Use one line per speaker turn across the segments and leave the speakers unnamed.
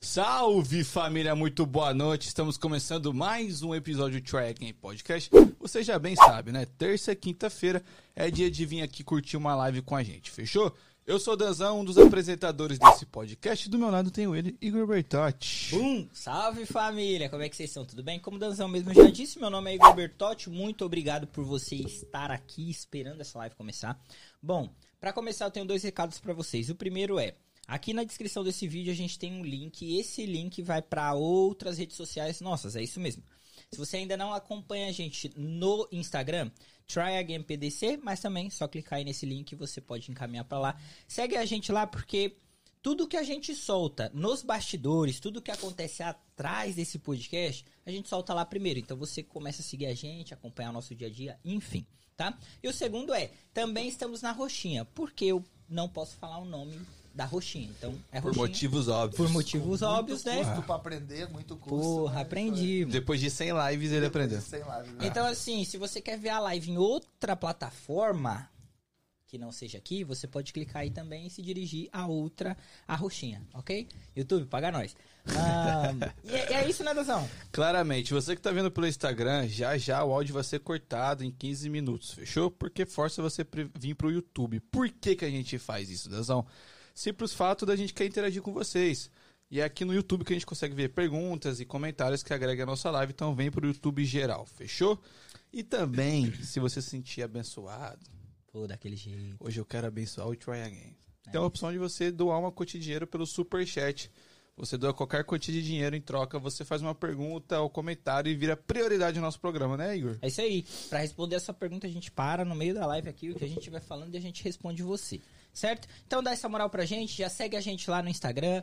Salve família, muito boa noite. Estamos começando mais um episódio do Tracking Podcast. Você já bem sabe, né? Terça e quinta-feira é dia de vir aqui curtir uma live com a gente, fechou? Eu sou o Danzão, um dos apresentadores desse podcast. Do meu lado tenho ele, Igor Bertotti.
Bum! Salve família! Como é que vocês estão? Tudo bem? Como o Danzão mesmo já disse, meu nome é Igor Bertotti. Muito obrigado por você estar aqui esperando essa live começar. Bom, pra começar eu tenho dois recados pra vocês. O primeiro é, aqui na descrição desse vídeo a gente tem um link. e Esse link vai pra outras redes sociais nossas, é isso mesmo. Se você ainda não acompanha a gente no Instagram, try again PDC, mas também só clicar aí nesse link e você pode encaminhar pra lá. Segue a gente lá porque tudo que a gente solta nos bastidores, tudo que acontece atrás desse podcast, a gente solta lá primeiro. Então você começa a seguir a gente, acompanhar o nosso dia a dia, enfim, tá? E o segundo é, também estamos na Roxinha, porque eu não posso falar o nome da Roxinha. Então é
Por
Roxinha.
motivos óbvios.
por motivos óbvios,
muito
né?
custo pra aprender, muito custo.
Porra,
né?
aprendi. mano.
Depois de 100 lives ele aprendeu.
Sem live, né?
Então, assim, se você quer ver a live em outra plataforma que não seja aqui, você pode clicar aí também e se dirigir a outra, a roxinha, ok? YouTube, paga nós. Ah, e é, é isso, né, Dazão?
Claramente, você que tá vendo pelo Instagram, já já o áudio vai ser cortado em 15 minutos, fechou? Porque força você pre- vir pro YouTube. Por que que a gente faz isso, Dazão? Simples fato da gente quer interagir com vocês. E é aqui no YouTube que a gente consegue ver perguntas e comentários que agrega a nossa live, então vem pro YouTube geral, fechou? E também, se você se sentir abençoado,
Pô, daquele jeito.
Hoje eu quero abençoar o Try Again.
É.
Tem a opção de você doar uma quantia de dinheiro pelo Superchat. Você doa qualquer quantia de dinheiro em troca, você faz uma pergunta ou comentário e vira prioridade no nosso programa, né, Igor?
É isso aí. Pra responder a sua pergunta, a gente para no meio da live aqui, o que a gente vai falando e a gente responde você, certo? Então dá essa moral pra gente, já segue a gente lá no Instagram.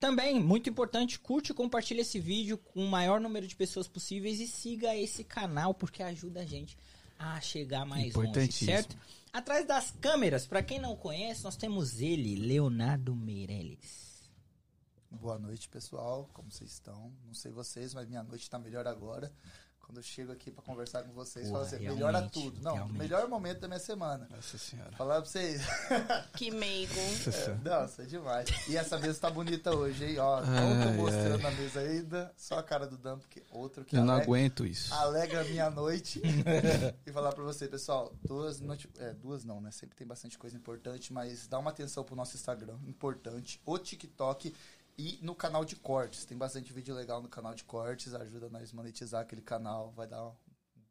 Também, muito importante, curte e compartilha esse vídeo com o maior número de pessoas possíveis e siga esse canal, porque ajuda a gente a chegar mais longe,
Importantíssimo.
certo? Atrás das câmeras, pra quem não conhece, nós temos ele, Leonardo Meirelles.
Boa noite, pessoal. Como vocês estão? Não sei vocês, mas minha noite tá melhor agora. Quando eu chego aqui pra conversar com vocês,
Porra,
fala assim,
realmente,
melhora tudo. Não,
realmente.
melhor momento da minha semana.
Nossa senhora.
Falar pra vocês.
Que meigo.
Nossa, é demais. E essa mesa tá bonita hoje, hein? Ó, não tô
Ai,
mostrando a mesa ainda. Só a cara do Dan, porque outro que é
Eu não
É.
alega-
aguento isso.
Ah,
alegra a minha noite e falar pra você, pessoal, duas noti- é, duas não, né? Sempre tem bastante coisa importante, mas dá uma atenção pro nosso Instagram, importante, o TikTok e no canal de cortes. Tem bastante vídeo legal no canal de cortes, ajuda nós a monetizar aquele canal, vai dar um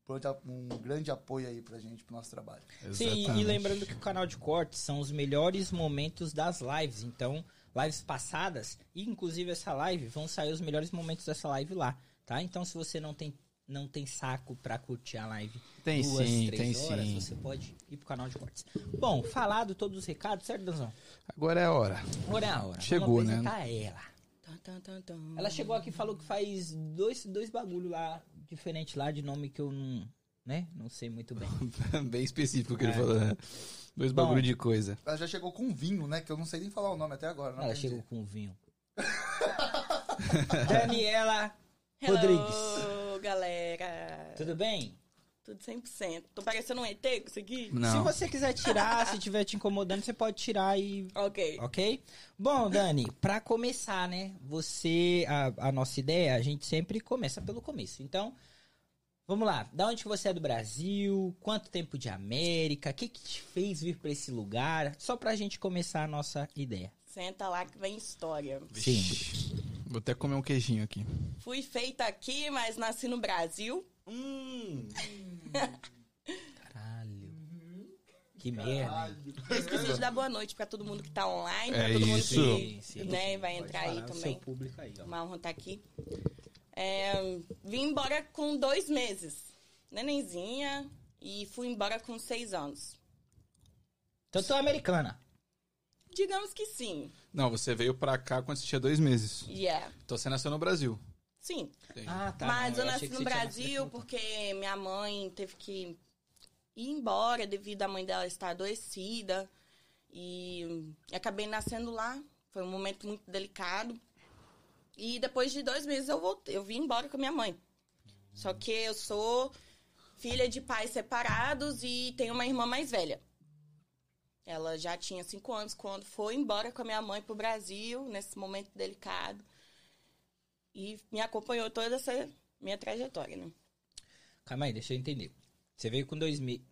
grande a- um grande apoio aí pra gente, pro nosso trabalho.
Sim, e lembrando que o canal de cortes são os melhores momentos das lives. Então, lives passadas e inclusive essa live vão sair os melhores momentos dessa live lá, tá? Então, se você não tem não tem saco pra curtir a live
Tem
duas,
sim,
três
tem
horas,
sim.
você pode ir pro canal de cortes. Bom, falado todos os recados, certo, Danzão?
Agora é a hora.
Ora, é a hora.
Chegou,
Vamos
né?
apresentar ela.
Tum, tum, tum, tum.
Ela chegou aqui e falou que faz dois, dois bagulho lá, diferente lá, de nome que eu não, né? Não sei muito bem.
Bem específico o que ele
É.
falou, né? Dois
Bom.
bagulho de coisa.
Ela já chegou com vinho, né? Que eu não sei nem falar o nome até agora. Não
Ela
aprendi.
chegou com um vinho. Daniela
Hello,
Rodrigues.
galera.
Tudo bem?
Tudo 100%. Tô parecendo um ET com isso aqui?
Se
Não.
você quiser tirar, se estiver te incomodando, você pode tirar e.
Ok.
Ok? Bom, Dani, pra começar, né? Você, a, a nossa ideia, a gente sempre começa pelo começo. Então, vamos lá. Da onde que você é do Brasil? Quanto tempo de América? O que, que te fez vir pra esse lugar? Só pra gente começar a nossa ideia.
Senta lá que vem história.
Sim. Vou até comer um queijinho aqui.
Fui feita aqui, mas nasci no Brasil.
Hum.
Caralho. Uhum. Que merda. hein?
Eu esqueci de dar boa noite pra todo mundo que tá online, pra
É
todo
isso.
mundo
Sim, sim.
que né, vai entrar aí
Falar pro seu
também.
público aí, ó.
Uma honra tá aqui. É, vim embora com dois meses. Nenenzinha. E fui embora com seis anos.
Então tu é americana.
Digamos que sim.
Não, você veio pra cá quando você tinha dois meses.
Yeah.
Então você nasceu no Brasil.
Sim.
Entendi.
Ah, tá.
Mas eu nasci no Brasil porque minha mãe teve que ir embora devido à mãe dela estar adoecida. E acabei nascendo lá. Foi um momento muito delicado. E depois de dois meses eu voltei, eu vim embora com a minha mãe. Só que eu sou filha de pais separados e tenho uma irmã mais velha. Ela já tinha cinco anos quando foi embora com a minha mãe pro Brasil, nesse momento delicado. E me acompanhou toda essa minha trajetória, né?
Calma aí, deixa eu entender. Você veio com dois meses.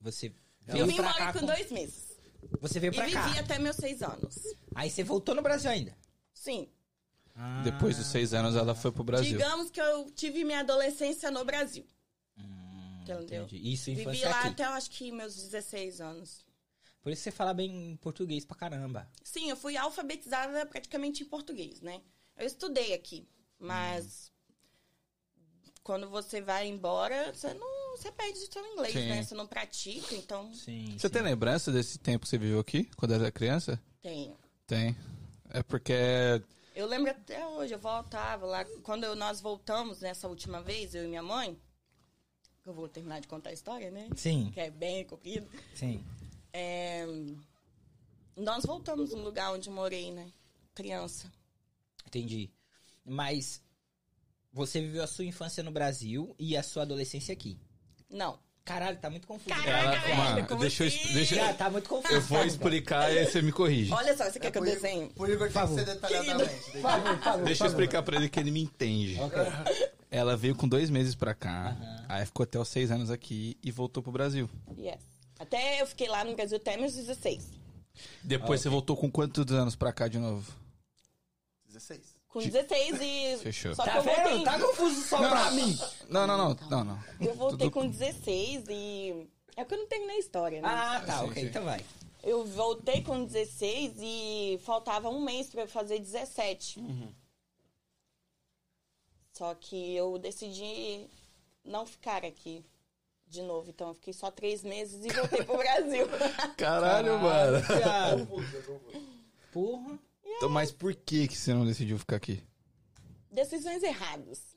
Você
Eu
veio
vim
pra cá.
embora com dois meses.
Você
E
veio pra
vivi
cá.
até meus seis anos.
Aí você voltou no Brasil ainda.
Sim.
Ah.
Depois dos seis anos, ela foi pro Brasil.
Digamos que eu tive minha adolescência no Brasil.
Hum,
Entendeu?
entendi. Isso,
Vivi
infância é
lá
aqui.
até eu acho que meus 16 anos.
Por isso você fala bem português pra caramba.
Sim, eu fui alfabetizada praticamente em português, né? Eu estudei aqui, mas quando você vai embora, você não você perde o seu inglês,
Sim.
né? Você não pratica, então
Sim.
Você tem lembrança desse tempo que você viveu aqui, quando era criança?
tem.
Tem. É porque.
Eu lembro até hoje, eu voltava lá. Quando eu- nós voltamos nessa última vez, eu e minha mãe, que eu vou terminar de contar a história, né?
Sim,
Que é bem comprido.
sim.
É, nós voltamos no lugar onde eu morei, né? Criança.
Entendi. Mas você viveu a sua infância no Brasil e a sua adolescência aqui.
Não.
Caralho, tá muito confuso.
Caraca,
Ela-
velho,
mano,
como
deixa eu,
assim?
deixa,
Cara, tá muito confuso.
eu vou explicar e aí você me corrige.
Olha só, você
É
quer que eu
por-
desenhe?
Por Igor tem que ser detalhadamente.
Por favor, por favor,
Deixa eu
por favor.
explicar pra ele que ele me entende.
Ok.
Ela veio com dois meses pra cá,
Aham.
aí ficou até os seis anos aqui e voltou pro Brasil.
Yes. Até eu fiquei lá no Brasil até meus 16.
Depois você voltou com quantos anos pra cá de novo?
16.
Com 16 e.
Fechou.
Só que
Tá
eu voltei.
vendo? Tá confuso só pra mim.
Não, não, não, não, não.
Eu voltei
Tudo-
com 16 e. É porque eu não terminei a história, né?
Ah, tá,
Sim,
ok,
sim.
então vai.
Eu voltei com 16 e faltava um mês pra eu fazer 17. Só que eu decidi não ficar aqui de novo. Então eu fiquei só três meses e voltei pro Brasil.
Caralho, mano.
Cara. Porra.
Então, mas por que, que você não decidiu ficar aqui?
Decisões erradas.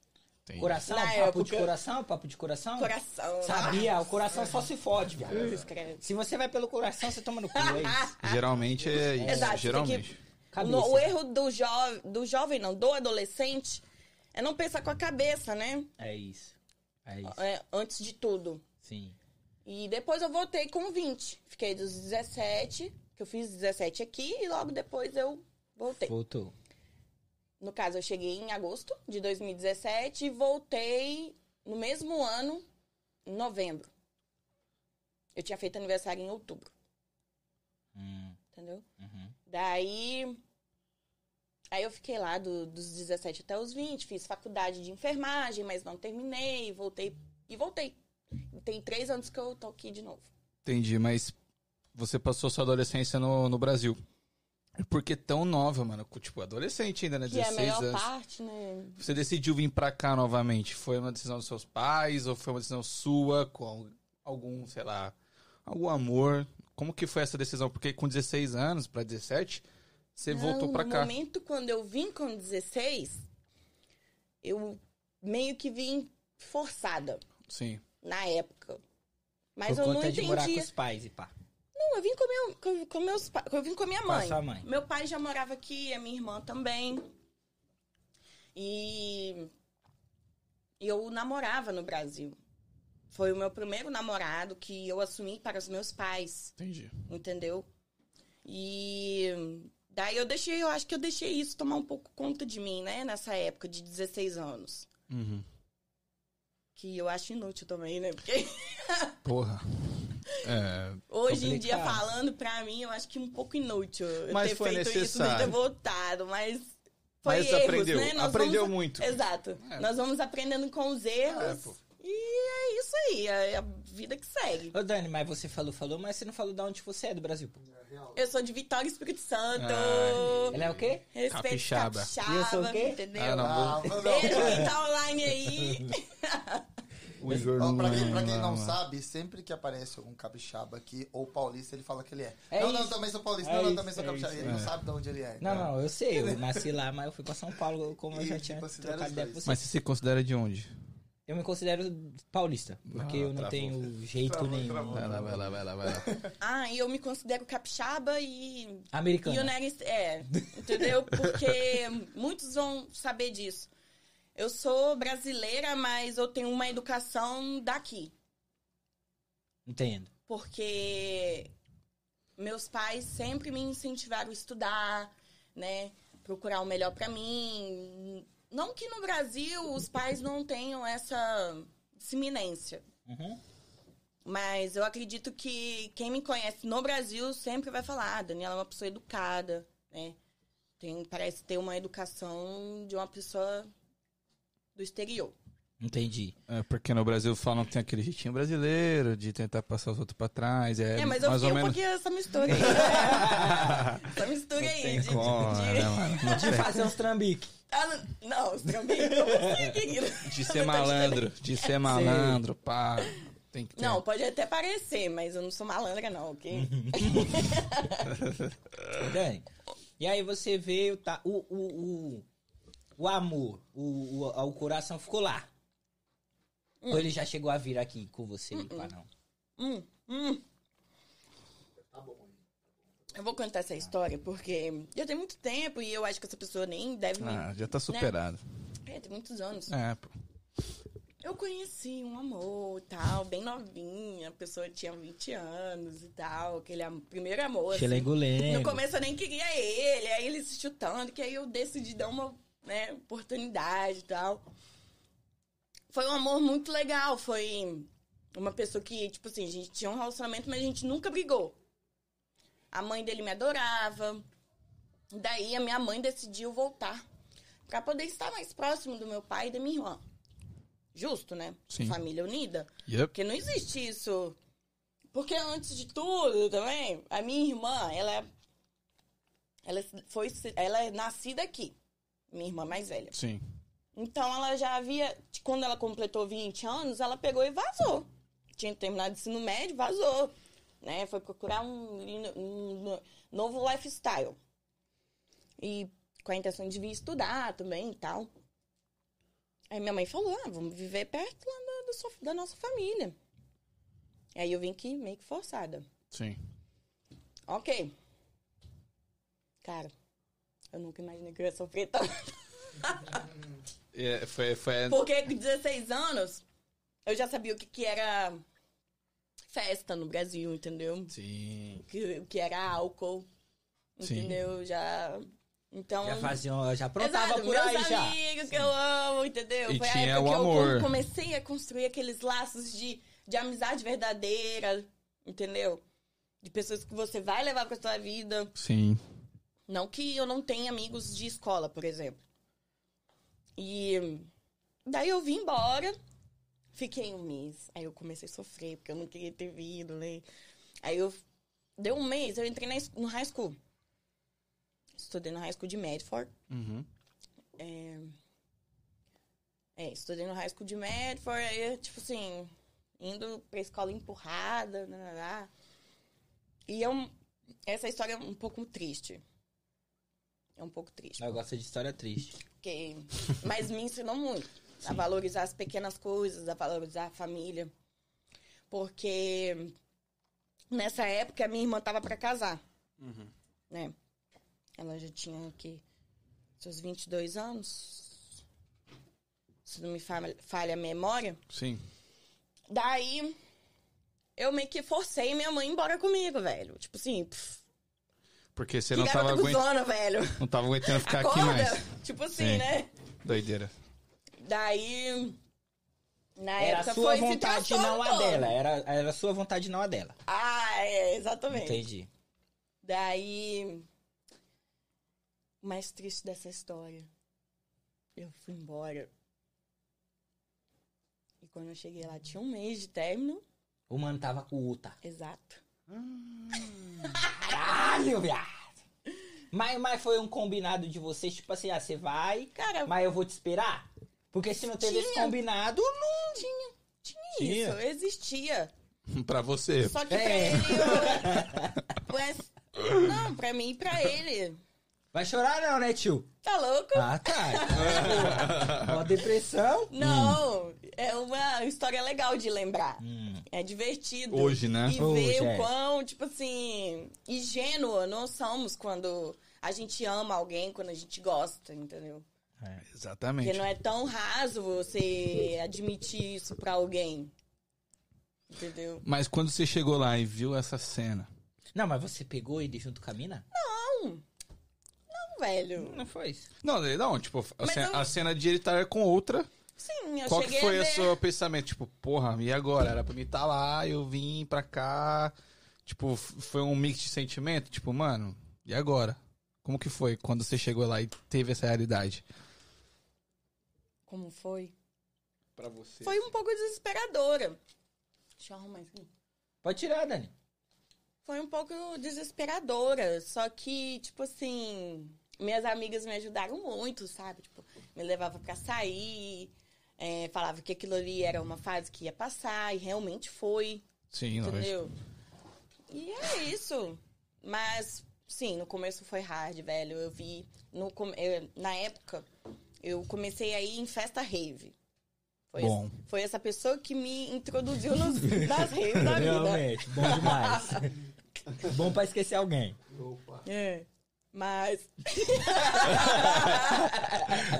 Coração,
Na
papo de
época-
coração, papo de coração.
Coração.
Sabia, o coração só se fode, viado.
Nossa, escreve.
Se você vai pelo coração, você toma no cu, é isso.
Geralmente é isso.
Exato, você tem que-
geralmente.
Cabeça.
No- o erro do, jo do jovem, não, do adolescente, é não pensar com a cabeça, né?
É isso. É isso.
É, antes de tudo.
Sim.
E depois eu voltei com 20. Fiquei dos 17, que eu fiz 17 aqui, e logo depois eu voltei.
Voltou.
No caso, eu cheguei em agosto de 2017 e voltei no mesmo ano, em novembro. Eu tinha feito aniversário em outubro,
Hum,
entendeu?
uhum.
Daí. Aí eu fiquei lá do- dos 17 até os 20, fiz faculdade de enfermagem, mas não terminei, voltei e voltei. Tem três anos que eu tô aqui de novo.
Entendi, mas você passou sua adolescência no, no Brasil. E Por que tão nova, mano? Tipo, adolescente ainda, né?
Que é a
16
melhor
anos.
parte, né?
Você decidiu vir pra cá novamente? Foi uma decisão dos seus pais ou foi uma decisão sua com al- algum, sei lá, algum amor? Como que foi essa decisão? Porque com 16 anos pra 17, você voltou
Não,
pra
no
cá.
momento, quando eu vim com 16, eu meio que vim forçada
Sim.
na época. Mas
Por
eu
conta
não
de morar com
entendia.
os pais e pá.
Não, eu vim com, meu, com, com meus pa- Eu vim com a minha
Com a
mãe.
sua mãe.
Meu pai já morava aqui, a minha irmã também. E e eu namorava no Brasil. Foi o meu primeiro namorado que eu assumi para os meus pais
Entendi.
entendeu? E daí eu deixei, eu acho que eu deixei isso tomar um pouco conta de mim, né? Nessa época de 16 anos.
Uhum.
Que eu acho inútil também, né? Porque
Porra. É,
hoje em dia,
Complicado.
falando pra mim, eu acho que um pouco inútil eu
Mas
ter
foi
feito isso,
necessário.
ter voltado, mas foi
mas
erros,
aprendeu.
né? Nós
aprendeu
vamos...
muito.
Exato.
É.
Nós vamos aprendendo com os
É,
erros.
pô.
e é isso aí, é a vida que segue.
Ô, Dani, mas você falou, falou, mas você não falou de onde você é do Brasil, pô.
Eu sou de Vitória Espírito Santo.
Ai.
Ela é o quê?
Respeito
Capixaba.
capixaba.
E eu sou o quê?
entendeu?
Ah, não.
Ah, não.
Beijo quem tá online aí.
O Igor
Ó, pra, quem,
é
pra quem não
mano.
sabe, sempre que aparece algum capixaba aqui, ou paulista, ele fala que ele é.
É
não, não,
isso.
também sou paulista,
É
não,
isso,
não, também sou
é
capixaba.
isso.
Ele não sabe de onde ele é.
Não, não, eu sei, eu nasci lá, mas eu fui pra São Paulo, como eu
E
já
tipo
tinha
considera
trocado
os
ideia
dois.
com você.
assim, Mas você se considera de onde?
Eu me considero paulista, porque
Ah,
eu não
travou.
tenho jeito
Travou,
nenhum.
travou.
Vai lá, vai lá, vai lá, vai lá.
Ah, e eu me considero capixaba e. E
Americano.
o Neres. É, entendeu? Porque muitos vão saber disso. Eu sou brasileira, mas eu tenho uma educação daqui.
Entendo.
Porque meus pais sempre me incentivaram a estudar, né? Procurar o melhor pra mim. Não que no Brasil os pais não tenham essa disseminência.
Uhum.
Mas eu acredito que quem me conhece no Brasil sempre vai falar, ah, Daniela é uma pessoa educada, né? Tem, parece ter uma educação de uma pessoa do exterior.
Entendi.
É, porque no Brasil falam que tem aquele jeitinho brasileiro de tentar passar os outros pra trás. É,
É, mas eu
mais
fiquei
ou
um
menos.
pouquinho essa mistura aí. né? essa mistura aí.
Tem
de-
como,
de-
né, mano? Não
De
sei.
fazer uns trambiques.
Ah, não, não, também não sei, querido.
De ser malandro, de ser malandro, pá. Tem que ter.
Não, pode até parecer, mas eu não sou malandra, não, ok?
Dani. E aí você veio, tá? O, o, o, o amor, o, o, o coração ficou lá. Ou ele já chegou a vir aqui com você? Pá, não.
Hum, hum. Eu vou contar essa história porque já tem muito tempo e eu acho que essa pessoa nem deve me.
Ah, já tá superado.
É, tem muitos anos.
É, pô.
Eu conheci um amor e tal, bem novinha, a pessoa tinha 20 anos e tal, aquele am- primeiro amor. assim.
Xelengo
No
lengo.
começo eu nem queria ele, aí ele se chutando, que aí eu decidi dar uma né, oportunidade e tal. Foi um amor muito legal, foi uma pessoa que, tipo assim, a gente tinha um relacionamento, mas a gente nunca brigou. A mãe dele me adorava. Daí a minha mãe decidiu voltar pra poder estar mais próximo do meu pai e da minha irmã. Justo, né?
Sim.
Família unida.
Yep.
Porque não existe isso. Porque antes de tudo também, a minha irmã, ela é- ela foi ela é nascida aqui. Minha irmã mais velha.
Sim.
Então ela já havia, quando ela completou 20 anos, ela pegou e vazou. Tinha terminado o ensino médio, vazou, né? Foi procurar um, menino- um no- novo lifestyle. E com a intenção de vir estudar também e tal. Aí minha mãe falou, ah, vamos viver perto lá da, da sua- da nossa família. Aí eu vim aqui meio que forçada.
Sim.
Ok. Cara, eu nunca imaginei que eu ia sofrer tanto.
É, foi, foi...
Porque com 16 anos, eu já sabia o que, que era festa no Brasil, entendeu?
Sim.
O que, o que era álcool,
Sim.
entendeu? Já... Então...
Já faziam, já aprontava
Exato,
por aí
meus
já.
amigos que eu amo, entendeu?
E
Foi a
tinha
época
o
que
amor.
eu comecei a construir aqueles laços de, de amizade verdadeira, entendeu? De pessoas que você vai levar pra sua vida.
Sim.
Não que eu não tenha amigos de escola, por exemplo. E daí eu vim embora, fiquei um mês. Aí eu comecei a sofrer, porque eu não queria ter vindo, né? Aí eu. Deu um mês, eu entrei na es- no high school. Estudei no high school de Medford.
Uhum.
É, estudei no high school de Medford, aí, tipo assim, indo pra escola empurrada, né, né, né. E é um, essa história é um pouco triste. É um pouco triste.
Eu gosto de história triste.
Porque... Mas me ensinou muito a valorizar as pequenas coisas, a valorizar a família. Porque nessa época a minha irmã tava pra casar,
Uhum.
né? Ela já tinha aqui seus 22 anos. Se não me falha, falha a memória.
Sim.
Daí eu meio que forcei minha mãe embora comigo, velho. Tipo assim, pff,
Porque você
que
não tava,
garota
aguent...
cuzona, velho.
não tava aguentando ficar aqui
Acorda!
mais.
Tipo assim,
Sim.
né?
Doideira.
Daí. Na
Era
época
a sua
foi esse
vontade e
transtorno
não a
todo.
dela. Era, era a sua vontade e não a dela.
Ah, é, exatamente.
Entendi.
Daí. O mais triste dessa história. Eu fui embora. E quando eu cheguei lá, tinha um mês de término.
O mano tava com o Uta.
Exato.
Caralho, viado! Mas, mas foi um combinado de vocês, tipo assim, ah, você vai,
Cara,
mas eu vou te esperar? Porque se não teve esse
Tinha.
combinado, não tinha.
isso existia.
pra você.
Só que pra
É.
ele. eu- Mas- Não, pra mim e pra ele.
Vai chorar não, né, tio?
Tá louco?
Ah, tá. Uma depressão.
Não,
Hum.
é uma história legal de lembrar. É divertido.
Hoje, né?
E
Hoje,
ver
é.
o quão, tipo assim, ingênua nós somos quando a gente ama alguém, quando a gente gosta, entendeu? Porque
Exatamente.
não é tão raso você admitir isso pra alguém. Entendeu?
Mas quando você chegou lá e viu essa cena,
Não, mas você pegou ele junto com a mina?
Não. Não, velho.
Não foi isso.
Não, não, tipo, a,
Mas
cena,
eu-
a cena de ele estar com outra.
Sim, eu
Qual que
cheguei
foi
a
o
ver.
seu pensamento? Tipo, porra, e agora? Era pra mim estar lá, eu vim pra cá. Tipo, f- foi um mix de sentimento? Tipo, mano, e agora? Como que foi quando você chegou lá e teve essa realidade?
Como foi?
Pra você.
Foi um pouco desesperadora. Deixa eu arrumar isso aqui.
Pode tirar, Dani.
Foi um pouco desesperadora, só que, tipo assim, minhas amigas me ajudaram muito, sabe? Tipo, me levava pra sair, é, falava que aquilo ali era uma fase que ia passar, e realmente foi,
Sim, lógico.
entendeu? E é isso. Mas, sim, no começo foi hard, velho. Eu vi, no, com- eu- na época, eu comecei a ir em festa rave. Foi,
Bom.
foi essa pessoa que me introduziu nos, nas raves da vida.
Realmente, bom demais. bom pra esquecer alguém.
É. Mas.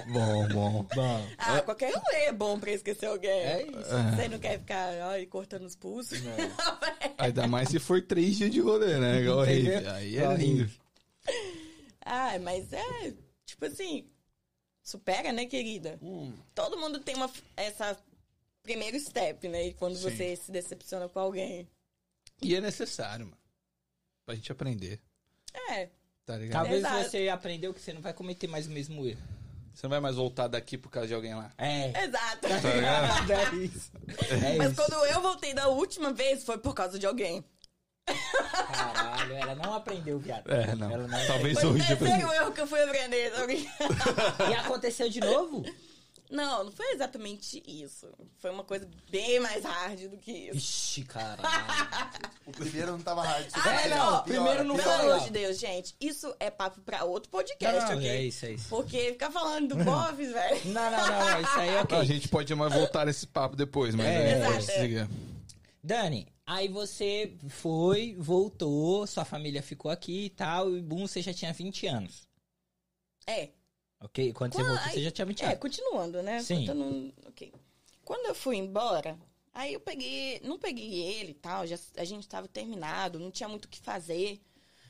Bom, bom.
Bom.
Ah, qualquer rolê é bom pra esquecer alguém.
É isso.
Você não quer ficar ai, cortando os pulsos?
Ainda mais se for três dias de rolê, né? Igual o
Entendeu?
Rave. Aí
Tá
Igual
é
o
lindo.
Rave.
ah, mas é. Tipo assim. Supera, né, querida?
Hum.
Todo mundo tem uma. Essa. Primeiro step, né? E quando
Sim.
você se decepciona com alguém.
E é necessário, mano. Pra gente aprender,
É.
tá ligado?
Talvez
Exato.
você aprendeu que você não vai cometer mais o mesmo erro.
Você não vai mais voltar daqui por causa de alguém lá.
É.
Exato.
ligado?
é isso. É
Mas
isso.
quando eu voltei da última vez, foi por causa de alguém.
Caralho, ela não aprendeu, viado.
É, não.
Ela não
Talvez
Foi o
hoje.
terceiro erro que é, eu fui aprender. tá sabe?
E aconteceu de novo?
Não, não foi exatamente isso. Foi uma coisa bem mais hard do que isso.
Ixi, caralho.
O primeiro não tava hard.
Ah,
É,
não,
não,
Piora,
primeiro não
piora.
Pelo
foi.
amor de Deus, gente, isso é papo pra outro podcast,
Não, não,
ok?
é isso, é isso.
Porque ficar falando do Bob, velho.
Não, não, não, isso aí é ok.
A gente pode mais voltar esse papo depois, mas
É,
é,
exato.
siga.
Dani, aí você foi, voltou, sua família ficou aqui e tal, e bum, você já tinha 20 anos.
É,
Ok? Quando você
Qual-
voltou, você já tinha 20
é,
anos.
continuando, né?
Sim.
Contando- ok. Quando eu fui embora, aí eu peguei. Não peguei ele e tal, já, a gente tava terminado, não tinha muito o que fazer.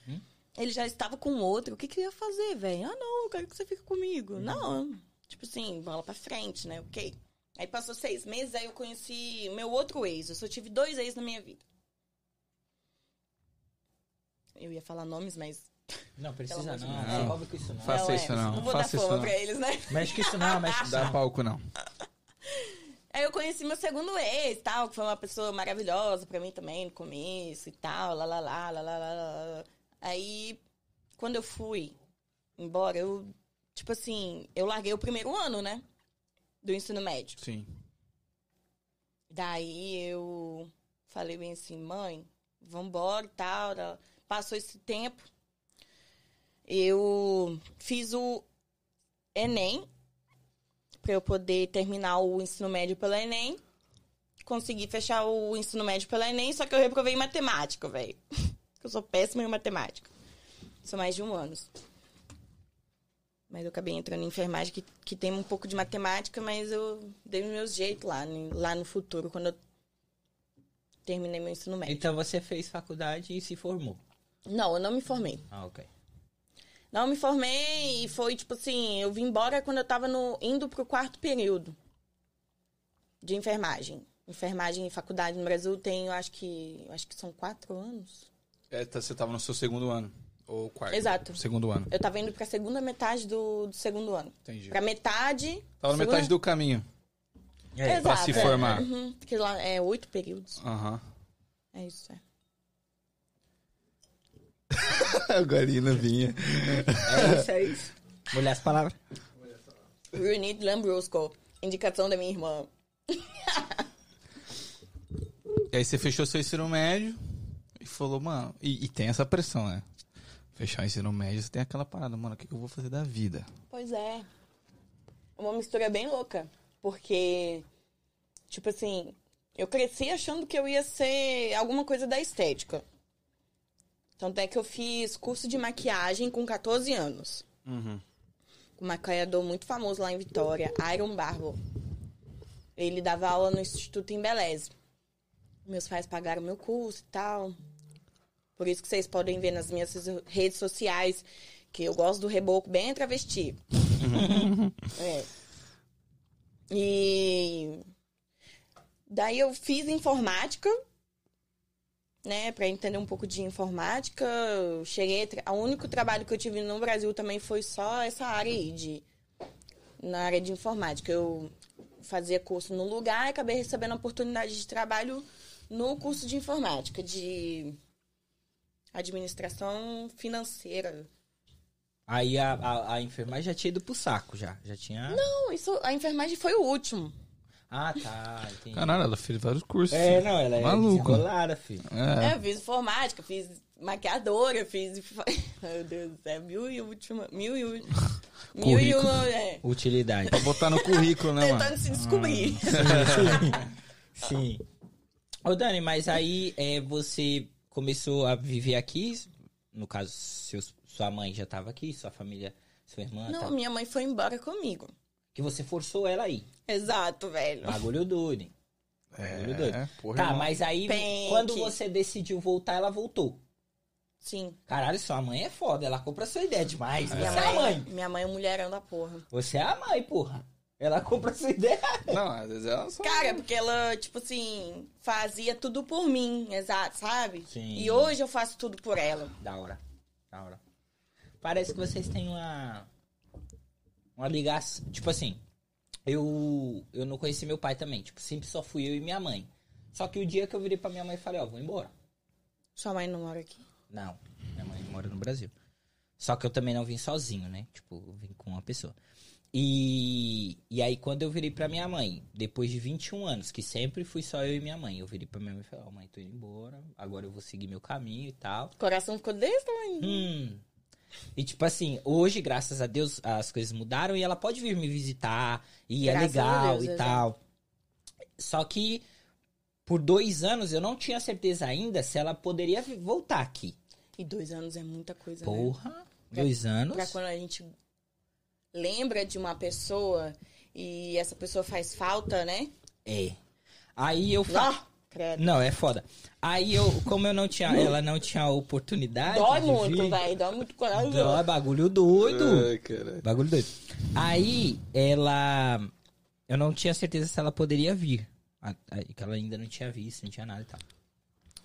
Hum?
Ele já estava com outro. O que, que eu ia fazer, velho? Ah, não, eu quero que você fique
Uhum.
comigo. Não. Tipo assim, bola pra frente, né? Ok. Aí passou seis meses, aí eu conheci meu outro ex. Eu só tive dois ex na minha vida. Eu ia falar nomes, mas.
Não, precisa
Pelo
não.
amor
de
Não,
Deus.
envolve com isso não.
Faça
é,
isso não,
Não vou
faça
dar
isso
fama
não.
pra eles, né?
Mexe com isso não, mexe com
Não
isso
dá
não.
palco, não.
Aí eu conheci meu segundo ex, tal, que foi uma pessoa maravilhosa pra mim também no começo e tal, lá, lá, lá, lá, lá, lá, lá. lá. Aí, quando eu fui embora, eu, tipo assim, eu larguei o primeiro ano, né? Do ensino médio.
Sim.
Daí eu falei bem assim, mãe, vambora e tal. Ela- Passou esse tempo. Eu fiz o Enem pra eu poder terminar o ensino médio pela Enem. Consegui fechar o ensino médio pela Enem, só que eu reprovei em matemática, velho. Eu sou péssima em matemática. Sou mais de um ano. Mas eu acabei entrando em enfermagem, que, que tem um pouco de matemática, mas eu dei os meus jeitos lá, né? lá no futuro, quando eu terminei meu ensino médio.
Então você fez faculdade e se formou.
Não, eu não me formei.
Ah, ok.
Não me formei e foi tipo assim, eu vim embora quando eu tava no, indo pro quarto período de enfermagem. Enfermagem e faculdade no Brasil tem, eu acho que. eu acho que são quatro anos.
É, tá- você tava no seu segundo ano. Ou quarto.
Exato.
Segundo ano.
Eu tava indo pra segunda metade do, do segundo ano.
Entendi.
Pra metade.
Tava na
segunda-
metade do caminho.
É,
pra se formar.
É, uhum, porque lá é oito períodos.
Aham.
É isso, é.
Agora ele não vinha.
é isso, é isso. Vou olhar as palavras.
Runit Lambrusco, indicação da minha irmã.
E aí você fechou seu ensino médio e falou, mano. E, e tem essa pressão, né? Fechar o ensino médio, você tem aquela parada, mano, o que que eu vou fazer da vida?
Pois é. Uma mistura bem louca. Porque, tipo assim, eu cresci achando que eu ia ser alguma coisa da estética. Tanto é que eu fiz curso de maquiagem com 14 anos.
Uhum.
um maquiador muito famoso lá em Vitória, Iron Barbo. Ele dava aula no Instituto Embeleze. Meus pais pagaram meu curso e tal. Por isso que vocês podem ver nas minhas redes sociais Porque eu gosto do reboco bem travesti. é. E daí eu fiz informática, né, para entender um pouco de informática. Eu Cheguei, a tra- o único trabalho que eu tive no Brasil também foi só essa área aí de na área de informática. Eu fazia curso no lugar e acabei recebendo a oportunidade de trabalho no curso de informática, de administração financeira.
Aí a, a, a enfermagem já tinha ido pro saco, já. Já tinha. Não.
Não, isso, a enfermagem foi o último.
Ah, tá. Entendi.
Caralho, ela fez vários cursos.
É, não, ela é
Maluco.
desenrolada, filho.
É.
É, eu fiz informática, fiz maquiadora, fiz. info- Meu Deus, é mil e última. Mil e última. mil e
Currículo.
uma. É,
Utilidade.
Pra botar no currículo, né, mano?
tentando se descobrir.
Ah, Sim. Ô, Dani, mas aí é, você começou a viver aqui. No caso, seus, sua mãe já tava aqui, sua família, sua irmã.
Não,
tava-
minha mãe foi embora comigo.
Que você forçou ela aí.
Exato, velho.
Bagulho doido, hein? Bagulho doido.
É, porra,
Tá,
irmão.
mas aí
Pink.
quando você decidiu voltar, ela voltou.
Sim.
Caralho, sua mãe é foda, ela compra sua ideia demais.
Minha
Você é a
mãe,
mãe.
minha mãe é um mulherão da porra.
Você é a mãe, porra. Ela compra sua ideia.
Não, às vezes ela só...
Cara, porque ela, tipo assim, fazia tudo por mim, exato, sabe?
Sim.
E hoje eu faço tudo por ela.
Da hora. Da hora. Parece que vocês têm uma. Uma ligação. Tipo assim, eu. Eu não conheci meu pai também. Tipo, sempre só fui eu e minha mãe. Só que o dia que eu virei pra minha mãe e falei, ó, vou embora.
Sua mãe não mora aqui.
Não, minha mãe mora no Brasil. Só que eu também não vim sozinho, né? Tipo, eu vim com uma pessoa. E, e aí, quando eu virei pra minha mãe, depois de 21 anos, que sempre fui só eu e minha mãe, eu virei pra minha mãe e falei: Ó, mãe, tô indo embora, agora eu vou seguir meu caminho e tal.
O coração ficou desse tamanho.
Hum. E tipo assim, hoje, graças a Deus, as coisas mudaram e ela pode vir me visitar e é
Graças a
legal
Deus,
e
exato.
tal. Só que por dois anos eu não tinha certeza ainda se ela poderia vi- voltar aqui.
E dois anos é muita coisa, né?
Porra, dois anos.
Pra quando a gente lembra de uma pessoa e essa pessoa faz falta, né?
É. Aí eu fa-
Ó, credo.
Não, é foda. Aí eu, como eu não tinha, ela não tinha oportunidade.
Dói
de
muito,
vir,
velho. Dói muito o coração.
Dói, bagulho doido.
Ai, caralho.
Bagulho doido. Aí, ela. Eu não tinha certeza se ela poderia vir. A- a- Que ela ainda não tinha visto, não tinha nada e tal.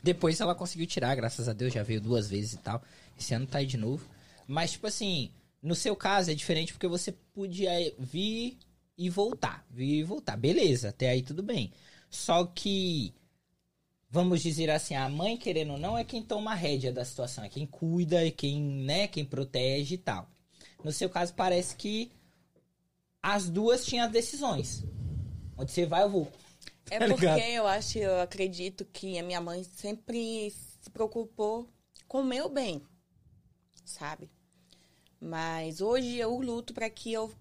Depois ela conseguiu tirar, graças a Deus, já veio duas vezes e tal. Esse ano tá aí de novo. Mas, tipo assim, no seu caso é diferente porque você podia vir e voltar. Vir e voltar. Beleza, até aí tudo bem. Só que. Vamos dizer assim, a mãe, querendo ou não, é quem toma a rédea da situação, é quem cuida, é quem, né, quem protege e tal. No seu caso, parece que as duas tinham as decisões. Onde você vai, eu vou.
É
Tá
porque
ligado?
eu acho, eu acredito que a minha mãe sempre se preocupou com o meu bem, sabe? Mas hoje eu luto para que eu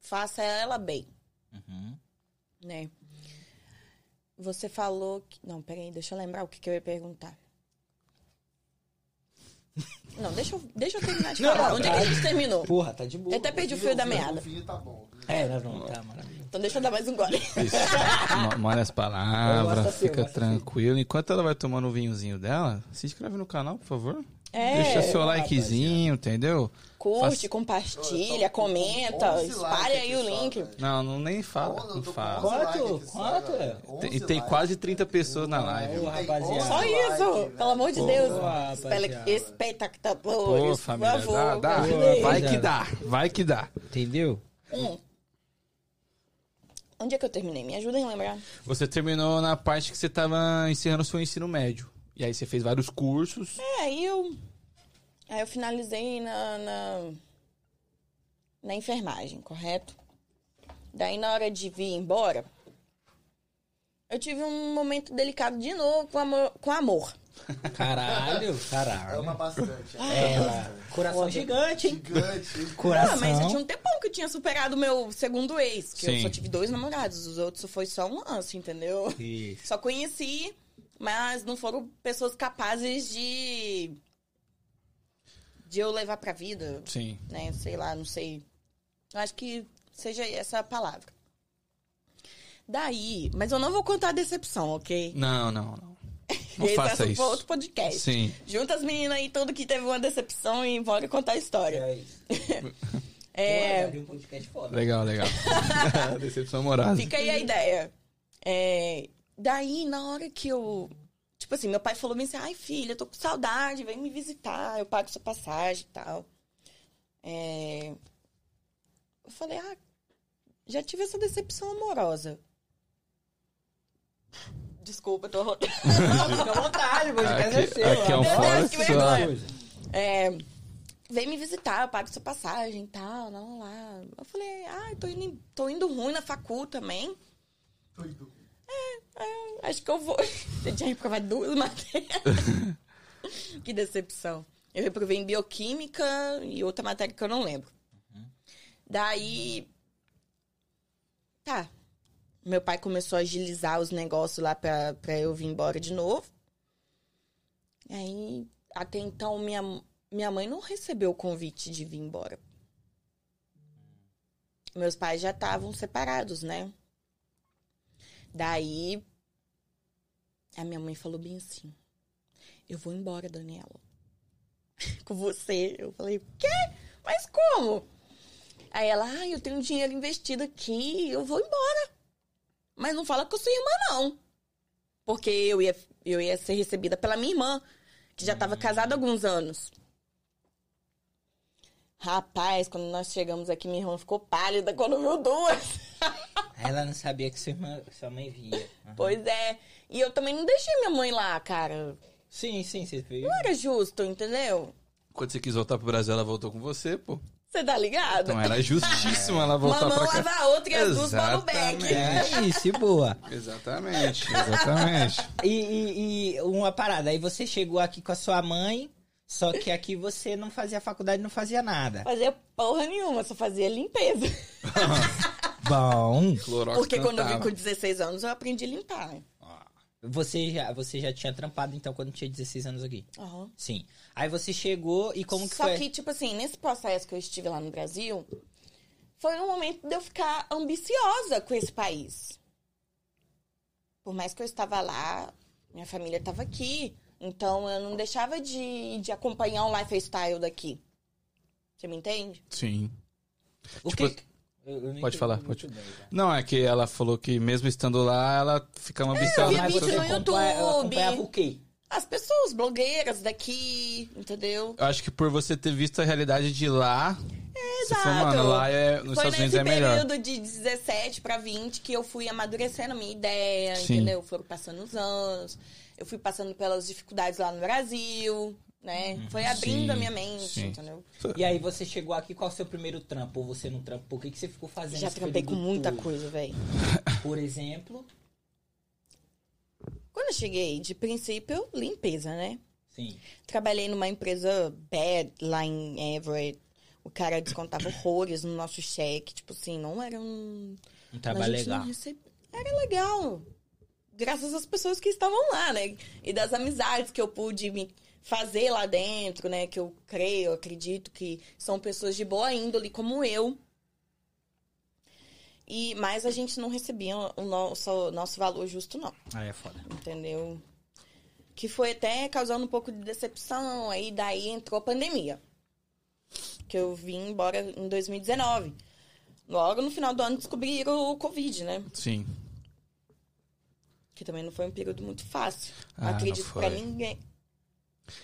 faça ela bem,
Uhum.
né? Você falou que... Não, peraí, deixa eu lembrar o que, que eu ia perguntar. Não, deixa eu, deixa eu terminar de
Não,
falar.
não,
Onde é que a gente terminou?
Porra, tá de
Eu
boa.
até perdi o fio da meada.
Vinho tá bom.
É, não, não, tá maravilhoso.
Então deixa eu dar mais um gole.
Isso. Ma- Molha as
Eu
palavras,
gosto assim, eu
fica
gosto
tranquilo. Enquanto ela vai tomando o vinhozinho dela, se inscreve no canal, por favor.
É.
Deixa seu likezinho, entendeu?
Curte,
Faz-
compartilha,
Eu tô com
comenta,
11 tá likes
espalha aí o
aqui só,
link.
velho.
Não, não nem fala.
Olha, eu
Não
tô com
fala.
11 likes
Quanto?
aqui só,
Quanto?
galera.
Tem-
11
Tem, tem
likes.
quase 30 pessoas na live.
Porra,
mano.
Tem
rapaziada.
11
Só
likes,
isso,
velho.
pelo amor de
Pô,
Deus.
rapaziada.
Espele-
Pô,
Espectadores, por
família, dá,
favor. Hum.
dá.
Pô,
Vai
rapaziada.
que dá, vai que dá.
Entendeu?
Hum. Onde é que eu terminei? Me ajudem a lembrar.
Você terminou na parte que você tava encerrando o seu ensino médio. E aí você fez vários cursos.
É, aí eu. Aí eu finalizei na, na. na enfermagem, correto? Daí na hora de vir embora, eu tive um momento delicado de novo com amor. Com amor.
Caralho,
Ama
caralho.
bastante. ama
Ela.
bastante.
É Coração gigante, hein?
Gigante.
Coração.
Ah, mas eu tinha um tempão que eu tinha superado o meu segundo ex, que eu
Sim.
só tive dois namorados, os outros foi só um lance, entendeu?
Isso.
Só conheci, mas não foram pessoas capazes de. de eu levar pra vida,
Sim.
né? Sei lá, não sei. Eu acho que seja essa a palavra. Daí, mas eu não vou contar a decepção, ok?
Não, não, não. Não
Esse é
faça
assunto
isso.
pra outro podcast.
Sim.
Junta as meninas aí, tudo que teve uma decepção e bora contar a história. É,
Pô, abri um podcast foda.
Legal, legal. Decepção morada.
Fica aí a ideia. É, daí, na hora que eu. Tipo assim, meu pai falou bem assim: ai, filha, eu tô com saudade, vem me visitar, eu pago sua passagem e tal. É, eu falei: ah, já tive essa decepção amorosa. Desculpa, tô rotando.
Fica à vontade, o podcast é
Aqui,
seu.
aqui é um
Meu
fora
Deus, que vergonha.
só.
É, vem me visitar, eu pago sua passagem e tal, não lá. Eu falei, ah, eu tô indo, tô indo ruim na facul também.
Doido.
Acho que eu vou. Eu tinha reprovado duas matérias. que decepção. Eu reprovei em bioquímica e outra matéria que eu não lembro. Daí. Tá. Meu pai começou a agilizar os negócios lá pra, pra eu vir embora de novo. E aí, até então, minha, minha mãe não recebeu o convite de vir embora. Meus pais já estavam separados, né? Daí, a minha mãe falou bem assim: Eu vou embora, Daniela. Com você. Eu falei: Quê? Mas como? Aí ela: Ah, eu tenho dinheiro investido aqui, eu vou embora. Mas não fala com sua irmã, não. Porque eu ia, eu ia ser recebida pela minha irmã, que já estava casada há alguns anos. Rapaz, quando nós chegamos aqui, minha irmã ficou pálida quando viu duas.
Aí Ela não sabia que sua, irmã, sua mãe vinha. Aham.
Pois é. E eu também não deixei minha mãe lá, cara.
Sim, sim, você veio.
Não era justo, entendeu?
Quando você quis voltar pro Brasil, ela voltou com você, pô.
Você tá ligado?
Então era justíssimo ela voltar
Uma mão
pra cá.
lava a outra e as duas vão no
Exatamente.
back.
É isso, e boa.
Exatamente, exatamente.
E, e- e uma parada, aí você chegou aqui com a sua mãe, só que aqui você não fazia faculdade, não fazia nada.
Fazia porra nenhuma, só fazia limpeza.
Bom,
Clorox
Porque quando eu vim
cantava.
com 16 anos, eu aprendi a limpar.
você já, você já tinha trampado então quando tinha 16 anos aqui?
Aham.
Sim. Aí você chegou e como que
Só
foi?
que, tipo assim, nesse processo que eu estive lá no Brasil, foi um momento de eu ficar ambiciosa com esse país. Por mais que eu estava lá, minha família estava aqui. Então, eu não deixava de, de acompanhar um lifestyle daqui. Você me entende?
Sim.
O
tipo,
que... Eu- eu não
pode
entendi
falar,
muito
pode.
bem, cara.
Não, é que ela falou que mesmo estando lá, ela fica uma
É, eu vi né?
ambiciosa.
Mas
vídeo
você
no
acompanha- ela
YouTube.
acompanhava o quê?
As pessoas blogueiras daqui, entendeu?
Eu acho que por você ter visto a realidade de lá, você falou, mano,
Exato.
lá é, nos
Foi
Estados Unidos
nesse
é melhor.
período de 17 pra 20 que eu fui amadurecendo a minha ideia,
Sim.
entendeu? Foram passando os anos, eu fui passando pelas dificuldades lá no Brasil, né? Foi abrindo
Uhum. Sim,
a minha mente,
sim.
entendeu?
E aí você chegou aqui, qual o seu primeiro trampo? Ou você não trampou? O que, que você ficou fazendo?
Já
esse
trampei com
período
muita
todo?
coisa, velho.
Por exemplo...
Quando eu cheguei, de princípio, limpeza, né?
Sim.
Trabalhei numa empresa bad lá em Everett. O cara descontava horrores no nosso cheque. Tipo assim, não era um
Um
Mas
trabalho
a gente não
legal.
recebe- Era legal. Graças às pessoas que estavam lá, né? E das amizades que eu pude me fazer lá dentro, né? Que eu creio, eu acredito que são pessoas de boa índole, como eu. E, mas a gente não recebia o nosso, nosso valor justo, não
Ah, é foda.
entendeu? Que foi até causando um pouco de decepção, aí daí entrou a pandemia. Que eu vim embora em 2019. Logo no final do ano descobriram o Covid, né?
Sim.
Que também não foi um período muito fácil. Não
Ah, não
acredito pra
foi.
ninguém.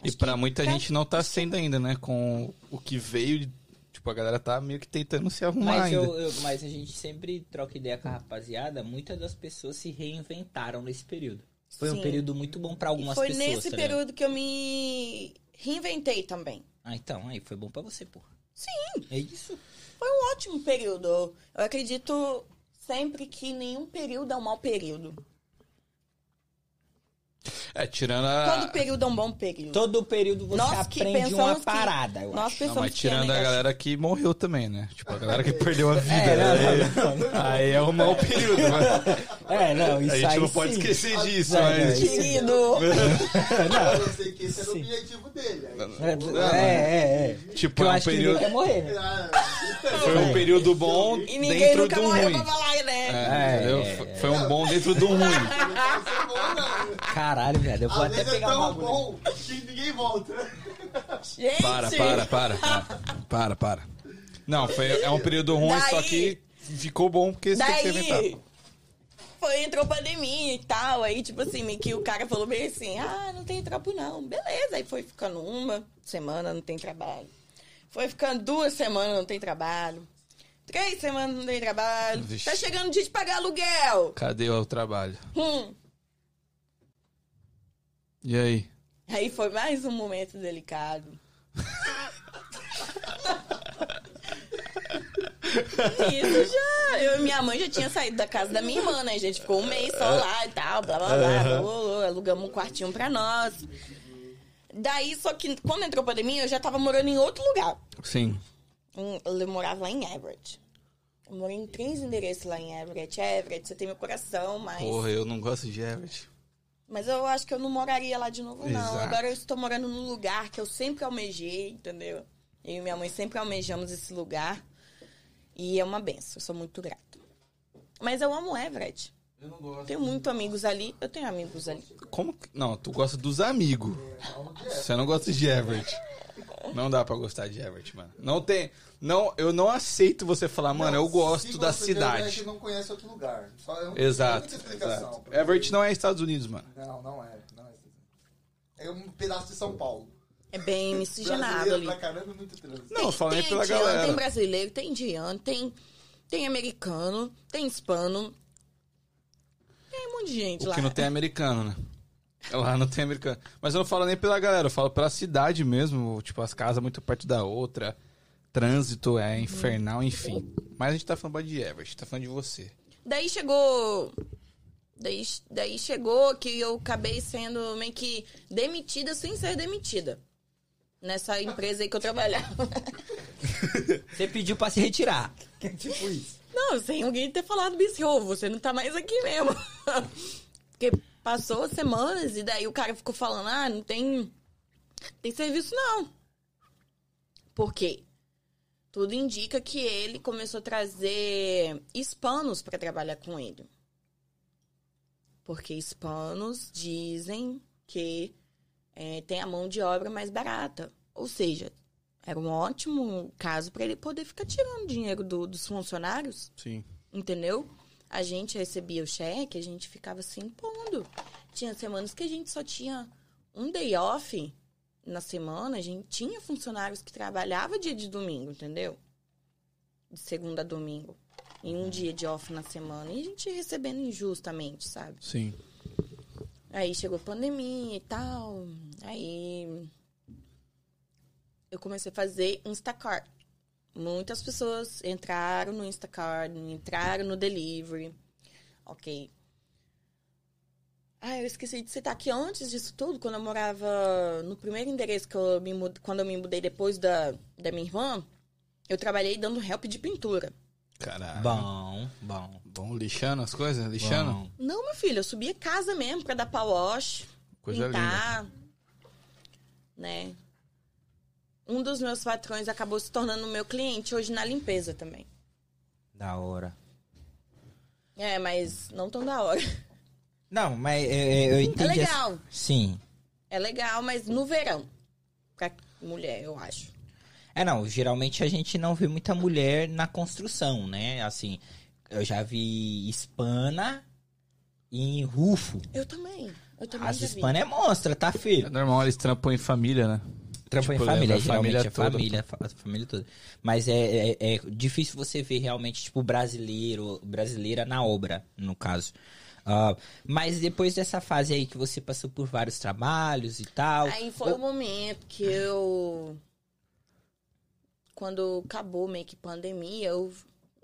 E
Acho
pra
que
muita
tá-
gente não tá sendo ainda, né? Com o que veio, tipo, a galera tá meio que tentando se arrumar
Mas,
ainda.
eu, eu- mas a gente sempre troca ideia com a rapaziada. Muitas das pessoas se reinventaram nesse período. Foi um
Sim.
período muito bom pra algumas
E foi
pessoas.
nesse
tá ligado?
período que eu me reinventei também.
Ah, então, aí foi bom pra você, porra. Sim. É isso.
Um ótimo período. Eu acredito sempre que nenhum período é um mau período.
É, tirando
Ah,
Todo
a.
período é um bom período.
Todo período você
Nós que
aprende
pensamos
uma
que-
parada, eu
Nós
acho.
Não,
pensamos
mas
que é
tirando a
negativo.
galera que morreu também, né? Tipo, a galera que perdeu a vida.
É, não,
né?
não, não,
Aí é um mau período, mano.
É, não, isso
A gente
aí
não pode
sim.
esquecer disso,
Não,
mas.
não, isso-
Querido,
Eu sei que esse era o
Sim.
objetivo dele. aí.
É, é, é.
Tipo,
Porque eu
é um
acho que ninguém
período,
quer morrer, né?
foi um período bom
e ninguém
dentro
nunca
do
morreu pra
ruim.
falar, né?
É,
É,
entendeu?
é,
Foi um bom dentro do ruim.
Não vai ser bom, não.
Caralho, velho. Eu vou
Às
até
vezes é
pegar o
tão
bagulho.
bom que ninguém volta. né?
Gente!
Para, para, para, para. Para, para. Não, foi, é um período ruim,
Daí-
só que ficou bom porque você tem que se
Daí,
inventar.
foi, entrou pandemia e tal. Aí, tipo assim, meio que o cara falou bem assim, ah, não tem trampo não. Beleza, aí foi ficando uma semana, não tem trabalho. Foi ficando duas semanas, não tem trabalho. Três semanas, não tem trabalho.
Vixe.
Tá chegando o dia de pagar aluguel.
Cadê o trabalho?
Hum.
E aí?
Aí foi mais um momento delicado. Isso já. Eu e minha mãe já tinha saído da casa da minha irmã, né? A gente ficou um mês só lá e tal, blá blá blá, blá, blá, blá, alugamos um quartinho pra nós. Daí, só que quando entrou a pandemia, eu já tava morando em outro lugar.
Sim.
Em- Eu morava lá em Everett. Eu morei em três endereços lá em Everett. Everett, você tem meu coração, mas.
Porra, eu não gosto de Everett.
Mas eu acho que eu não moraria lá de novo, não.
Exato.
Agora eu estou morando num lugar que eu sempre almejei, entendeu? Eu e minha mãe sempre almejamos esse lugar. E é uma benção, eu sou muito grata. Mas eu amo Everett.
Eu não
Eu
gosto.
tenho muito amigos ali. Eu tenho amigos ali.
Como que... Não, tu gosta dos amigos. Você não gosta de Everett. Não dá pra gostar de Everett, mano. Não tem... Não, eu não aceito você falar, mano, eu
Não,
gosto
se
da
você vier,
cidade.
é que não conhece outro lugar. Só é um-
Exato,
é a única explicação,
exato.
porque-
Everett não é Estados Unidos, mano.
Não, não é. Não é. É um pedaço de São Paulo.
É bem miscigenado
Brasileiro
ali.
né?
pra caramba, é muito trânsito.
Não, falei
tem
pela
indiano,
galera.
Tem brasileiro, tem indiano, tem, tem americano, tem hispano. Tem um monte de gente
O
lá.
que não tem é americano, né? Lá não tem americano. Mas eu não falo nem pela galera, eu falo pela cidade mesmo. Tipo, as casas muito perto da outra. Trânsito é
Uhum.
infernal, enfim. Mas a gente tá falando de Everett, a gente tá falando de você.
Daí chegou. Daí, daí chegou que eu acabei sendo meio que demitida sem ser demitida. Nessa empresa aí que eu trabalhava.
Você pediu pra se retirar. tipo isso.
Não, sem alguém ter falado, bicho, ô, você não tá mais aqui mesmo. Porque passou semanas e daí o cara ficou falando, ah, não tem. Tem serviço não. Por quê? Tudo indica que ele começou a trazer hispanos pra trabalhar com ele. Porque hispanos dizem que eh, tem a mão de obra mais barata. Ou seja, era um ótimo caso pra ele poder ficar tirando dinheiro do- dos funcionários.
Sim.
Entendeu? A gente recebia o cheque, a gente ficava se impondo. Tinha semanas que a gente só tinha um day off na semana, a gente tinha funcionários que trabalhava dia de domingo, entendeu? De segunda a domingo. Em um dia de off na semana. E a gente ia recebendo injustamente, sabe?
Sim.
Aí chegou a pandemia e tal. Aí eu comecei a fazer Instacart. Muitas pessoas entraram no Instacart, entraram no delivery. Ok. Ah, eu esqueci de citar que antes disso tudo, quando eu morava no primeiro endereço que eu me mudei, quando eu me mudei depois da, da minha irmã, eu trabalhei dando help de pintura.
Caralho. Bom.
Bom, bom.
lixando as coisas? Lixando?
bom.
Não, meu filho, eu subia casa mesmo pra dar pau wash.
Coisa linda.
pintar, né? Um dos meus patrões acabou se tornando meu cliente hoje na limpeza também.
Da hora.
É, mas não tão da hora.
Não, mas eu, eu- eu
É
entendi. essa-
legal.
Sim.
É legal, mas no verão. Pra mulher, eu acho.
É, não, geralmente a gente não vê muita mulher na construção, né? Assim, eu já vi hispana e rufo.
Eu também. Eu também
As
já vi.
hispanas é monstra, tá,
É
filho?
normal, eles trampam em família, né?
Trampa
Tipo,
em família,
leva a
geralmente
família
é
toda.
família, fa- a família toda. Mas é, é, é difícil você ver realmente, tipo, brasileiro, brasileira na obra, no caso. Ah, mas depois dessa fase aí que você passou por vários trabalhos e tal.
Aí foi o momento que eu. Quando acabou meio que pandemia, eu.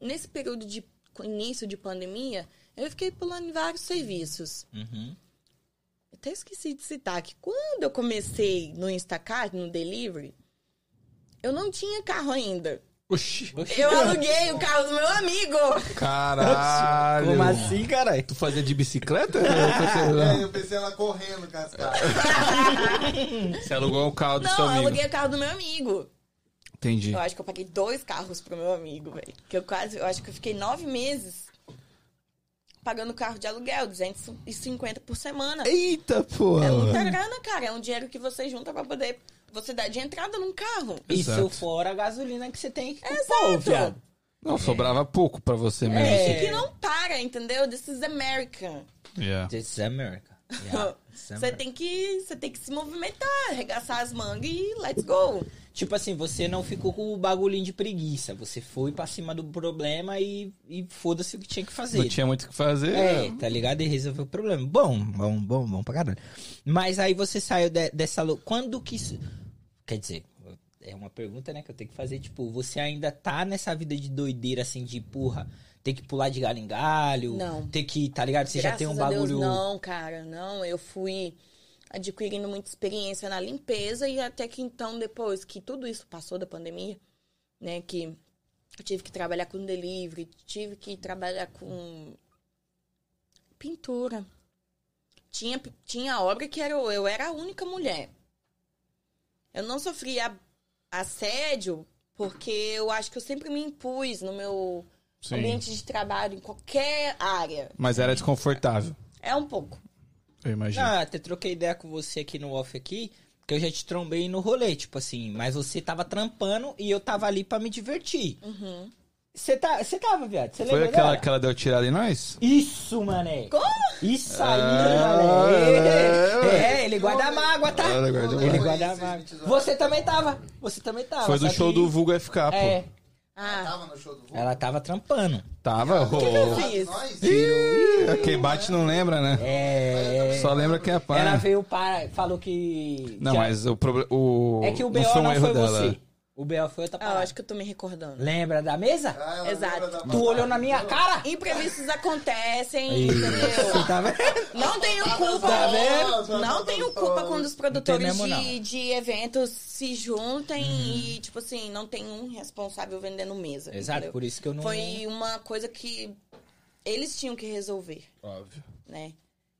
Nesse período de início de pandemia, eu fiquei pulando em vários serviços.
Uhum.
Eu Até esqueci de citar que quando eu comecei no Instacart, no delivery, eu não tinha carro ainda.
Oxi.
Eu aluguei o carro do meu amigo.
Caralho.
Como assim, caralho?
Tu fazia de bicicleta?
É, eu pensei ela correndo com as
É.
caras.
Você alugou o carro do seu
Não, eu
amigo.
aluguei o carro do meu amigo.
Entendi.
Eu acho que eu paguei dois carros pro meu amigo, velho. Que eu quase, eu acho que eu fiquei nove meses pagando carro de aluguel, 250 por semana.
Eita, pô!
É muita grana, cara. É um dinheiro que você junta pra poder. Você dá de entrada num carro.
Exato.
Isso fora a gasolina que você tem que comprar,
Exato.
viado.
Não, sobrava pouco pra você mesmo.
É.
Que não para, entendeu? This is America.
Yeah.
This is America. Yeah, this is
Você
America.
tem que, você tem que se movimentar, arregaçar as mangas e let's go.
Tipo assim, você não ficou com o bagulhinho de preguiça. Você foi pra cima do problema e, e foda-se o que tinha que fazer.
Não tinha muito o que fazer.
É, tá ligado? E resolveu o problema. Bom, bom, bom, bom pra caralho. Mas aí você saiu de- dessa lou- Quando que isso. Quer dizer, é uma pergunta, né, que eu tenho que fazer. Tipo, você ainda tá nessa vida de doideira, assim, de porra, ter que pular de galho em galho.
Não.
Ter que, tá ligado? Você já tem um
Graças a Deus,
bagulho.
não, cara, não. Eu fui adquirindo muita experiência na limpeza e até que então, depois que tudo isso passou da pandemia, né, que eu tive que trabalhar com delivery, tive que trabalhar com pintura. Tinha, tinha obra que era, eu era a única mulher. Eu não sofria assédio porque eu acho que eu sempre me impus no meu
Sim.
ambiente de trabalho, em qualquer área.
Mas era desconfortável,
É um pouco.
eu imagino.
Ah, até troquei ideia com você aqui no off aqui, que eu já te trombei no rolê, tipo assim, mas você tava trampando e eu tava ali pra me divertir.
Uhum.
Você tá, você tava, viado? Você
Foi
lembra
aquela
dela?
que ela deu tirada em nós?
Isso, mané.
Como?
Isso aí,
Ah,
mané.
é,
É, ele guarda a mágoa, tá?
Ah, guarda
é
a
Ele
mágoa.
guarda a mágoa. Você também tava. Você também tava.
Foi do
só
show
Ah, que-
do Vulgo FK, pô.
É,
Ela
Ah,
tava no show do Vulgo?
ela tava trampando.
Tava.
Ah,
eu
Oh.
fiz?
Nós? Nós?
Ih, Quem bate não lembra, né?
É.
Só lembra quem apanha.
Ela veio para. Falou que.
Não,
que a-
mas o problema. O...
É que o BO
não
não
foi
foi,
um erro dela.
você. O BO foi outra
ah, eu
parada.
acho que eu tô me recordando.
Lembra da mesa?
Ah, ela
Exato.
lembra da
Tu
batalha.
olhou na minha cara?
Tá. Imprevistos acontecem,
Você
entendeu?
tá vendo?
Não tenho culpa.
Tá vendo?
Não tenho culpa quando os
Não Uhum.
produtores
tem mesmo,
de, de eventos se juntem e, tipo assim, não tem um responsável vendendo mesa.
Exato,
entendeu?
por isso que eu não.
Foi uma coisa que eles tinham que resolver,
Óbvio.
né?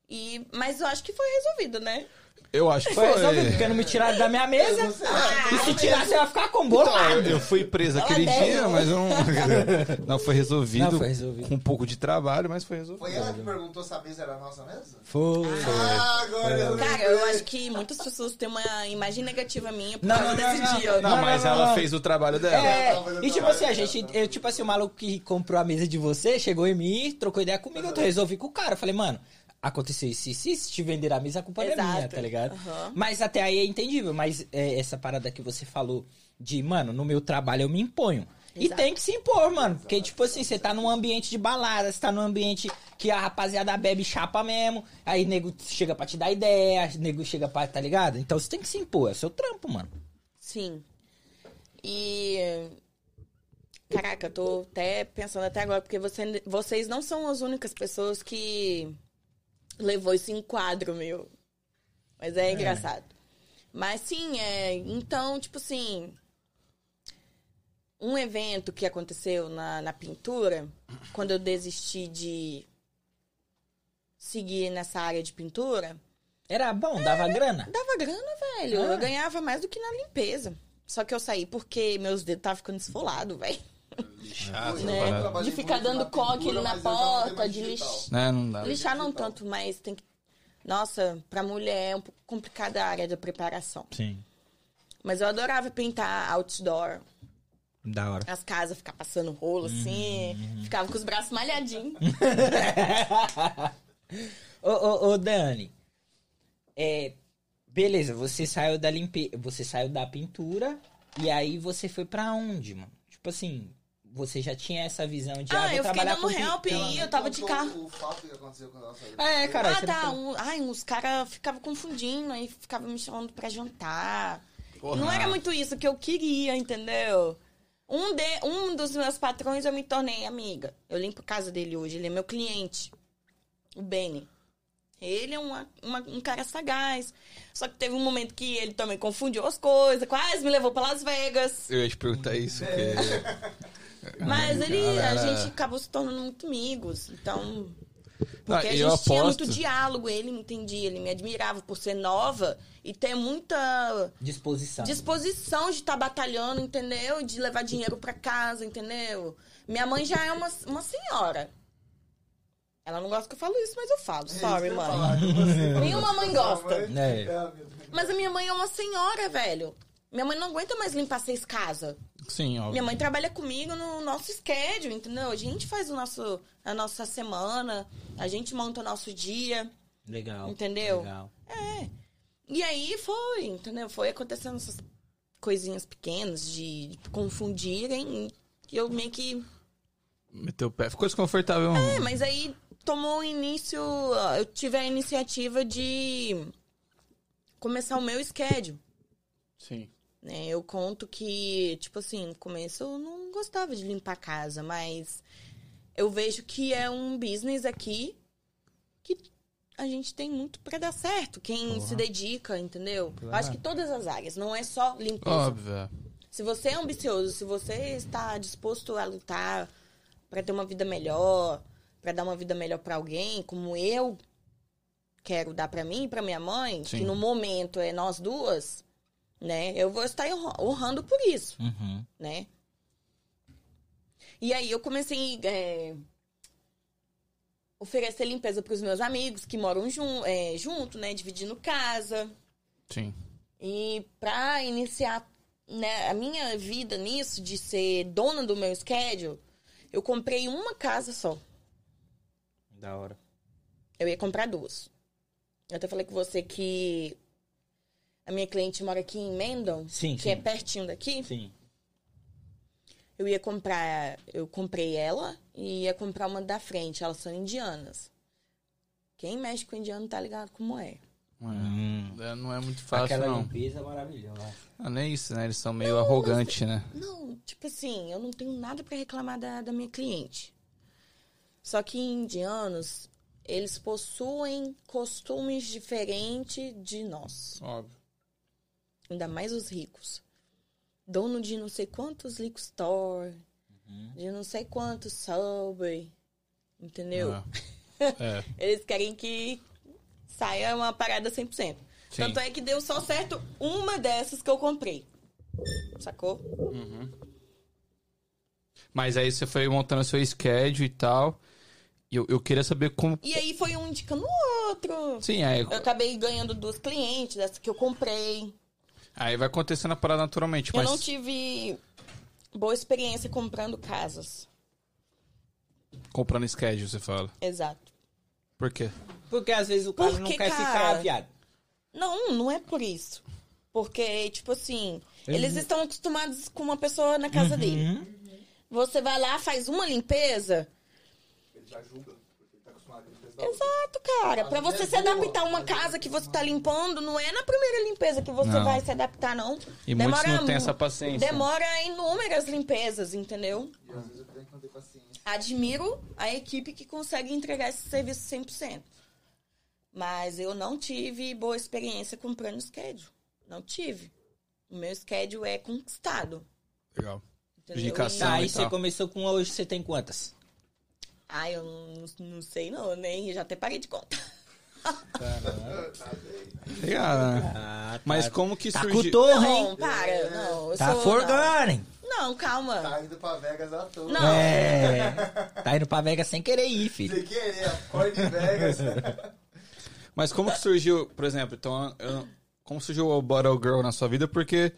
E, mas eu acho que foi resolvido, né?
Eu acho que
Foi
foi.
resolvido, porque não me tiraram da minha mesa.
Ah,
não sei.
E se tirasse, eu ia ficar com
Então, eu,
bolado.
eu fui preso aquele
Ela
dia,
deu.
mas eu não. Não, foi resolvido.
Não, foi resolvido.
Com um pouco de trabalho, mas foi resolvido.
Foi ela que perguntou se a mesa era nossa mesa?
Foi.
Ah, agora eu
Cara,
lembrei.
eu acho que muitas pessoas têm uma imagem negativa minha por
Não,
causa
não,
desse
não,
Não,
dia.
Não,
mas
não, não,
ela
não.
fez o trabalho dela.
É,
Não, mas eu
e tipo
tava-
assim, a gente, eu, tipo assim, o maluco que comprou a mesa de você chegou em mim, trocou ideia comigo, eu resolvi com o cara. Eu falei, mano, aconteceu isso, isso, isso, se te vender a mesa, a culpa não é minha,
Exato.
tá ligado?
Aham.
Mas até aí é entendível, mas é, essa parada que você falou de, mano, no meu trabalho eu me imponho. E
Exato.
tem que se impor, mano. Porque, tipo assim, você tá num ambiente de balada, você tá num ambiente que a rapaziada bebe e chapa mesmo. Aí nego chega pra te dar ideia, nego chega pra. tá ligado? Então você tem que se impor, é o seu trampo, mano.
Sim. E. Caraca, eu tô até pensando até agora, porque você- vocês não são as únicas pessoas que levou isso em quadro, meu. Mas é, engraçado. Mas sim, é. Então, tipo assim. Um evento que aconteceu na, na pintura, quando eu desisti de seguir nessa área de pintura,
Era bom, dava
É.
grana.
Dava grana, velho.
Ah.
Eu ganhava mais do que na limpeza. Só que eu saí porque meus dedos estavam ficando esfolados, velho.
Lixado,
Né?
parado.
trabalhei
De ficar
muito na
dando coque
pintura,
na
mas eu não tenho
porta,
mais
de
digital.
lixo.
Né, não dá.
Lixar não
digital.
tanto, mas tem que. Nossa, pra mulher é um pouco complicada a área da preparação.
Sim.
Mas eu adorava pintar outdoor,
Da hora.
as casas, ficar passando rolo assim. Ficava com os braços malhadinhos.
ô, ô, ô, Dani. É, beleza, você saiu da limpe... você saiu da pintura e aí você foi pra onde, mano? Tipo assim, você já tinha essa visão de ah,
ah,
vou
eu fiquei
trabalhar
dando
com
help
pi-
aí, eu tava de
Contou
carro.
Então, O fato que aconteceu com a nossa
Ah, É, cara,
Ah,
você
tá.
não
Um, ai, uns caras ficavam confundindo, aí ficavam me chamando pra jantar.
Porra.
Não era muito isso que eu queria, entendeu? Um, de, um dos meus patrões eu me tornei amiga. Eu limpo a casa dele hoje, ele é meu cliente. O Benny. Ele é uma- uma- um cara sagaz. Só que teve um momento que ele também confundiu as coisas, quase me levou pra Las Vegas.
Eu ia te perguntar isso,
É.
porque.
Mas ele,
galera.
a gente acabou se tornando muito amigos. Então,
Não,
porque a gente
Ah, eu
tinha
aposto.
muito diálogo, ele me entendia, ele me admirava por ser nova e ter muita
Disposição.
disposição de estar batalhando, entendeu? De levar dinheiro pra casa, entendeu? Minha mãe já é uma, uma senhora. Ela não gosta que eu falo isso, mas eu falo. Sorry,
eu ia
mãe.
falar É que você-
Nenhuma mãe gosta.
É.
É, meu Deus.
Mas a minha mãe é uma senhora, velho. Minha mãe não aguenta mais limpar seis casas.
Sim, óbvio.
Minha mãe trabalha comigo no nosso schedule, entendeu? A gente faz o nosso, a nossa semana, a gente monta o nosso dia.
Legal.
Entendeu?
Legal.
E aí foi, entendeu? Foi acontecendo essas coisinhas pequenas de, de confundirem. E eu meio que.
Meteu o pé. Ficou desconfortável. um- mano.
É, mas aí tomou o início. Eu tive a iniciativa de começar o meu schedule.
Sim.
né? Eu conto que, tipo assim, no começo eu não gostava de limpar a casa, mas eu vejo que é um business aqui que a gente tem muito pra dar certo. Quem
Porra.
se dedica, entendeu? Eu
Claro.
Acho que todas as áreas, não é só limpeza.
Óbvio.
Se você é ambicioso, se você está disposto a lutar pra ter uma vida melhor, pra dar uma vida melhor pra alguém, como eu quero dar pra mim e pra minha mãe,
Sim.
que no momento é nós duas, né? Eu vou estar honra- honrando por isso,
Uhum.
né? E aí eu comecei é, oferecer limpeza pros meus amigos que moram jun é, junto, né? Dividindo casa.
Sim.
E pra iniciar né, a minha vida nisso, de ser dona do meu schedule, eu comprei uma casa só.
Da hora.
Eu ia comprar duas. Eu até falei com você que a minha cliente mora aqui em Mendon,
Sim,
que
sim.
é pertinho daqui.
Sim.
Eu ia comprar, eu comprei ela e ia comprar uma da frente. Elas são indianas. Quem mexe com indiano tá ligado como é.
Hum.
É, não é muito fácil,
Aquela
não.
limpeza é maravilhosa.
Ah, nem isso, né? Eles são meio arrogantes, né?
Não, tipo assim, eu não tenho nada pra reclamar da, da minha cliente. Só que indianos, eles possuem costumes diferentes de nós.
Óbvio.
Ainda mais os ricos. Dono de não sei quantos liquor store, de não sei quantos subway, entendeu?
Ah. É.
Eles querem que saia uma parada 100%.
Sim.
Tanto é que deu só certo uma dessas que eu comprei. Sacou?
Mas aí você foi montando seu schedule e tal. E eu, eu queria saber como.
E aí foi um indicando o outro.
Sim, aí,
Eu acabei ganhando duas clientes, dessa que eu comprei.
aí vai acontecendo a parada naturalmente.
Eu
Mas
não tive boa experiência comprando casas.
comprando schedule, você fala.
Exato.
Por quê?
Porque às vezes o cara
Por
não
que,
quer
cara?
ficar, viado.
Não, não é por isso. Porque, tipo assim,
Uhum.
Eu-
eles estão acostumados com uma pessoa na casa dele.
Uhum.
Você vai lá, faz uma limpeza.
Ele já julga, porque ele tá acostumado com limpeza da outra.
Exato, cara. Pra
Às
você
vezes é
se adaptar a uma
uma, às
casa que você tá limpando, não é na primeira limpeza que você
Não.
vai se adaptar, não.
E muitos não têm essa paciência.
Demora inúmeras limpezas, entendeu?
E às vezes eu tenho que não ter paciência.
admiro a equipe que consegue entregar esse serviço 100%. Mas eu não tive boa experiência comprando schedule. Não tive. O meu schedule é conquistado.
Legal.
Entendeu?
Indicação. Não,
Tá, Aí
e
você
tal.
começou com hoje, você tem quantas?
E- Ah, eu não, não sei não, nem já até parei de contar.
Legal, né?
Ah, tá.
Mas como que
tá
surgiu.
com torre,
Não,
hein?
para, não. Eu
Tá
sou,
forgando, hein?
Não, não calma.
Tá indo pra Vegas à toa.
Não.
É. Tá indo pra Vegas sem querer ir, filho.
Você querer, acorde Vegas.
Mas como que surgiu, por exemplo, então, eu- como surgiu o Bottle Girl na sua vida? Porque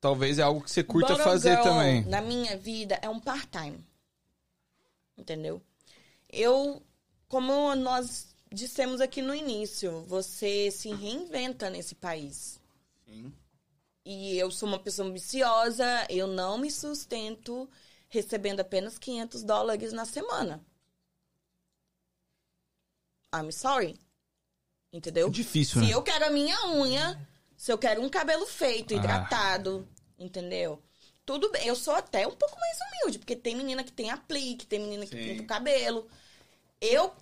talvez é algo que você curta
Bottom
fazer
girl, né?
também.
Na minha vida é um part-time. Entendeu? Eu, como nós dissemos aqui no início, você se reinventa nesse país.
Sim.
E eu sou uma pessoa ambiciosa, eu não me sustento recebendo apenas 500 dólares na semana. I'm sorry. Entendeu?
É difícil,
Se
né?
eu quero a minha unha, se eu quero um cabelo feito,
Ah.
hidratado, entendeu? Tudo bem, eu sou até um pouco mais humilde, porque tem menina que tem aplique, tem menina que
Sim.
pinta o cabelo. Eu,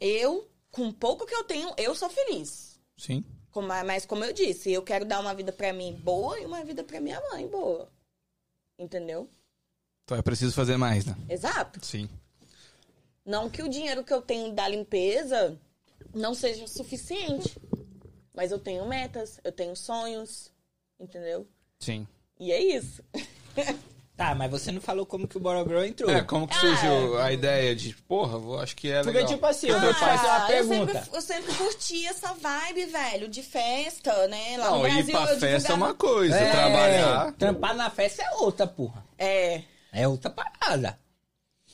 eu, com o pouco que eu tenho, eu sou feliz.
Sim.
Como- mas como eu disse, eu quero dar uma vida pra mim boa e uma vida pra minha mãe boa. Entendeu?
Então é preciso fazer mais, né?
Exato.
Sim.
Não que o dinheiro que eu tenho da limpeza não seja suficiente. Mas eu tenho metas, eu tenho sonhos, entendeu?
Sim.
E é isso.
Tá, mas você não falou como que o Borobró entrou.
É, como
Ah,
que surgiu a ideia de, porra, vou- acho que é
Porque,
legal.
tipo assim, eu vou te fazer uma
Ah, eu sempre,
pergunta.
eu sempre curti essa vibe, velho, de festa, né? Lá no
Não, ir
Brasil,
pra
eu
festa é
divulgava-
uma coisa,
É,
trabalhar...
Trampar na festa é outra, porra.
É.
É outra parada.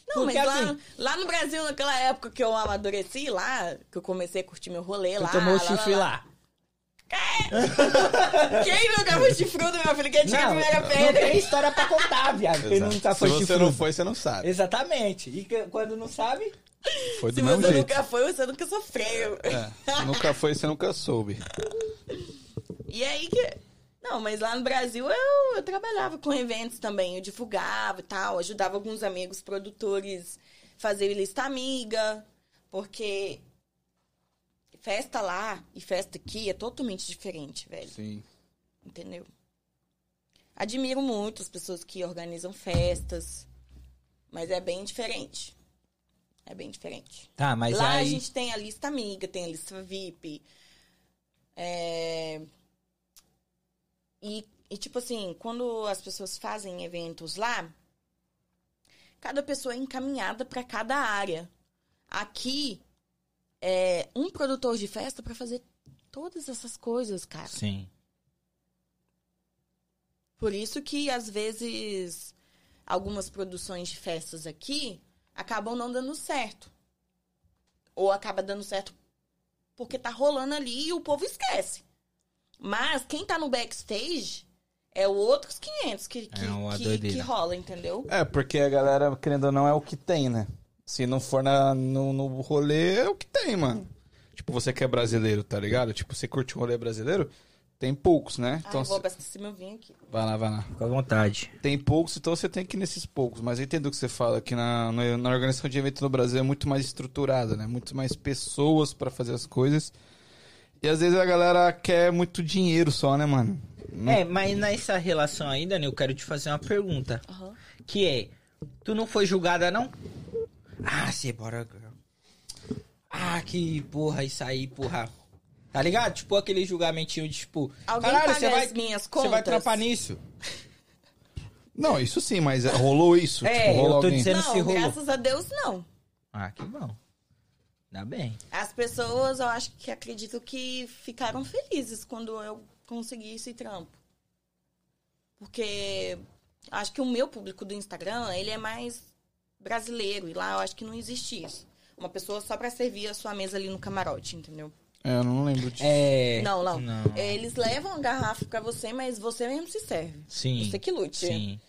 Não,
Porque
mas lá,
assim,
lá no Brasil, naquela época que eu amadureci lá, que eu comecei a curtir meu rolê
tu
lá.
um
tomou o
lá,
chifre lá.
lá. Quem nunca foi chifrudo, meu filho? Quem tinha a
Não,
primeira
não
pedra?
tem história pra contar, viado. Quem
Exato.
nunca tá foi
Se você
chifrudo.
não foi, você não sabe.
Exatamente. E que- quando não sabe,
Foi
Se
do mesmo
você
jeito.
nunca foi, você nunca sofreu.
É, se nunca foi, você nunca soube.
E é aí que. Não, mas lá no Brasil eu, eu trabalhava com eventos também, eu divulgava e tal, ajudava alguns amigos produtores fazer lista amiga, porque festa lá e festa aqui é totalmente diferente, velho.
Sim.
Entendeu? Admiro muito as pessoas que organizam festas, mas é bem diferente. É bem diferente.
Tá, mas
Lá
aí.
a gente tem a lista amiga, tem a lista VIP. É, E, e, tipo assim, quando as pessoas fazem eventos lá, cada pessoa é encaminhada para cada área. Aqui é um produtor de festa para fazer todas essas coisas, cara.
Sim.
Por isso que, às vezes, algumas produções de festas aqui acabam não dando certo. Ou acaba dando certo porque tá rolando ali e o povo esquece. Mas quem tá no backstage é outros 500 que, que,
É uma
que-
doideira.
que rola, entendeu?
É, porque a galera, querendo ou não, é o que tem, né? Se não for na, no, no rolê, é o que tem, mano. Tipo, você que é brasileiro, tá ligado? Tipo, você curte o rolê brasileiro? Tem poucos, né?
Ah,
Então,
eu vou
cê-
abastecer meu vinho aqui.
Vai lá, vai lá.
Fica à vontade.
Tem poucos, então você tem que ir nesses poucos. Mas eu entendo o que você fala, que na, na, na organização de evento no Brasil é muito mais estruturada, né? Muito mais pessoas pra fazer as coisas. E às vezes a galera quer muito dinheiro só, né, mano? Não-
É, mas nessa relação aí, Dani, eu quero te fazer uma pergunta.
Aham.
Que é, tu não foi julgada, não? Ah, você bora, girl. Ah, que porra, isso aí, porra. Tá ligado? Tipo aquele julgamentinho de tipo,
Alguém
caralho,
paga
você vai,
as minhas
você vai
contas?
trampar nisso.
Não, isso sim, mas rolou isso.
É,
tipo, rolou
eu tô
alguém.
dizendo- Você não se
Não,
enrolou?
graças a Deus, não.
Ah, que bom. Ainda bem.
As pessoas, eu acho que acredito que ficaram felizes quando eu consegui esse trampo. Porque acho que o meu público do Instagram, ele é mais brasileiro. E lá eu acho que não existe isso. Uma pessoa só pra servir a sua mesa ali no camarote, entendeu?
É, eu não lembro disso.
É.
não, não,
não.
Eles levam a garrafa pra você, mas você mesmo se serve.
Sim.
Você que lute.
Sim.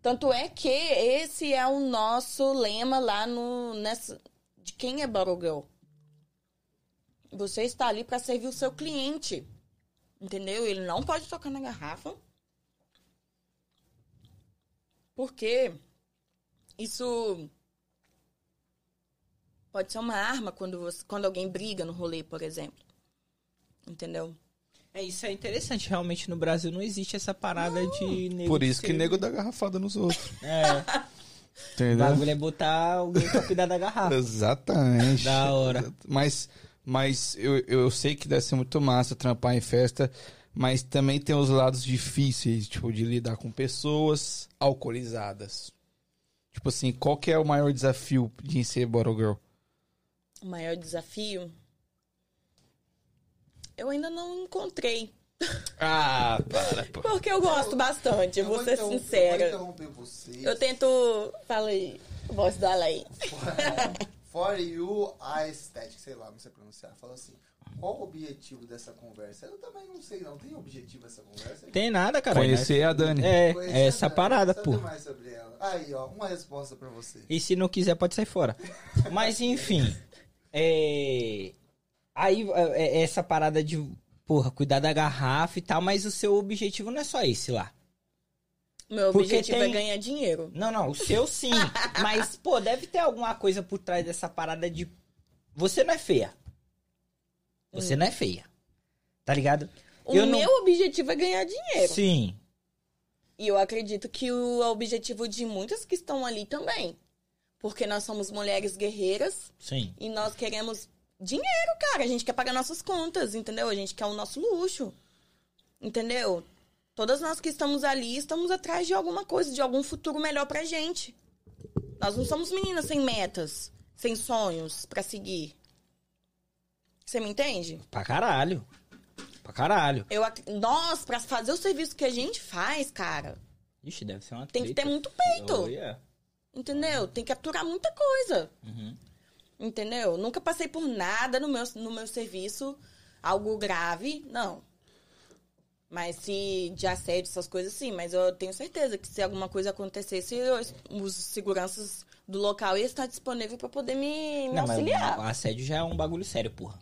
Tanto é que esse é o nosso lema lá no. Nessa, de quem é Battlegirl. Você está ali para servir o seu cliente. Entendeu? Ele não pode tocar na garrafa. Porque isso pode ser uma arma quando, você, quando alguém briga no rolê, por exemplo. Entendeu?
É, isso é interessante. Realmente no Brasil não existe essa parada de nego.
Por isso que
ser-
nego dá garrafada nos outros.
É. O
Entendeu?
bagulho é botar alguém pra cuidar da garrafa.
Exatamente.
Da hora.
Exato. Mas, mas eu, eu sei que deve ser muito massa trampar em festa, mas também tem os lados difíceis, tipo, de lidar com pessoas alcoolizadas. Tipo assim, qual que é o maior desafio de ser Bottle Girl?
O maior desafio. Eu ainda não encontrei.
Ah, para, pô.
Porque eu gosto bastante, eu vou um ser
interrom-
sincera.
Eu vou interromper vocês.
Eu tento. Fala aí, voz do além.
For you, a estética, sei lá, não sei pronunciar. Falou assim, qual o objetivo dessa conversa? Eu também não sei, não. Tem objetivo essa conversa?
Tem nada, cara.
Conhecer a Dani.
É,
Conhecer
é essa
ela,
parada,
saber
porra.
mais sobre ela. Aí, ó, uma resposta pra você.
E se não quiser, pode sair fora. Mas enfim. É... Aí é, é essa parada de, porra, cuidar da garrafa e tal, mas o seu objetivo não é só esse lá.
Meu
Porque
objetivo
tem-
é ganhar dinheiro.
Não, não, o seu sim. mas, pô, deve ter alguma coisa por trás dessa parada de. Você não é feia. Você não é feia. Tá ligado?
O
Eu não-
meu objetivo é ganhar dinheiro.
Sim.
E eu acredito que o objetivo de muitas que estão ali também. Porque nós somos mulheres guerreiras
Sim.
e nós queremos dinheiro, cara. A gente quer pagar nossas contas, entendeu? A gente quer o nosso luxo. Entendeu? Todas nós que estamos ali, estamos atrás de alguma coisa, de algum futuro melhor pra gente. Nós não somos meninas sem metas, sem sonhos pra seguir. Você me entende?
Pra caralho. Pra caralho.
Eu, ac- nós, pra fazer o serviço que a gente faz, cara,
Ixi, deve ser uma
tem que ter
treta.
muito peito.
Oh, yeah.
Entendeu? Tem que aturar muita coisa.
Uhum.
Entendeu? Nunca passei por nada no meu, no meu serviço, algo grave, não. Mas se de assédio, essas coisas, sim. Mas eu tenho certeza que se alguma coisa acontecesse, eu- os seguranças do local iam estar disponíveis para poder me, me
Não, mas
auxiliar.
o assédio já é um bagulho sério, porra.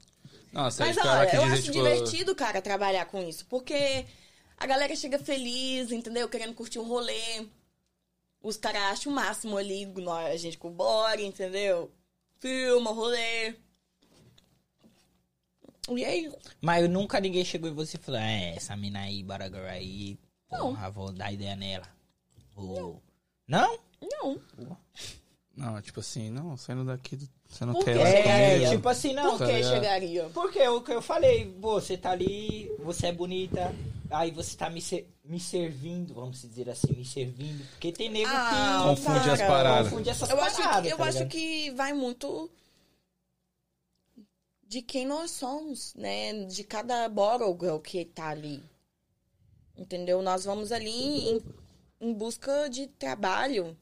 Nossa,
Mas
esse cara
olha,
que
eu
diz,
acho
tipo,
divertido, cara, trabalhar com isso, porque a galera chega feliz, entendeu? Querendo curtir um rolê. Os caras acham o máximo ali, nó- a gente com o body, entendeu? Filma, rolê. E aí?
Mas nunca ninguém chegou em você e falou, é, essa mina aí, Baragara aí,
Não.
porra, vou dar ideia nela. Vou... Não?
Não.
Não, tipo assim, não, saindo daqui, do- você não
Por
quer
quê?
mais
É,
comigo.
tipo assim, não.
Por
tá
que
ligado?
chegaria?
Porque é o que eu falei, você tá ali, você é bonita, aí você tá me, ser- me servindo, vamos dizer assim, me servindo. Porque tem nego
Ah,
que
Confunde as paradas.
confunde essas
Eu acho,
paradas.
que,
tá
eu acho
ligado?
que vai muito de quem nós somos, né? De cada bottle girl que tá ali. Entendeu? Nós vamos ali em, em busca de trabalho.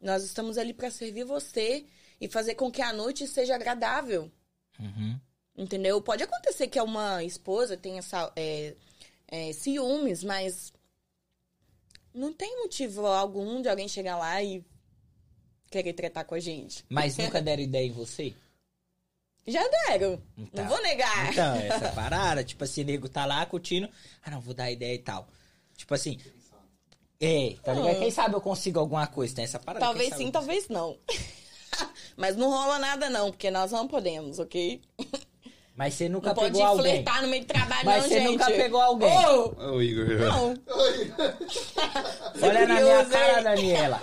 Nós estamos ali para servir você e fazer com que a noite seja agradável.
Uhum.
Entendeu? Pode acontecer que uma esposa tenha sa- é, é, ciúmes, mas não tem motivo algum de alguém chegar lá e querer tretar com a gente.
Mas nunca deram ideia em você?
Já deram.
Então.
Não vou negar.
Então, essa parada, tipo assim, nego tá lá curtindo, ah, não, vou dar ideia e tal. Tipo assim, é, tá ligado?
Não.
Quem sabe eu consigo alguma coisa, tem essa parada. quem
Ah. talvez
sabe
sim,
eu
talvez não. mas não rola nada não, porque nós não podemos, ok?
Mas você nunca
não pode
pegou alguém.
flertar no meio do trabalho
Mas
não,
você
gente.
nunca pegou alguém.
Ô,
Ô, Igor.
não.
Olha na minha
curioso,
cara,
hein?
Daniela.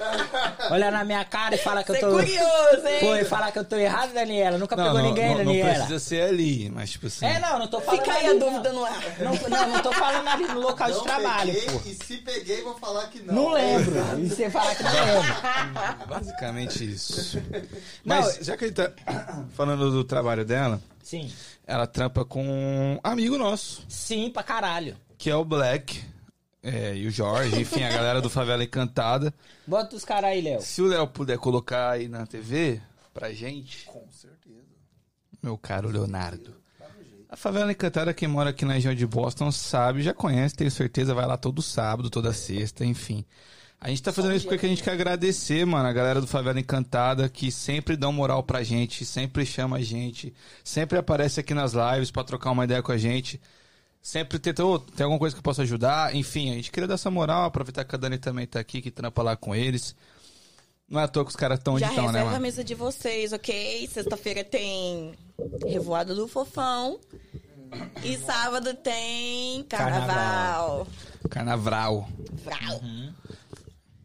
Olha na minha cara e fala que
Você é
eu tô.
curioso, hein?
Foi, fala que eu tô errado, Daniela. Nunca
Não,
pegou
não,
ninguém,
não, não
Daniela.
precisa ser ali, mas tipo assim.
é, não, não tô falando.
Fica aí a
ali,
dúvida no ar.
Não, não, não, não tô falando ali no local Tá de trabalho,
peguei,
pô.
E se peguei, vou falar que não.
Não, lembro. E você fala que não lembra.
Basicamente isso.
Não,
Mas já que ele tá falando do trabalho dela,
Sim.
ela trampa com um amigo nosso,
Sim, pra caralho.
que é o Black. é, e o Jorge, enfim, a galera do Favela Encantada.
Bota os caras aí, Léo.
Se o Léo puder colocar aí na TV, pra gente,
Com certeza.
meu caro Leonardo.
Tá no jeito.
A Favela Encantada, quem mora aqui na região de Boston, sabe, já conhece, tenho certeza, vai lá todo sábado, toda sexta, enfim. A gente tá fazendo isso porque a gente quer agradecer, mano, a galera do Favela Encantada, que sempre dão moral pra gente, sempre chama a gente, sempre aparece aqui nas lives pra trocar uma ideia com a gente. Sempre tenta, ô, tem alguma coisa que eu posso ajudar? Enfim, a gente queria dar essa moral, aproveitar que a Dani também tá aqui, que trampa lá com eles. Não é à toa que os caras estão onde
Já
estão,
reserva
né,
a
mano?
mesa de vocês, ok? Sexta-feira tem Revoada do Fofão. E sábado tem Carnaval.
Carnaval.
Vrau.
Uhum.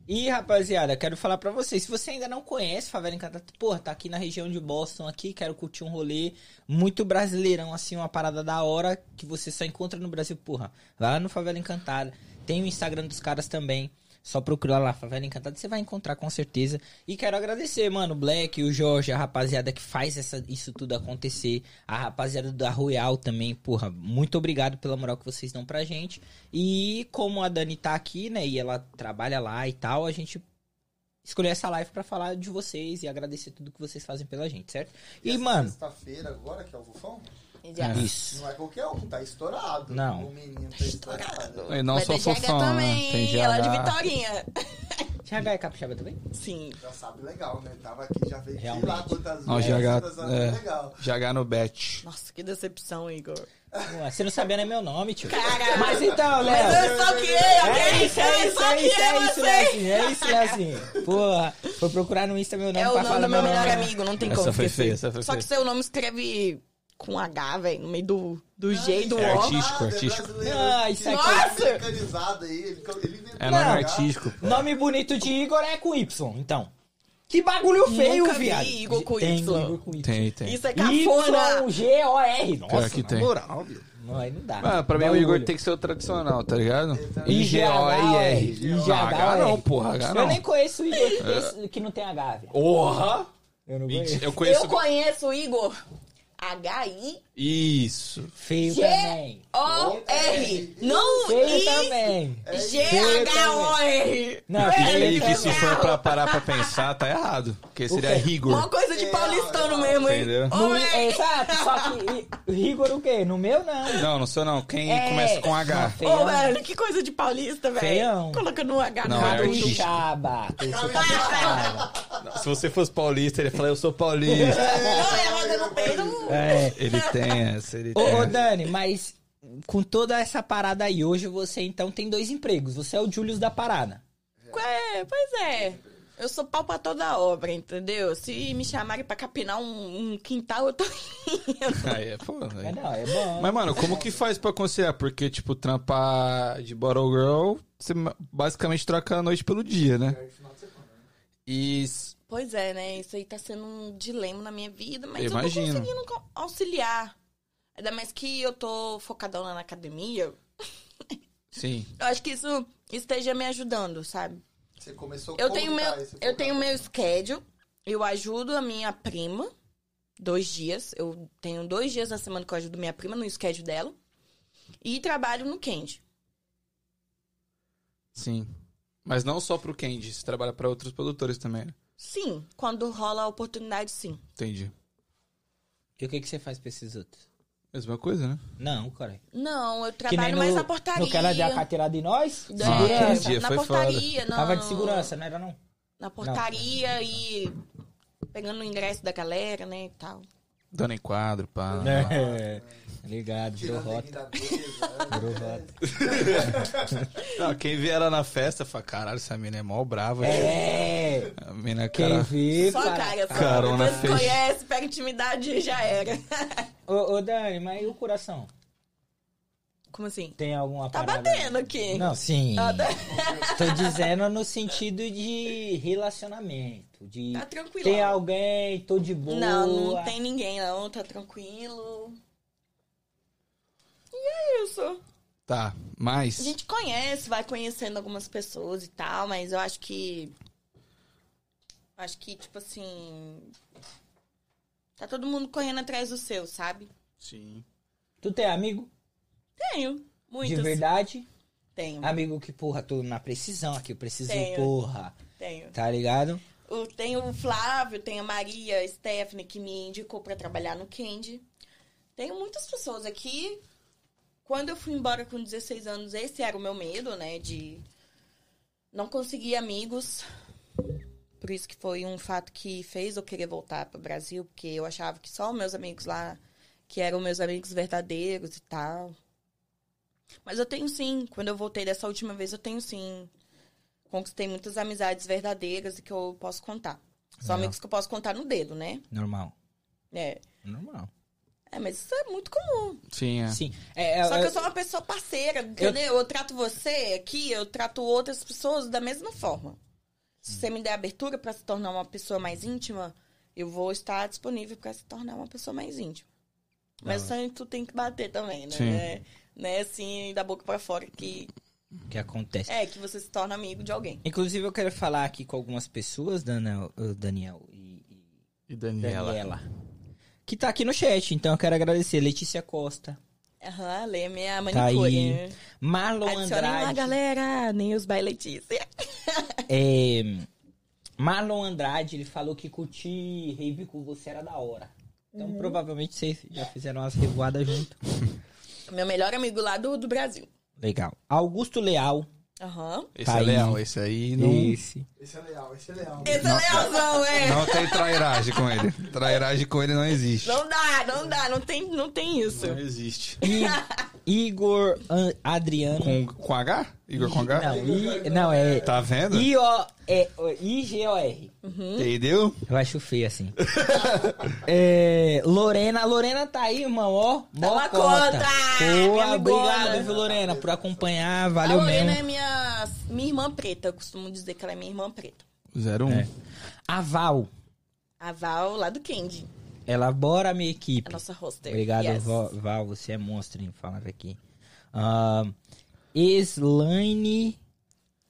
E, rapaziada, quero falar pra vocês, se você ainda não conhece Favela Encantada, porra, tá aqui na região de Boston, aqui, quero curtir um rolê muito brasileirão, assim, uma parada da hora que você só encontra no Brasil, porra. Vai lá no Favela Encantada, tem o Instagram dos caras também, só procurar lá, Favela Encantada, você vai encontrar com certeza. E quero agradecer, mano, o Black, o Jorge, a rapaziada que faz essa, isso tudo acontecer, a rapaziada da Royal também, porra, muito obrigado pela moral que vocês dão pra gente. E como a Dani tá aqui, né, e ela trabalha lá e tal, a gente escolheu essa live pra falar de vocês e agradecer tudo que vocês fazem pela gente, certo? E,
essa
mano,
Sexta-feira agora, que é o Vufão,
Já.
isso.
não é qualquer um, tá estourado.
Não.
O menino tá estourado.
E não
Mas
só
tem Jega
fofão, né?
também.
Tem já.
Ela é de Vitorinha.
GH é capixaba também?
Sim.
Já sabe legal, né? Tava aqui, já veio de lá
Realmente.
quantas
Não,
vezes.
GH,
todas as
é.
vezes, legal.
GH no bet.
Nossa, que decepção, Igor.
Ué, Você não sabia nem meu nome, tio.
Cara,
Mas então,
Mas
Léo.
eu stalkeei,
É
ok?
isso, é
eu
isso, é
stalkeei
isso, é isso,
você.
né?
Léozinho. É isso, Léozinho. Porra, foi procurar no Insta meu nome
É
Tá
o
pra
nome
falar
do meu
meu
melhor
nome.
amigo, não tem
né? Essa
como
foi
esquecer.
feia, essa foi
Só que seu nome escreve com H, velho, no meio do, do G e do
É
O.
artístico, artístico.
brasileiro.
Ah, isso aqui.
Nossa!
Nossa!
Organizado aí, ele, ele inventou
É nome
Não.
lugar.
artístico.
Nome bonito de Igor é com Y, então. Que bagulho feio,
Nunca vi
viado.
Igor com
Tem
Y.
Igor com Y.
Tem, tem.
Isso é cafona.
Y, G, O, R. Nossa,
Pior que
na
tem.
moral, viu? Não, aí não dá.
Ah, pra mim o
Bagulho.
Igor tem que ser o tradicional, tá ligado?
I-G-O-R.
I-G-O-R. H não, porra, H
é. Eu
não.
nem conheço o Igor que, esse- que não tem H, viado.
Porra!
Eu não
Mentira,
conheço.
Eu conheço.
Eu conheço o Igor. H-I-O-R.
Isso.
Feio
G-
também.
Não
Feio
I.
também.
G-H-O-R.
Não, é
E
feio
que se
também.
for pra parar pra pensar, tá errado. Porque seria
Uma
rigor.
coisa de paulistano mesmo, hein?
Entendeu?
No-
O-R.
é, Exato, só que I- Rigor o quê? No meu, não.
Não, não sou não. Quem
É,
começa com
não,
H?
feio.
Ô, velho, que coisa de paulista,
Feião.
velho. Colocando um H
Não,
no
é
bagulho.
artista.
Capixaba. Capixaba.
Se você fosse paulista, ele ia falar, eu sou paulista.
Não, é roda no peito.
É.
ele tem essa, ele
Ô,
tem
ô,
essa.
Dani, mas com toda essa parada aí, hoje você então tem dois empregos. Você é o Julius da parada.
É, pois é. Eu sou pau pra toda obra, entendeu? Se me chamarem pra capinar um, um quintal, eu tô indo.
Aí é foda, né?
É, não, é bom.
Mas, mano, como que faz pra conciliar? Porque, tipo, trampar de Bottle Girl, você basicamente troca a noite pelo dia, né? E s-
Pois é, né? Isso aí tá sendo um dilema na minha vida, mas eu
Imagino.
tô conseguindo co- auxiliar. Ainda mais que eu tô focadona na academia.
sim.
Eu acho que isso esteja me ajudando, sabe?
Você começou tá
Eu
com
tenho meu,
guitarra, você foi
eu tenho
cantar.
meu schedule. Eu ajudo a minha prima dois dias. Eu tenho dois dias na semana que eu ajudo minha prima no schedule dela. E trabalho no Candy.
Sim. Mas não só pro Candy, você trabalha pra outros produtores também. né?
Sim, quando rola a oportunidade, sim.
Entendi.
E o que, que você faz pra esses outros?
Mesma coisa, né?
Não, cara.
Não, eu
Que nem
trabalho mais
no-
na portaria.
No cara deu a carteirada em nós?
Da-
Ah,
segurança.
entendi.
na
foi
portaria, na,
Tava de segurança, não era não?
na portaria e pegando o ingresso da galera, né, e tal.
Dando enquadro, pá.
É. Ligado, virou
Tirando ele
rota.
da mesa. né?
Virou rota.
Não, quem vê ela na festa, fala, caralho, essa mina é mó brava.
É.
A mina,
Quem
cara...
vê,
Só
para-
cara, só.
Carona
Depois que
fez-
conhece, pega intimidade e já era.
Ô, ô, Dani, mas e o coração?
Como assim?
Tem alguma
Tá
parada?
batendo aqui.
Não, sim.
Ah, tá.
Tô dizendo no sentido de relacionamento. De
Tá tranquilo.
tem alguém, tô de boa.
Não, não tem ninguém não, tá tranquilo. E é isso.
Tá,
A
mas...
gente conhece, vai conhecendo algumas pessoas e tal, mas eu acho que. Acho que, tipo assim. Tá todo mundo correndo atrás do seu, sabe?
Sim.
Tu tem amigo?
Tenho. Muitos.
De verdade?
Tenho,
Amigo que, porra, tô na precisão aqui, eu preciso,
Tenho.
porra.
tenho.
Tá ligado?
O- Tem o Flávio, tem a Maria, a Stephanie, que me indicou pra trabalhar no Candy. Tenho muitas pessoas aqui. Quando eu fui embora com 16 anos, esse era o meu medo, né? De não conseguir amigos. Por isso que foi um fato que fez eu querer voltar pro Brasil, porque eu achava que só os meus amigos lá, que eram meus amigos verdadeiros e tal. Mas eu tenho sim, quando eu voltei dessa última vez, eu tenho sim. Conquistei muitas amizades verdadeiras e que eu posso contar. Só
É.
amigos que eu posso contar no dedo, né?
Normal.
É.
Normal.
É, mas isso é muito comum.
Sim, é.
Sim. É, é,
Só que
é,
eu sou uma pessoa parceira, entendeu? Eu trato você aqui, eu trato outras pessoas da mesma forma. Se você me der abertura pra se tornar uma pessoa mais íntima, eu vou estar disponível pra se tornar uma pessoa mais íntima. Mas
Ah.
o sonho tu tem que bater também, né?
Sim.
É, né? Assim, da boca pra fora, que
que acontece.
é que você se torna amigo de alguém.
Inclusive, eu quero falar aqui com algumas pessoas, Daniel, ô, Daniel e- e
E Daniela?
Daniela. Que tá aqui no chat, então eu quero aagradecer. Letícia Costa,
Aham, lê minha
Tá aí.
manicure. né?
Marlon
Adicione lá,
Andrade.
galera. Nem os bailetícia.
É, Marlon Andrade, ele falou que curtir rave com você era da hora. Então provavelmente vocês já fizeram umas revoadas junto.
Meu melhor amigo lá do, do Brasil.
Legal. Augusto Leal.
Aham.
Esse
Tá
é
aí.
leal, esse aí não...
Esse.
Esse é leal, esse é leal.
Esse é leozão, é.
Não tem trairagem com ele. Trairagem com ele não existe.
Não dá, não dá, não tem, não tem isso.
existe.
Igor An- Adriano.
Com, com H? Igor com um H?
Não, I- não, é.
Tá vendo?
I -O é o- I-G-O-R.
Entendeu?
Eu acho feio assim. É, Lorena, Lorena tá aí, irmão, ó. Mó
na
cota.
conta, é
Boa,
minha
obrigado,
amigona.
viu, Lorena, por acompanhar.
A
Valeu
né? Lorena
mesmo.
é minha, minha irmã preta, eu costumo dizer que ela é minha irmã preta.
01.
É. A Val
A Val, lá do Candy.
elabora a minha
A
equipe.
nossa roster.
Obrigado,
Yes.
Val, Val, Você é monstro em falar aqui. Ah, Slaine.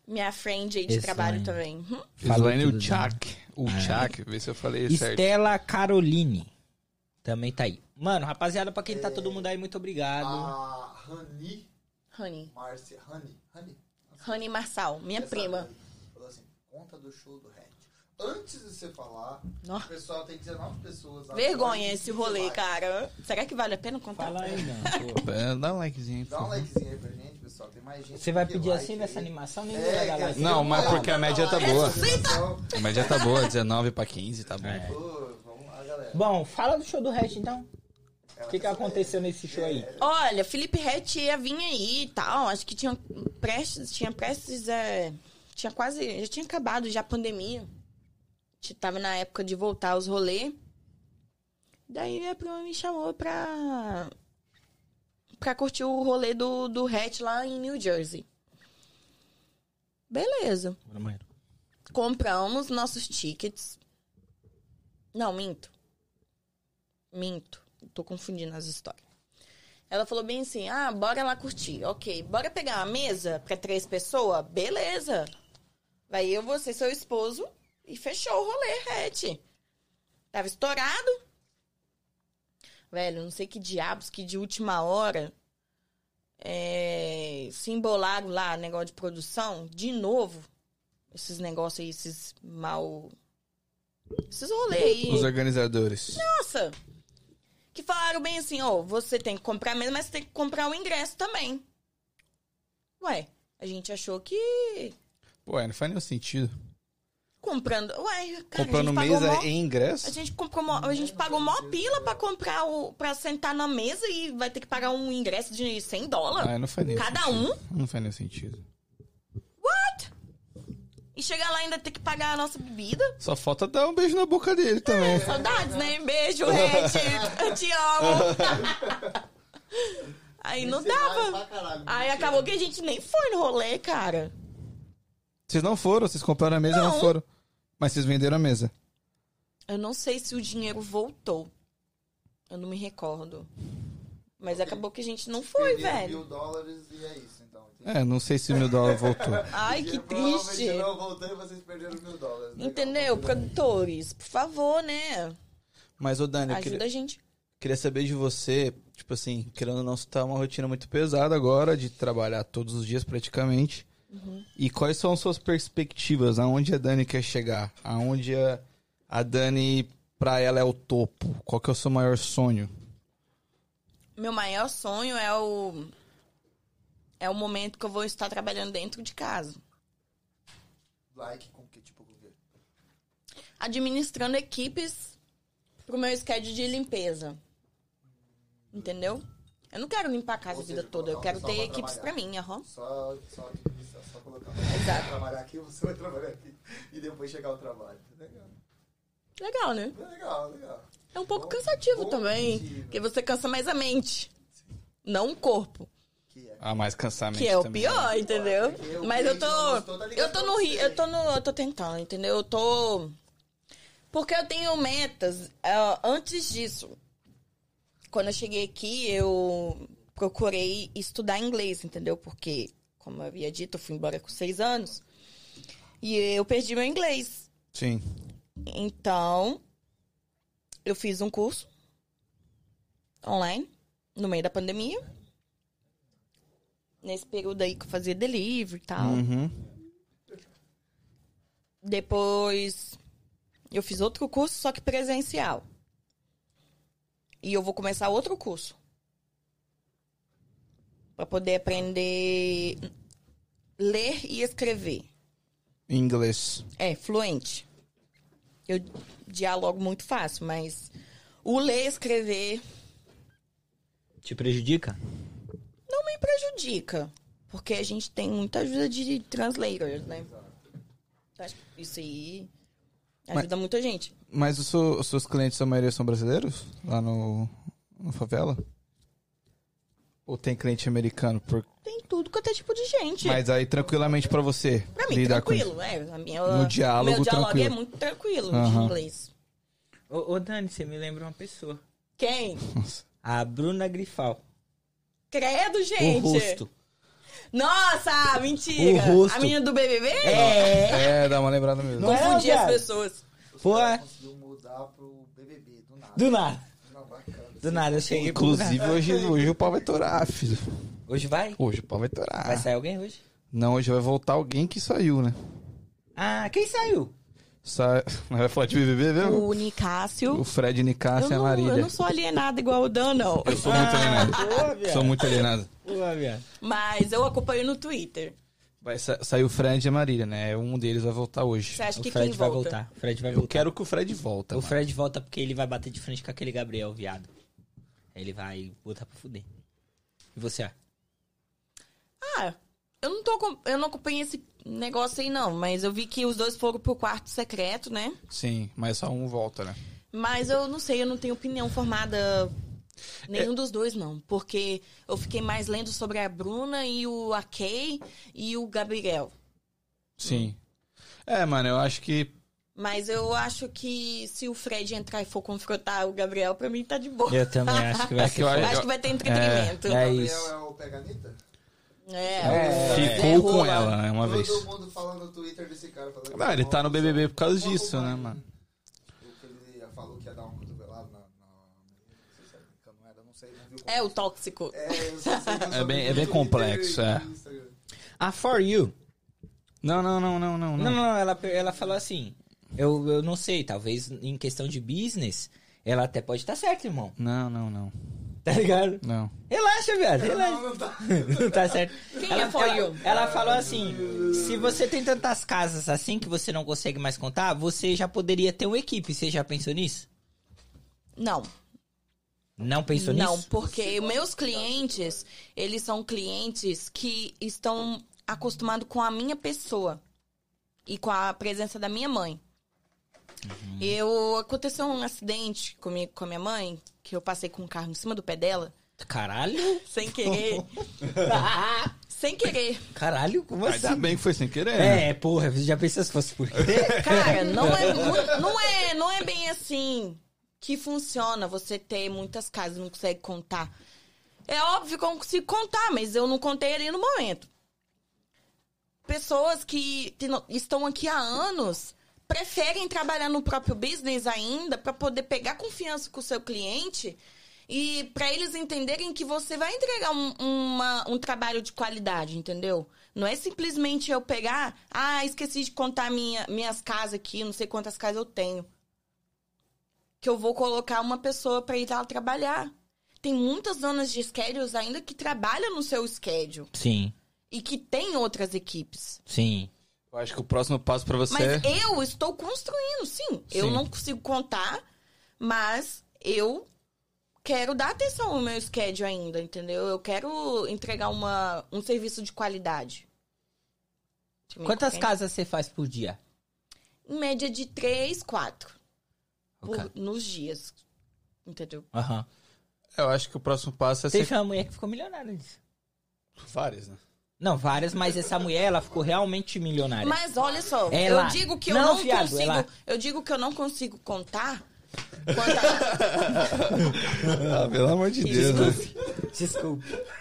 Minha friend aí de
Esse
trabalho
line.
também. Hum.
Falou
Slane
tudo, né?
Uchak. Uchak, vê se eu falei certo.
Estela Caroline. Também tá aí. Mano, rapaziada, pra quem tá todo mundo aí, muito obrigado.
A Rani,
Honey.
Márcia, Rani, Rani.
Honey Marçal, minha
Essa
prima.
Rani Falou assim, conta do show do Red. Antes de você falar,
Nó.
o pessoal tem 19 pessoas. lá.
Vergonha esse rolê,
Vai.
cara. Será que vale a pena contar?
Fala aí, não. pô.
É, Dá um likezinho. aí, por
Dá um
favor.
likezinho aí pra gente, pessoal. Tem mais gente.
Você vai
que
pedir
like
assim
aí.
nessa animação? Nem
É,
vou dar
que
like.
Não, mas porque a média tá boa.
Então,
A média tá boa, 19 pra 15, tá bom.
É.
pô, vamos lá, galera.
Bom, fala do show do Hatch, então.
Ela
O que, que
quer
aconteceu nesse show aí?
Olha, Felipe Rett ia vir aí e tal. Acho que tinha prestes, tinha prestes, é, tinha quase, já tinha acabado já a pandemia. A gente tava na época de voltar aos rolê. Daí minha prima me chamou pra, pra curtir o rolê do, do Hatch lá em New Jersey. Beleza compramos nossos tickets. Não, minto. Minto. Tô confundindo as histórias. Ela falou bem assim: ah, bora lá curtir. Ok, bora pegar uma mesa pra três pessoas? Beleza. Vai eu, você, seu esposo. E fechou o rolê, Rete. Tava estourado. Velho, não sei que diabos que de última hora é, se embolaram lá, negócio de produção, de novo esses negócios aí, esses mal. Esses rolê aí.
Os organizadores.
Nossa! Que falaram bem assim, ó, você tem que comprar mesmo, mas você tem que comprar o ingresso também. Ué, a gente achou que
Pô, é, não faz nenhum sentido.
comprando. Ué, cara,
Comprando
a gente pagou
mesa
mó-
em ingresso?
A gente, comprou mó- a gente pagou mó pila pra comprar o. pra sentar na mesa e vai ter que pagar um ingresso de 100 dólares.
Ah, não faz nenhum
Cada
sentido. um? Não faz nenhum sentido.
E chegar lá e ainda ter que pagar a nossa bebida.
Só falta dar um beijo na boca dele também.
Saudades, né? Beijo, Red. Eu te amo. Aí não dava. Aí acabou que a gente nem foi no rolê, cara.
Vocês não foram, vocês compraram a mesa e não
Não.
foram. Mas vocês venderam a mesa.
Eu não sei se o dinheiro voltou. Eu não me recordo. Mas acabou que a gente não foi, velho.
mil dólares e é isso, então. Entendi.
É, não sei se o meu dólar voltou.
Ai, que
Provavelmente
triste.
Não né? voltou e vocês perderam mil dólares. Legal.
Entendeu? Produtores, por favor, né?
Mas, ô Dani, eu queria,
Ajuda a gente.
queria saber de você, tipo assim, querendo ou não, você tá uma rotina muito pesada agora, de trabalhar todos os dias praticamente.
Uhum.
E quais são suas perspectivas? Aonde a Dani quer chegar? Aonde a, a Dani, pra ela, é o topo? Qual que é o seu maior sonho?
Meu maior sonho é o. É o momento que eu vou estar trabalhando dentro de casa.
Like com que tipo com que?
Administrando equipes pro meu schedule de limpeza. Entendeu? Eu não quero limpar a casa
Ou
a vida
seja,
toda, eu
colocar
quero
um
ter
pessoal pra
equipes pra
trabalhar.
mim, aham.
Só, só, só colocar. Você vai trabalhar aqui, você vai trabalhar aqui. E depois chegar ao trabalho. Legal,
Legal, né?
legal. legal.
É um pouco
Bom-
cansativo
bom
também,
motivo.
porque você cansa mais a mente, não o corpo,
Que é.
Ah, mais cansamento
que é o
também,
pior,
né?
entendeu?
Porque o
Mas eu tô
cliente não gostou da ligação
eu tô tá no ri-
que você
eu tô no eu tô tentando, entendeu? Eu tô porque eu tenho metas ah, antes disso. Quando eu cheguei aqui, eu procurei estudar inglês, entendeu? Porque, como eu havia dito, eu fui embora com seis anos. E eu perdi meu inglês.
Sim.
Então, eu fiz um curso online no meio da pandemia. Nesse período aí que eu fazia delivery e tal.
Uhum.
Depois, eu fiz outro curso, só que presencial. E eu vou começar outro curso. Pra poder aprender ler e escrever.
Em Inglês.
É, fluente. Eu dialogo muito fácil, mas o ler e escrever
Te prejudica?
não me prejudica. Porque a gente tem muita ajuda de translators, né? Então, acho que Isso aí ajuda muita gente.
Mas os seu- os seus clientes, a maioria, são brasileiros? Lá no, no favela? Ou tem crente americano? Por-
Tem tudo quanto é tipo de gente.
Mas aí, tranquilamente pra você.
pra mim,
lidar com isso.
tranquilo. É, a minha,
No diálogo,
meu diálogo é
tranquilo.
muito tranquilo de
Aham.
inglês.
Ô, ô, Dani, você me lembra uma pessoa.
Quem?
A Bruna Grifal.
Credo, gente.
O rosto.
Nossa, mentira.
O rosto.
A menina do BBB?
É, dá uma lembrada mesmo.
Não é,
Confundi as
viado?
pessoas.
Os
Pô, é.
caras conseguiu mudar pro BBB, do nada.
Do nada.
Não, bacana.
Do nada, eu cheguei. pro
Inclusive,
nada.
hoje, hoje o pau vai torar, filho.
Hoje vai?
Hoje o pau vai torar.
Vai sair alguém hoje?
Não, hoje vai voltar alguém que saiu, né?
Ah, quem saiu?
Sa... Mas Vai falar de BBB mesmo?
O Nicásio.
O Fred Nicásio e
é
eu,
a
não, eu
Marília.
não sou alienada igual o Dan, não.
Eu sou muito alienado.
Boa, viado.
Sou muito alienado.
Boa, viado.
Mas eu acompanho no Twitter.
Vai sa- sair o Fred e a Marília, né? Um deles vai voltar hoje.
Você acha
O
que
Fred
quem
vai
volta?
voltar. O Fred vai
Eu
voltar.
quero que o Fred volta.
O
mano.
Fred volta porque ele vai bater de frente com aquele Gabriel, viado. Ele vai botar pra fuder. E você, ó?
Ah, eu não, tô, acom- eu não acompanhei esse negócio aí, não. Mas eu vi que os dois foram pro quarto secreto, né?
Sim, mas só um volta, né?
Mas eu não sei, eu não tenho opinião formada nenhum
É.
dos dois, não. Porque eu fiquei mais lendo sobre a Bruna e o Akei e o Gabriel.
Sim. É, mano, eu acho que.
Mas eu acho que se o Fred entrar e for confrontar o Gabriel, pra mim tá de boa.
Eu também acho que vai ser
eu
Eu
foda.
acho que vai ter entretenimento.
É
Gabriel
isso.
é o Peganita?
É,
É,
Ficou
ferrou
com
lá.
ela, né? Uma
Todo
vez.
mundo fala no Twitter desse cara. Falando
Ah, ele tá no BBB por causa disso, né, mano?
Ele falou que ia dar um cotovelado na... na- Não sei se era brincando, não era, não sei, não viu como-
É o tóxico.
É, eu só sei que eu só
É bem-
vi
é bem
no Twitter
complexo,
e
é.
no Instagram.
A Ah, For You.
Não, não, não, não, não.
Não,
não.
não, não, ela, ela falou assim. Eu, eu não sei, talvez em questão de business, ela até pode estar certa, irmão.
Não, não, não.
Tá ligado?
Não.
Relaxa, viado, relaxa.
Não, não tá.
Não tá certo.
Quem
ela,
é For
ela-
You?
ela falou assim: se você tem tantas casas assim que você não consegue mais contar, você já poderia ter uma equipe. Você já pensou nisso?
Não,
Não pensou
não,
nisso?
porque meus clientes, eles são clientes que estão acostumados com a minha pessoa e com a presença da minha mãe.
Uhum.
Eu aconteceu um acidente comigo com a minha mãe, que eu passei com um carro em cima do pé dela,
Caralho,
sem querer. sem querer.
caralho, como assim?
Ainda bem que foi sem querer. né?
É, porra, você já pensou se fosse por quê?
Cara, não é, mu- não é, não é bem assim que funciona você ter muitas casas, não consegue contar. É óbvio que eu não consigo contar, mas eu não contei ali no momento. Pessoas que te- no- estão aqui há anos preferem trabalhar no próprio business ainda para poder pegar confiança com o seu cliente e para eles entenderem que você vai entregar um, uma- um trabalho de qualidade, entendeu? Não é simplesmente eu pegar, ah, esqueci de contar minha, minhas casas aqui, não sei quantas casas eu tenho. Que eu vou colocar uma pessoa para ir lá trabalhar. Tem muitas donas de schedules ainda que trabalham no seu schedule
Sim,
e que tem outras equipes.
sim.
Eu acho que o próximo passo pra você
Mas
é.
eu estou construindo, sim. Eu
Sim.
não consigo contar, mas eu quero dar atenção ao meu schedule ainda, entendeu? Eu quero entregar uma, um serviço de qualidade. Deixa eu me
Quantas
entender.
casas você faz por dia?
Em média de três, quatro por-
Ok.
nos dias. Entendeu?
Aham.
Eu acho que o próximo passo é ser.
Teve uma mulher que ficou milionária disso.
Várias, né?
Não, várias, mas essa mulher, ela ficou realmente milionária.
Mas olha só,
É
eu
lá.
digo que eu
Não,
não
fiado, é
consigo.
lá.
eu digo que eu não consigo contar. quantas-
Ah, pelo amor de Deus, né?
Desculpe. Desculpe.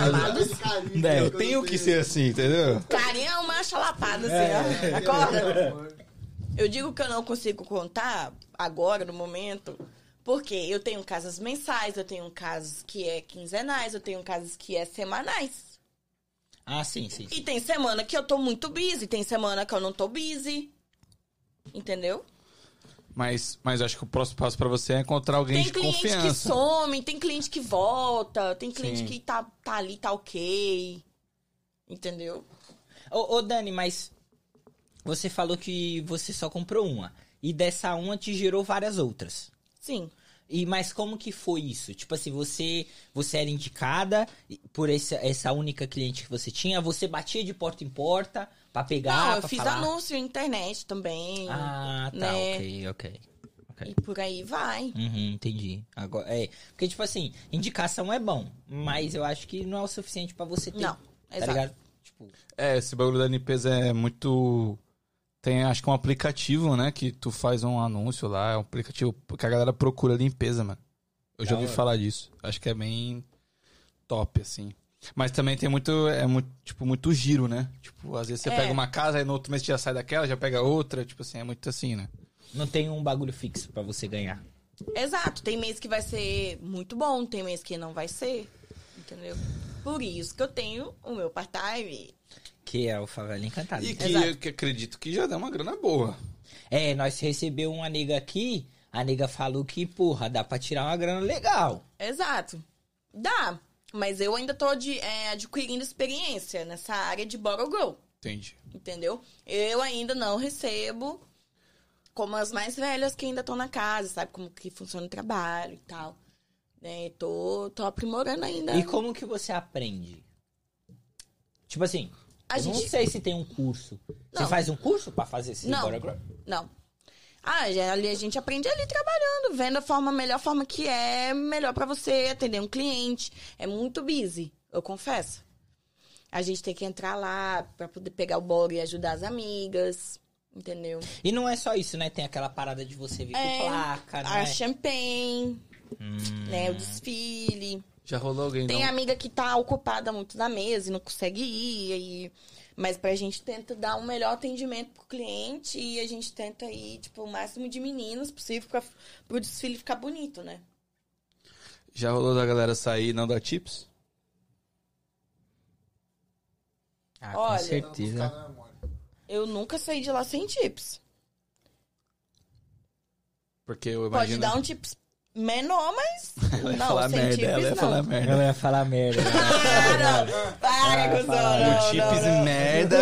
Amados,
Carinho,
É, eu
Eu tenho Né, que ser assim, entendeu?
carinha é uma chalapada, assim, ó.
É,
Acorda.
pelo amor.
Eu digo que eu não consigo contar agora, no momento, porque eu tenho casas mensais, eu tenho casas que é quinzenais, eu tenho casas que é semanais.
Ah, sim, sim.
E tem semana que eu tô muito busy, tem semana que eu não tô busy. Entendeu?
Mas, mas eu acho que o próximo passo pra você é encontrar alguém
Tem
de
cliente que
confiança.
some, tem cliente que volta, tem cliente
Sim.
que tá, tá ali, tá ok. Entendeu?
Ô, ô, Dani, mas você falou que você só comprou uma. E dessa uma te gerou várias outras.
Sim.
E mas como que foi isso? Tipo assim, você você era indicada por essa, essa única cliente que você tinha, você batia de porta em porta pra pegar,
não, eu
pra
fiz
falar.
anúncio na internet também.
Ah, tá,
né?
ok, ok. Ok.
E por aí vai.
Uhum, entendi. Agora, é, porque, tipo assim, indicação é bom,
Uhum.
mas eu acho que não é o suficiente pra você ter.
Não,
tá
exato.
ligado? Tipo,
É, esse bagulho da limpeza é muito. Tem acho que um aplicativo, né? Que tu faz um anúncio lá, é um aplicativo que a galera procura limpeza, mano. Eu já
Da
ouvi
hora.
falar disso. Acho que é bem top, assim. Mas também tem muito. É muito, tipo, muito giro, né? Tipo, às vezes você
É.
pega uma casa, aí no outro mês você já sai daquela, já pega outra. Tipo assim, é muito assim, né?
não tem um bagulho fixo pra você ganhar.
Exato, tem mês que vai ser muito bom, tem mês que não vai ser, entendeu? Por isso que eu tenho o meu part-time.
Que é o Favela Encantada.
E que
Exato.
eu que acredito que já dá uma grana boa.
É, nós recebeu uma nega aqui, a nega falou que, porra, dá pra tirar uma grana legal.
Exato. Dá, mas eu ainda tô de, é, adquirindo experiência nessa área de Borogold.
Entendi.
entendeu? Eu ainda não recebo como as mais velhas que ainda estão na casa, sabe? Como que funciona o trabalho e tal. Né? Tô, tô aprimorando ainda.
E como que você aprende? Tipo assim,
A
eu não
gente-
sei se tem um curso. Você
Não.
faz um curso pra fazer esse
Não.
Borogra-
Não. Ah, já- ali a gente aprende ali trabalhando, vendo a forma, a melhor forma que é, melhor pra você atender um cliente. É muito busy, eu confesso. A gente tem que entrar lá pra poder pegar o bolo e ajudar as amigas, entendeu?
E não é só isso, né? Tem aquela parada de você vir
É,
com placa,
A
né?
champanhe,
Hum.
né? O desfile.
Já rolou alguém
Tem
não?
amiga que tá ocupada muito na mesa e não consegue ir, aí... mas pra gente tenta dar um melhor atendimento pro cliente e a gente tenta ir, tipo, o máximo de meninas possível pra, pro desfile ficar bonito, né?
Já rolou da galera sair e não dar tips?
Ah,
Olha,
com certeza.
Eu nunca saí de lá sem tips.
Porque eu
Pode
imagino.
dar um tips menor, mas
Ela ia
não,
falar
sem
merda,
tips
ela ia
não.
falar merda.
ia falar merda. né?
Ah, não. Para,
Ah,
cuzão,
fala.
não,
O chips
não, não.
merda.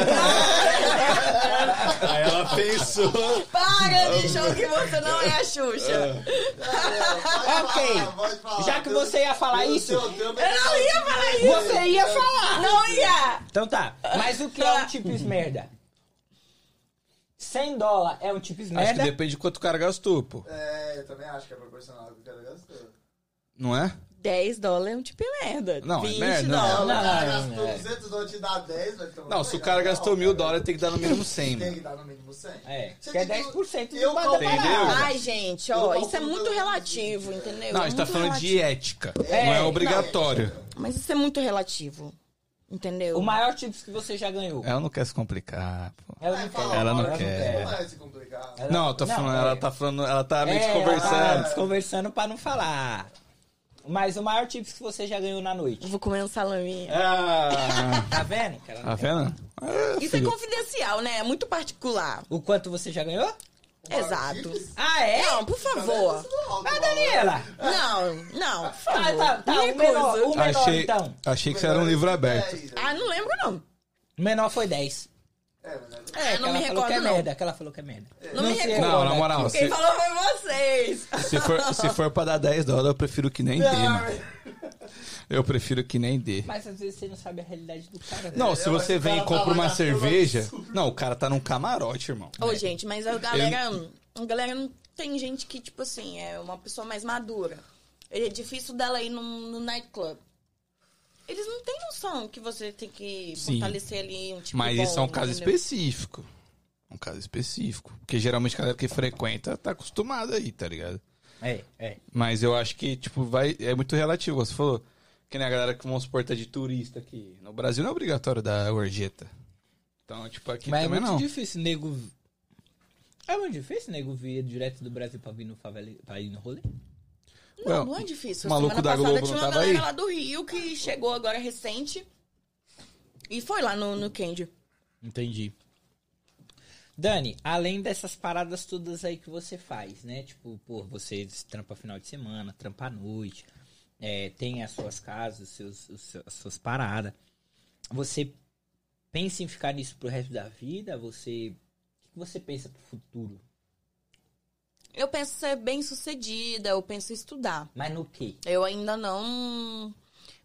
Aí ela pensou.
Para de show que você não é a Xuxa.
Ah.
ok. Já que você ia falar isso,
eu
não ia falar isso.
você ia falar.
Não ia!
Então tá. Mas o que é um tipis merda? 100 dólar é um tipis
Acho que
merda?
depende de quanto o cara gastou, pô.
É, eu também acho que é proporcional ao que o cara gastou.
Não é?
10 dólares é um tipo merda.
Não, é
20
merda, não.
dólares.
Não,
O cara
não, não,
gastou
é.
200 dólares, te dá 10, vai tomar
Não,
no
se o
meio,
cara
não,
gastou mil
cara.
dólares, né?" tem que dar no mínimo 100,
Tem que
mano.
dar no mínimo 100.
É,
Você
que é
tem
10% do
eu
valor da
calculo-
Entendeu?
Ai, gente, ó,
Eu
isso é
confundo
muito
tudo.
relativo, entendeu?
Não,
É
a gente tá
muito
falando
relativo.
de ética.
É,
não é
não.
obrigatório.
Mas isso é muito relativo, entendeu?
O maior tipis que você já ganhou.
Ela não quer se complicar, pô.
Ela
É,
não
fala,
quer.
Ela não
fala,
quer.
Não vai se complicar.
Ela-
Não, eu tô falando,
é.
ela tá falando, ela tá meio que
É, ela tá
conversando.
Desconversando pra não falar. Mas o maior tips que você já ganhou na noite.
Vou comer um salame.
É,
Ah,
Tá vendo? que ela não
tá
quer?
vendo? Ah,
Isso é
filho.
confidencial, né? É muito particular.
O quanto você já ganhou?
Exato.
Ah, é?
Não, por favor.
Ah, Daniela!
Não, não, por
Tá,
favor.
tá, tá.
Me
O menor,
recuso.
o menor
Achei,
então.
achei que isso era
é
um livro aberto.
Ah, não lembro, não.
O menor foi 10.
É, mas
É, não
Aquela
me
falou que é
recordo, não.
merda. Aquela falou que é merda.
Não
se
me recordo.
recorda.
Não, na moral,
Quem
se,
falou foi vocês.
se, for, se for pra dar 10 dólares, eu prefiro que nem dê, mano. Eu prefiro que nem dê.
Mas às vezes você não sabe a realidade do cara.
Não,
velho.
se
Eu acho
você
que o
vem e
cara
compra
tava
uma
gastando um
cerveja. Não, o cara tá num camarote, irmão.
Ô, gente, mas a galera. A galera não- tem gente que, tipo assim, é uma pessoa mais madura. É difícil dela ir num, no nightclub. Eles não têm noção que você tem que
Sim.
fortalecer ali um tipo
Mas
bom,
isso é um caso
entendeu?
específico. Um caso específico. Porque geralmente a galera que frequenta tá acostumada aí, tá ligado?
É, é.
Mas eu acho que, tipo, vai. É muito relativo. Você falou. Que nem a galera que vamos suportar de turista aqui. No Brasil não é obrigatório dar gorjeta. Então, tipo, aqui
Mas é
também
muito
não.
difícil, nego. É muito difícil, nego, vir direto do Brasil pra vir no favela pra ir no rolê.
Não,
Ué,
não é difícil.
o maluco da
Semana passada
Globo
tinha
não
uma
tava
galera
aí?
lá do Rio que chegou agora recente. E foi lá no, no Candy.
Entendi. Dani, além dessas paradas todas aí que você faz, né? Tipo, pô, você trampa final de semana, trampa à noite, é, tem as suas casas, os seus, os seus- as suas paradas. Você pensa em ficar nisso pro resto da vida? Você. O que você pensa pro futuro?
Eu penso ser bem sucedida, eu penso estudar.
Mas no quê?
Eu ainda não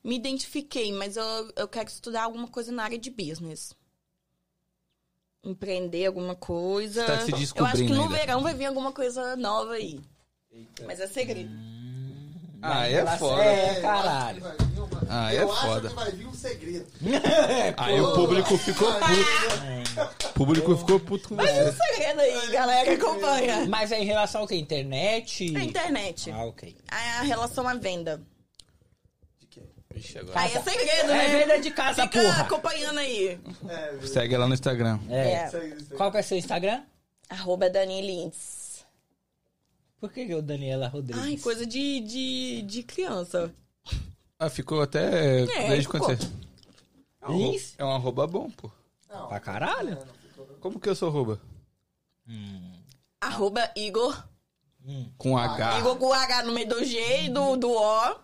me identifiquei, mas eu, eu quero estudar alguma coisa na área de business. Empreender alguma coisa.
Você tá se
eu acho que
descobrindo
no
ainda.
verão vai vir alguma coisa nova aí. Mas é segredo.
Ah, é
Ela-
foda.
É, caralho.
Eu acho que vai vir uma-
Ah, é
eu
foda.
Acho que vai vir um segredo.
Ah,
Aí o público ficou puto. O público ficou puto com
Mas é um
você.
segredo aí, galera que acompanha.
Mas é em relação ao que? Internet?
A internet.
Ah, ok.
A relação à venda.
De quê?
Vixe, agora.
Aí é segredo,
É
né?
venda de casa,
Fica
porra.
acompanhando aí.
É, velho.
Segue ela no Instagram.
É.
É.
Isso aí, isso aí.
Qual que é seu Instagram?
Arroba Dani Lins.
Por que que é o Daniela Rodrigues?
Ai, coisa de, de, de criança.
Ah, ficou até.
É,
desde quando
ficou.
você. É um arro-
Lins?
É um arroba bom, pô.
Não,
Pra caralho.
não, não ficou-
Como que eu sou arroba?
Hum,
Arroba Igor.
hum.
Com
Ah,
H.
Igor com H no meio do G e do, do O.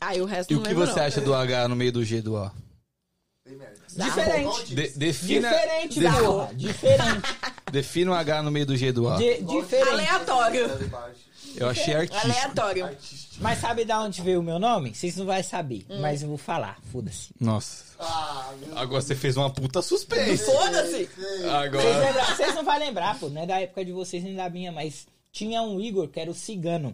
Aí o resto
E
não
o que
lembro,
você
não.
acha do H no meio do G do O?
Tem merda.
Diferente.
De- defina,
Diferente,
de-
porra. Diferente.
defina o H no meio do G do O.
Di- diferente.
tá
Aleatório.
Eu achei artístico.
Aleatório.
Artista.
Mas sabe da onde veio o meu nome? Vocês não vão saber, mas eu vou falar. Foda-se.
Nossa.
Ah, meu
Agora você fez uma puta suspense.
Foda-se.
Deus.
Vocês
Agora.
lembra- Vocês não vão lembrar, pô, não é da época de vocês nem da minha, mas tinha um Igor que era o cigano.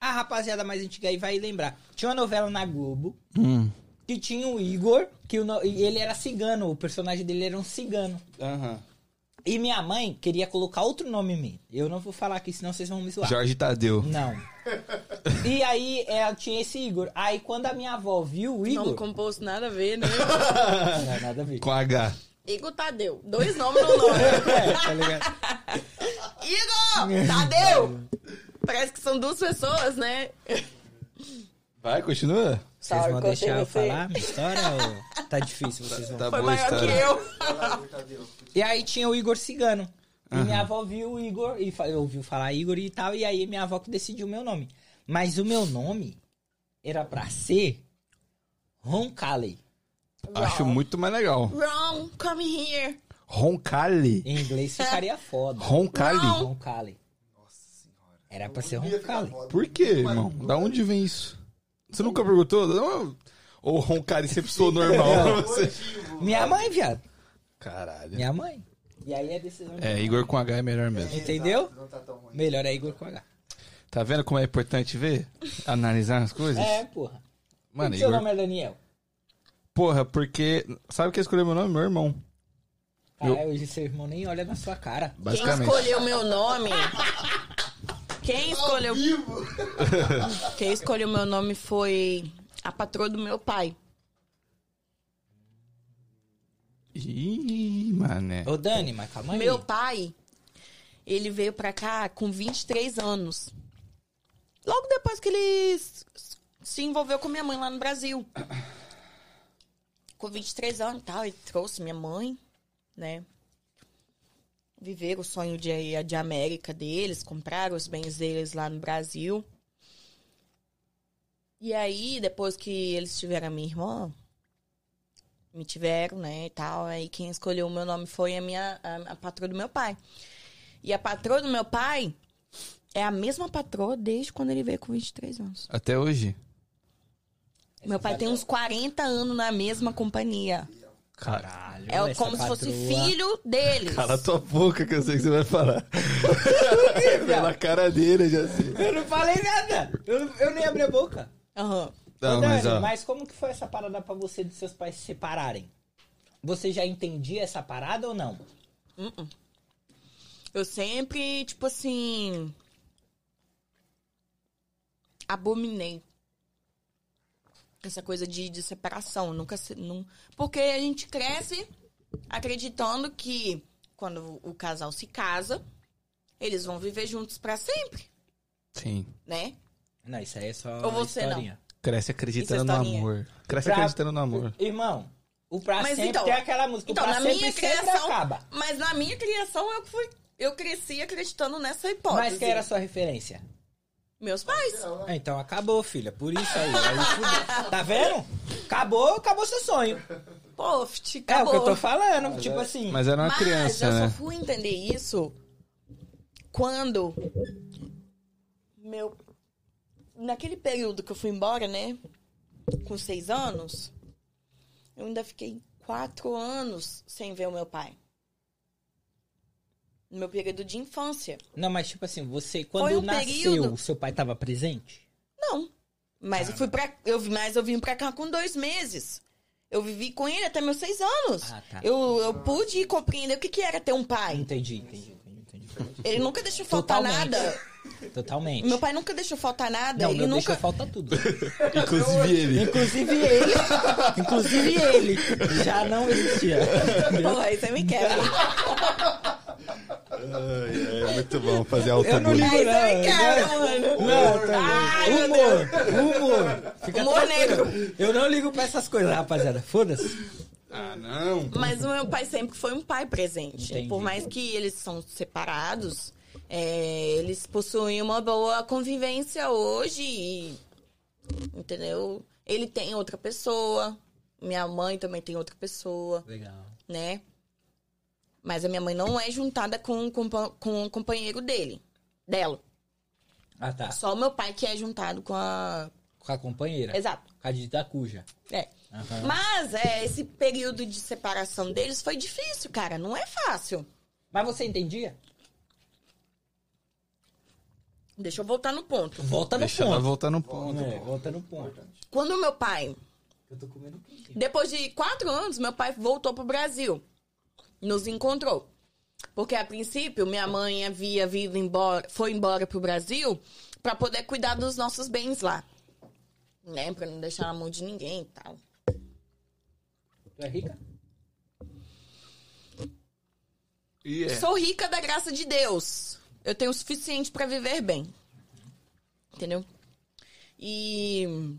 A rapaziada mais antiga aí vai lembrar. Tinha uma novela na Globo
Hum.
que tinha o Igor, que o no- e ele era cigano, o personagem dele era um cigano.
Aham.
E minha mãe queria colocar outro nome em mim. Eu não vou falar aqui, senão vocês vão me zoar.
Jorge Tadeu.
Não. e aí ela tinha esse Igor. Aí quando a minha avó viu o Igor.
Nome composto, nada a ver, né?
Não, nada a ver.
Com H.
Igor Tadeu. Dois nomes no nome.
É, tá ligado?
Igor! Tadeu! Parece que são duas pessoas, né?
Vai, continua.
Vocês
Sorry,
vão
cortei
deixar eu
você.
falar minha história ou tá difícil vocês vão
Tá
Foi
boa a
maior que
história.
eu.
E aí tinha o Igor Cigano. E
Aham.
minha avó viu o Igor, e fa- ouviu falar Igor e tal, e aí minha avó que decidiu o meu nome. Mas o meu nome era pra ser Roncalli,
Acho muito mais legal.
Wrong, come here.
Roncalli.
Em inglês ficaria foda.
Roncalli.
Não.
Roncalli.
Nossa senhora.
Era pra ser
Não ia ficar
Roncalli.
foda.
Por quê, irmão? Da onde vem isso? Você nunca perguntou? Não, ou um Roncalli sempre soou normal pra você?
Motivo.
Minha mãe, viado.
Caralho.
Minha mãe. E aí é decisão. de-
É, Igor com H é melhor mesmo.
Entendeu?
Exato, Não tá tão ruim.
Melhor é Igor com H.
Tá vendo como é importante ver? Analisar as coisas?
É, porra. Por
Mano,
que seu
Igor.
nome é Daniel?
Porra, porque. Sabe quem escolheu meu nome? Meu irmão. Eu-
Caralho, hoje seu irmão nem olha na sua cara.
Quem escolheu meu nome? Quem escolheu,
Vivo.
quem escolheu meu nome foi a patroa do meu pai.
Ih, mané.
Ô, Dani, mas calma aí.
Meu pai, ele veio pra cá com 23 anos. Logo depois que ele s- se envolveu com minha mãe lá no Brasil. Com 23 anos e tal, ele trouxe minha mãe, né? Viveram o sonho de, de América deles, compraram os bens deles lá no Brasil. E aí, depois que eles tiveram a minha irmã, me tiveram, né, e tal. Aí quem escolheu o meu nome foi a minha a, a patroa do meu pai. E a patroa do meu pai é a mesma patroa desde quando ele veio com 23 anos.
Até hoje.
Meu pai
é
tem uns 40 anos na mesma companhia.
Caralho.
É
essa
como se fosse
patroa.
filho deles.
Cala tua boca que eu sei que você vai falar. Pela cara dele, já sei.
Eu não falei nada. Eu, eu nem abri a boca.
Aham.
Não,
Ô, Dani,
mas
mas,
ó.
como que foi essa parada pra você dos seus pais se separarem? Você já entendia essa parada ou não?
Eu sempre, tipo assim. Abominei. Essa coisa de, de separação. Nunca se. Não, porque a gente cresce acreditando que quando o casal se casa, eles vão viver juntos pra sempre,
Sim.
né?
Não, isso aí é só
Ou você não.
Cresce acreditando
Isso
no
é historinha.
amor. Cresce
Pra-
acreditando no amor.
Irmão, o pra
Mas
sempre
então-
é aquela música.
então,
o pra
na
sempre
minha
sempre
criação-
acaba.
Mas na minha criação eu fui. Eu cresci acreditando nessa hipótese.
Mas quem era a sua referência?
Meus pais.
Ah, Então acabou, filha. Por isso aí. aí fudeu. tá vendo? Acabou, acabou seu sonho.
Pô, te
É o
acabou.
que eu tô falando. tipo assim.
Mas era uma
Mas
criança,
eu
né?
só fui entender isso quando meu naquele período que eu fui embora, né? Com seis anos, eu ainda fiquei quatro anos sem ver o meu pai. no meu período de infância.
Não, mas tipo assim, você, quando
Foi um
nasceu,
período-
seu pai tava presente?
Não. Mas eu fui pra. Eu, mas eu vim pra cá com dois meses. Eu vivi com ele até meus seis anos.
Ah, tá.
Eu, eu pude compreender o que, que era ter um pai.
Entendi, entendi, entendi. entendi.
Ele nunca deixou faltar
Totalmente.
tá nada.
Totalmente.
Meu pai nunca deixou faltar nada.
Não,
ele
meu nunca...
nunca.
deixa falta tudo.
Inclusive ele.
Inclusive ele. Inclusive ele. Já não existia.
Porra, aí você me quebra.
Ai, é muito bom fazer a
Eu não
altura.
ligo, não.
Aí você me quebra, mano.
Não, tá
Ai,
bom.
meu
humor, humor. Fica
Humor
tranquilo. Eu não ligo pra essas coisas, rapaziada. Foda-se.
Ah, não.
Mas o meu pai sempre foi um pai presente.
Entendi.
Por mais que eles são separados, é, eles possuem uma boa convivência hoje. e- entendeu? Ele tem outra pessoa. Minha mãe também tem outra pessoa,
Legal.
né? Mas a minha mãe não é juntada com, com, com o companheiro dele. Dela.
Ah, tá.
Só o meu pai que é juntado com a.
Com a companheira.
Exato.
Com a Dita Cuja.
É.
Aham.
Mas é, esse período de separação deles foi difícil, cara. Não é fácil.
Mas você entendia?
Deixa eu voltar no ponto.
Volta no
Deixa ela
ponto.
voltar no ponto.
É, volta no ponto.
Quando meu pai,
Eu tô comendo um pouquinho.
depois de quatro anos, meu pai voltou pro Brasil. Nos encontrou. Porque a princípio, minha mãe havia vindo embora, foi embora pro Brasil pra poder cuidar dos nossos bens lá. Né? Pra não deixar na mão de ninguém e tal.
Tu é rica?
E é.
Sou rica da graça de Deus. Eu tenho o suficiente pra viver bem. Entendeu? E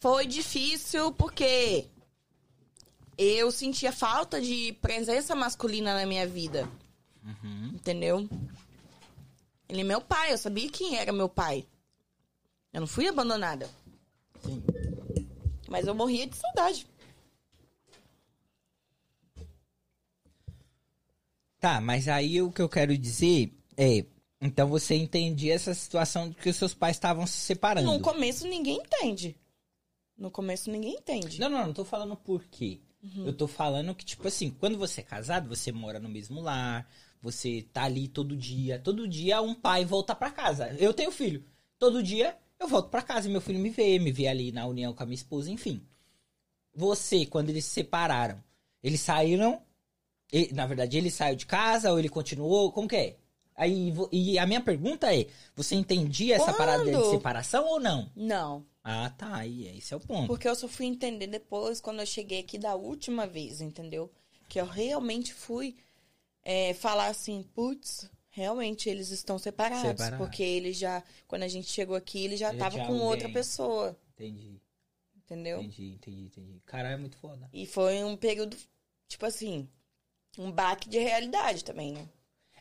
foi difícil porque eu sentia falta de presença masculina na minha vida. Entendeu? Ele é meu pai, eu sabia quem era meu pai. Eu não fui abandonada.
Sim.
Mas eu morria de saudade.
Tá, mas aí o que eu quero dizer é... Então você entendia essa situação de que os seus pais estavam se separando.
No começo ninguém entende. No começo ninguém entende.
Não, não, não tô falando por quê. Eu tô falando que, tipo assim, quando você é casado, você mora no mesmo lar, você tá ali todo dia. Todo dia um pai volta pra casa. Eu tenho filho. Todo dia eu volto pra casa e meu filho me vê, me vê ali na união com a minha esposa, enfim. Você, quando eles se separaram, eles saíram. e- na verdade, ele saiu de casa ou ele continuou? Como que é? Aí, vo- e a minha pergunta é: você entendia essa parada de
Quando?
separação ou não?
Não.
Ah, tá. Aí, esse é o ponto.
Porque eu só fui entender depois, quando eu cheguei aqui da última vez, entendeu? Que eu realmente fui é, falar assim, putz, realmente eles estão separados.
Separados.
Porque ele já, quando a gente chegou aqui, ele já
Ele
tava
já
com outra
alguém.
pessoa,
Entendi.
entendeu?
Entendi, entendi, entendi. Caralho, é muito foda.
E foi um período, tipo assim, um baque de realidade também, né?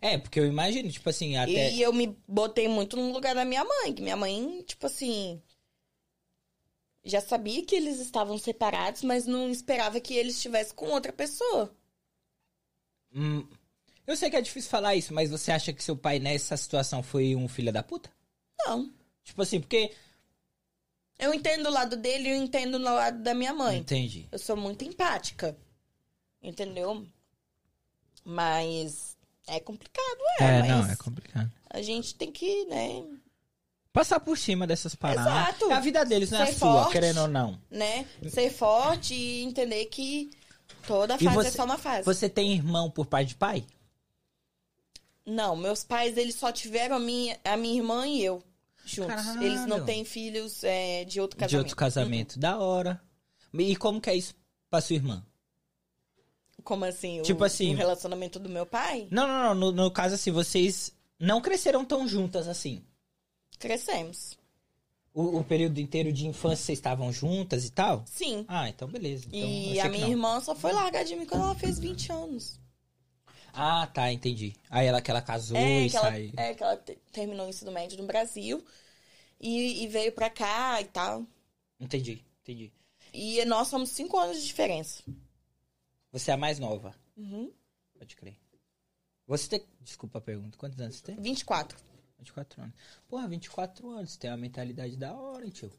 É, porque eu imagino, tipo assim, até.
E eu me botei muito no lugar da minha mãe, que minha mãe, tipo assim. Já sabia que eles estavam separados, mas não esperava que ele estivesse com outra pessoa.
Hum, eu sei que é difícil falar isso, mas você acha que seu pai nessa situação foi um filho da puta?
Não.
Tipo assim, porque.
Eu entendo o lado dele e eu entendo o lado da minha mãe.
Entendi.
Eu sou muito empática. Entendeu? Mas é complicado, é. mas
complicado.
A gente tem que, né?
Passar por cima dessas paradas.
Exato.
É a vida deles, não é a
Ser
sua,
forte.
querendo ou não.
né? Ser forte e entender que toda
E
fase é
você-
só uma fase.
Você tem irmão por pai de pai?
Não, meus pais, eles só tiveram a minha, a minha irmã e eu juntos.
Caralho.
Eles não têm filhos é, de outro casamento. Uhum.
De outro casamento. Da hora. E como que é isso pra sua irmã?
Como assim?
Tipo
o,
assim-
O relacionamento do meu pai?
Não, não, não. No, no caso, assim, vocês não cresceram tão juntas assim.
Crescemos.
O, o período inteiro de infância vocês estavam juntas e tal?
Sim.
Ah, então beleza. Então, achei
E a
que
minha
não.
irmã só foi largar de mim quando ela fez 20 anos.
Ah, tá, entendi. Aí ela que ela casou
é,
e
que ela,
saiu.
é que ela te- terminou o ensino médio no Brasil e, e veio pra cá e tal.
Entendi, entendi.
E nós somos cinco anos de diferença.
Você é a mais nova,
Uhum.
pode crer. Você tem. Desculpa a pergunta, quantos anos você tem?
24.
24 anos. Porra, 24 anos, você tem uma mentalidade da hora, hein, tio.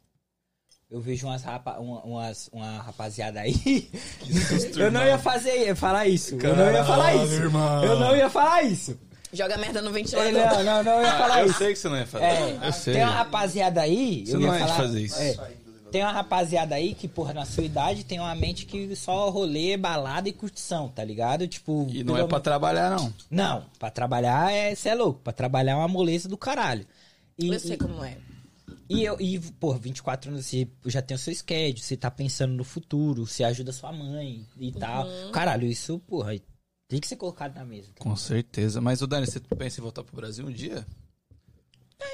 Eu vejo umas, rapa, uma, umas- uma rapaziada aí. eu não ia fazer, ia falar isso. eu não ia falar
Caralho,
isso.
irmão.
Eu não ia falar isso.
Joga merda no
É,
ventilador.
não, não, não ia falar
Ah, eu
isso.
sei que você não ia fazer.
É,
eu sei.
Tem uma rapaziada aí.
Você
eu
não
ia
é de
falar,
fazer isso.
é,
Saindo do
tem uma rapaziada aí que, porra, na sua idade tem uma mente que só rolê, balada e curtição, tá ligado? Tipo.
E não é
pelo-
pra trabalhar, não.
Não, pra trabalhar é. Você é louco. Pra trabalhar é uma moleza do caralho. E,
Eu sei como é.
e eu, e, pô, 24 anos, você já tem o seu schedule, você tá pensando no futuro, você ajuda sua mãe
Uhum.
e tal. Caralho, isso, porra, tem que ser colocado na mesa.
Com certeza. Mas, o Dani, você pensa em voltar pro Brasil um dia?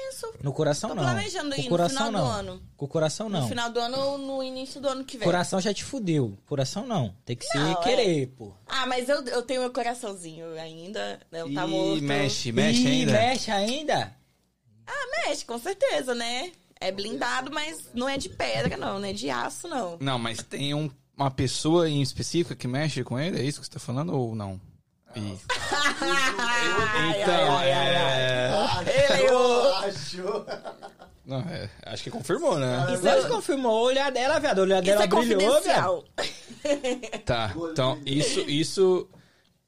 Isso.
No coração
Tô
não.
planejando
Com o
ir no
coração
final do
não.
ano.
Com o coração
No
não.
final do ano ou no início do ano que vem.
Coração já te fudeu. Coração não. Tem que
Não,
ser
é.
querer, pô.
Ah, mas eu, eu tenho meu coraçãozinho ainda. Não tá
Ih,
morto.
mexe, mexe
Ih,
ainda.
Mexe ainda?
Mexe, com certeza, né? É blindado, mas não é de pedra, não. Não é de aço, não.
Não, mas tem um- uma pessoa em específica que mexe com ele? É isso que você tá falando ou não? Ih. Então, é...
Ele, ô,
Achou?
Não, é... Acho que confirmou, né?
Isso aí confirmou o olhar dela, viado. O olhar
é- Isso
dela
é
brilhou, viado.
confidencial.
Tá, então isso, isso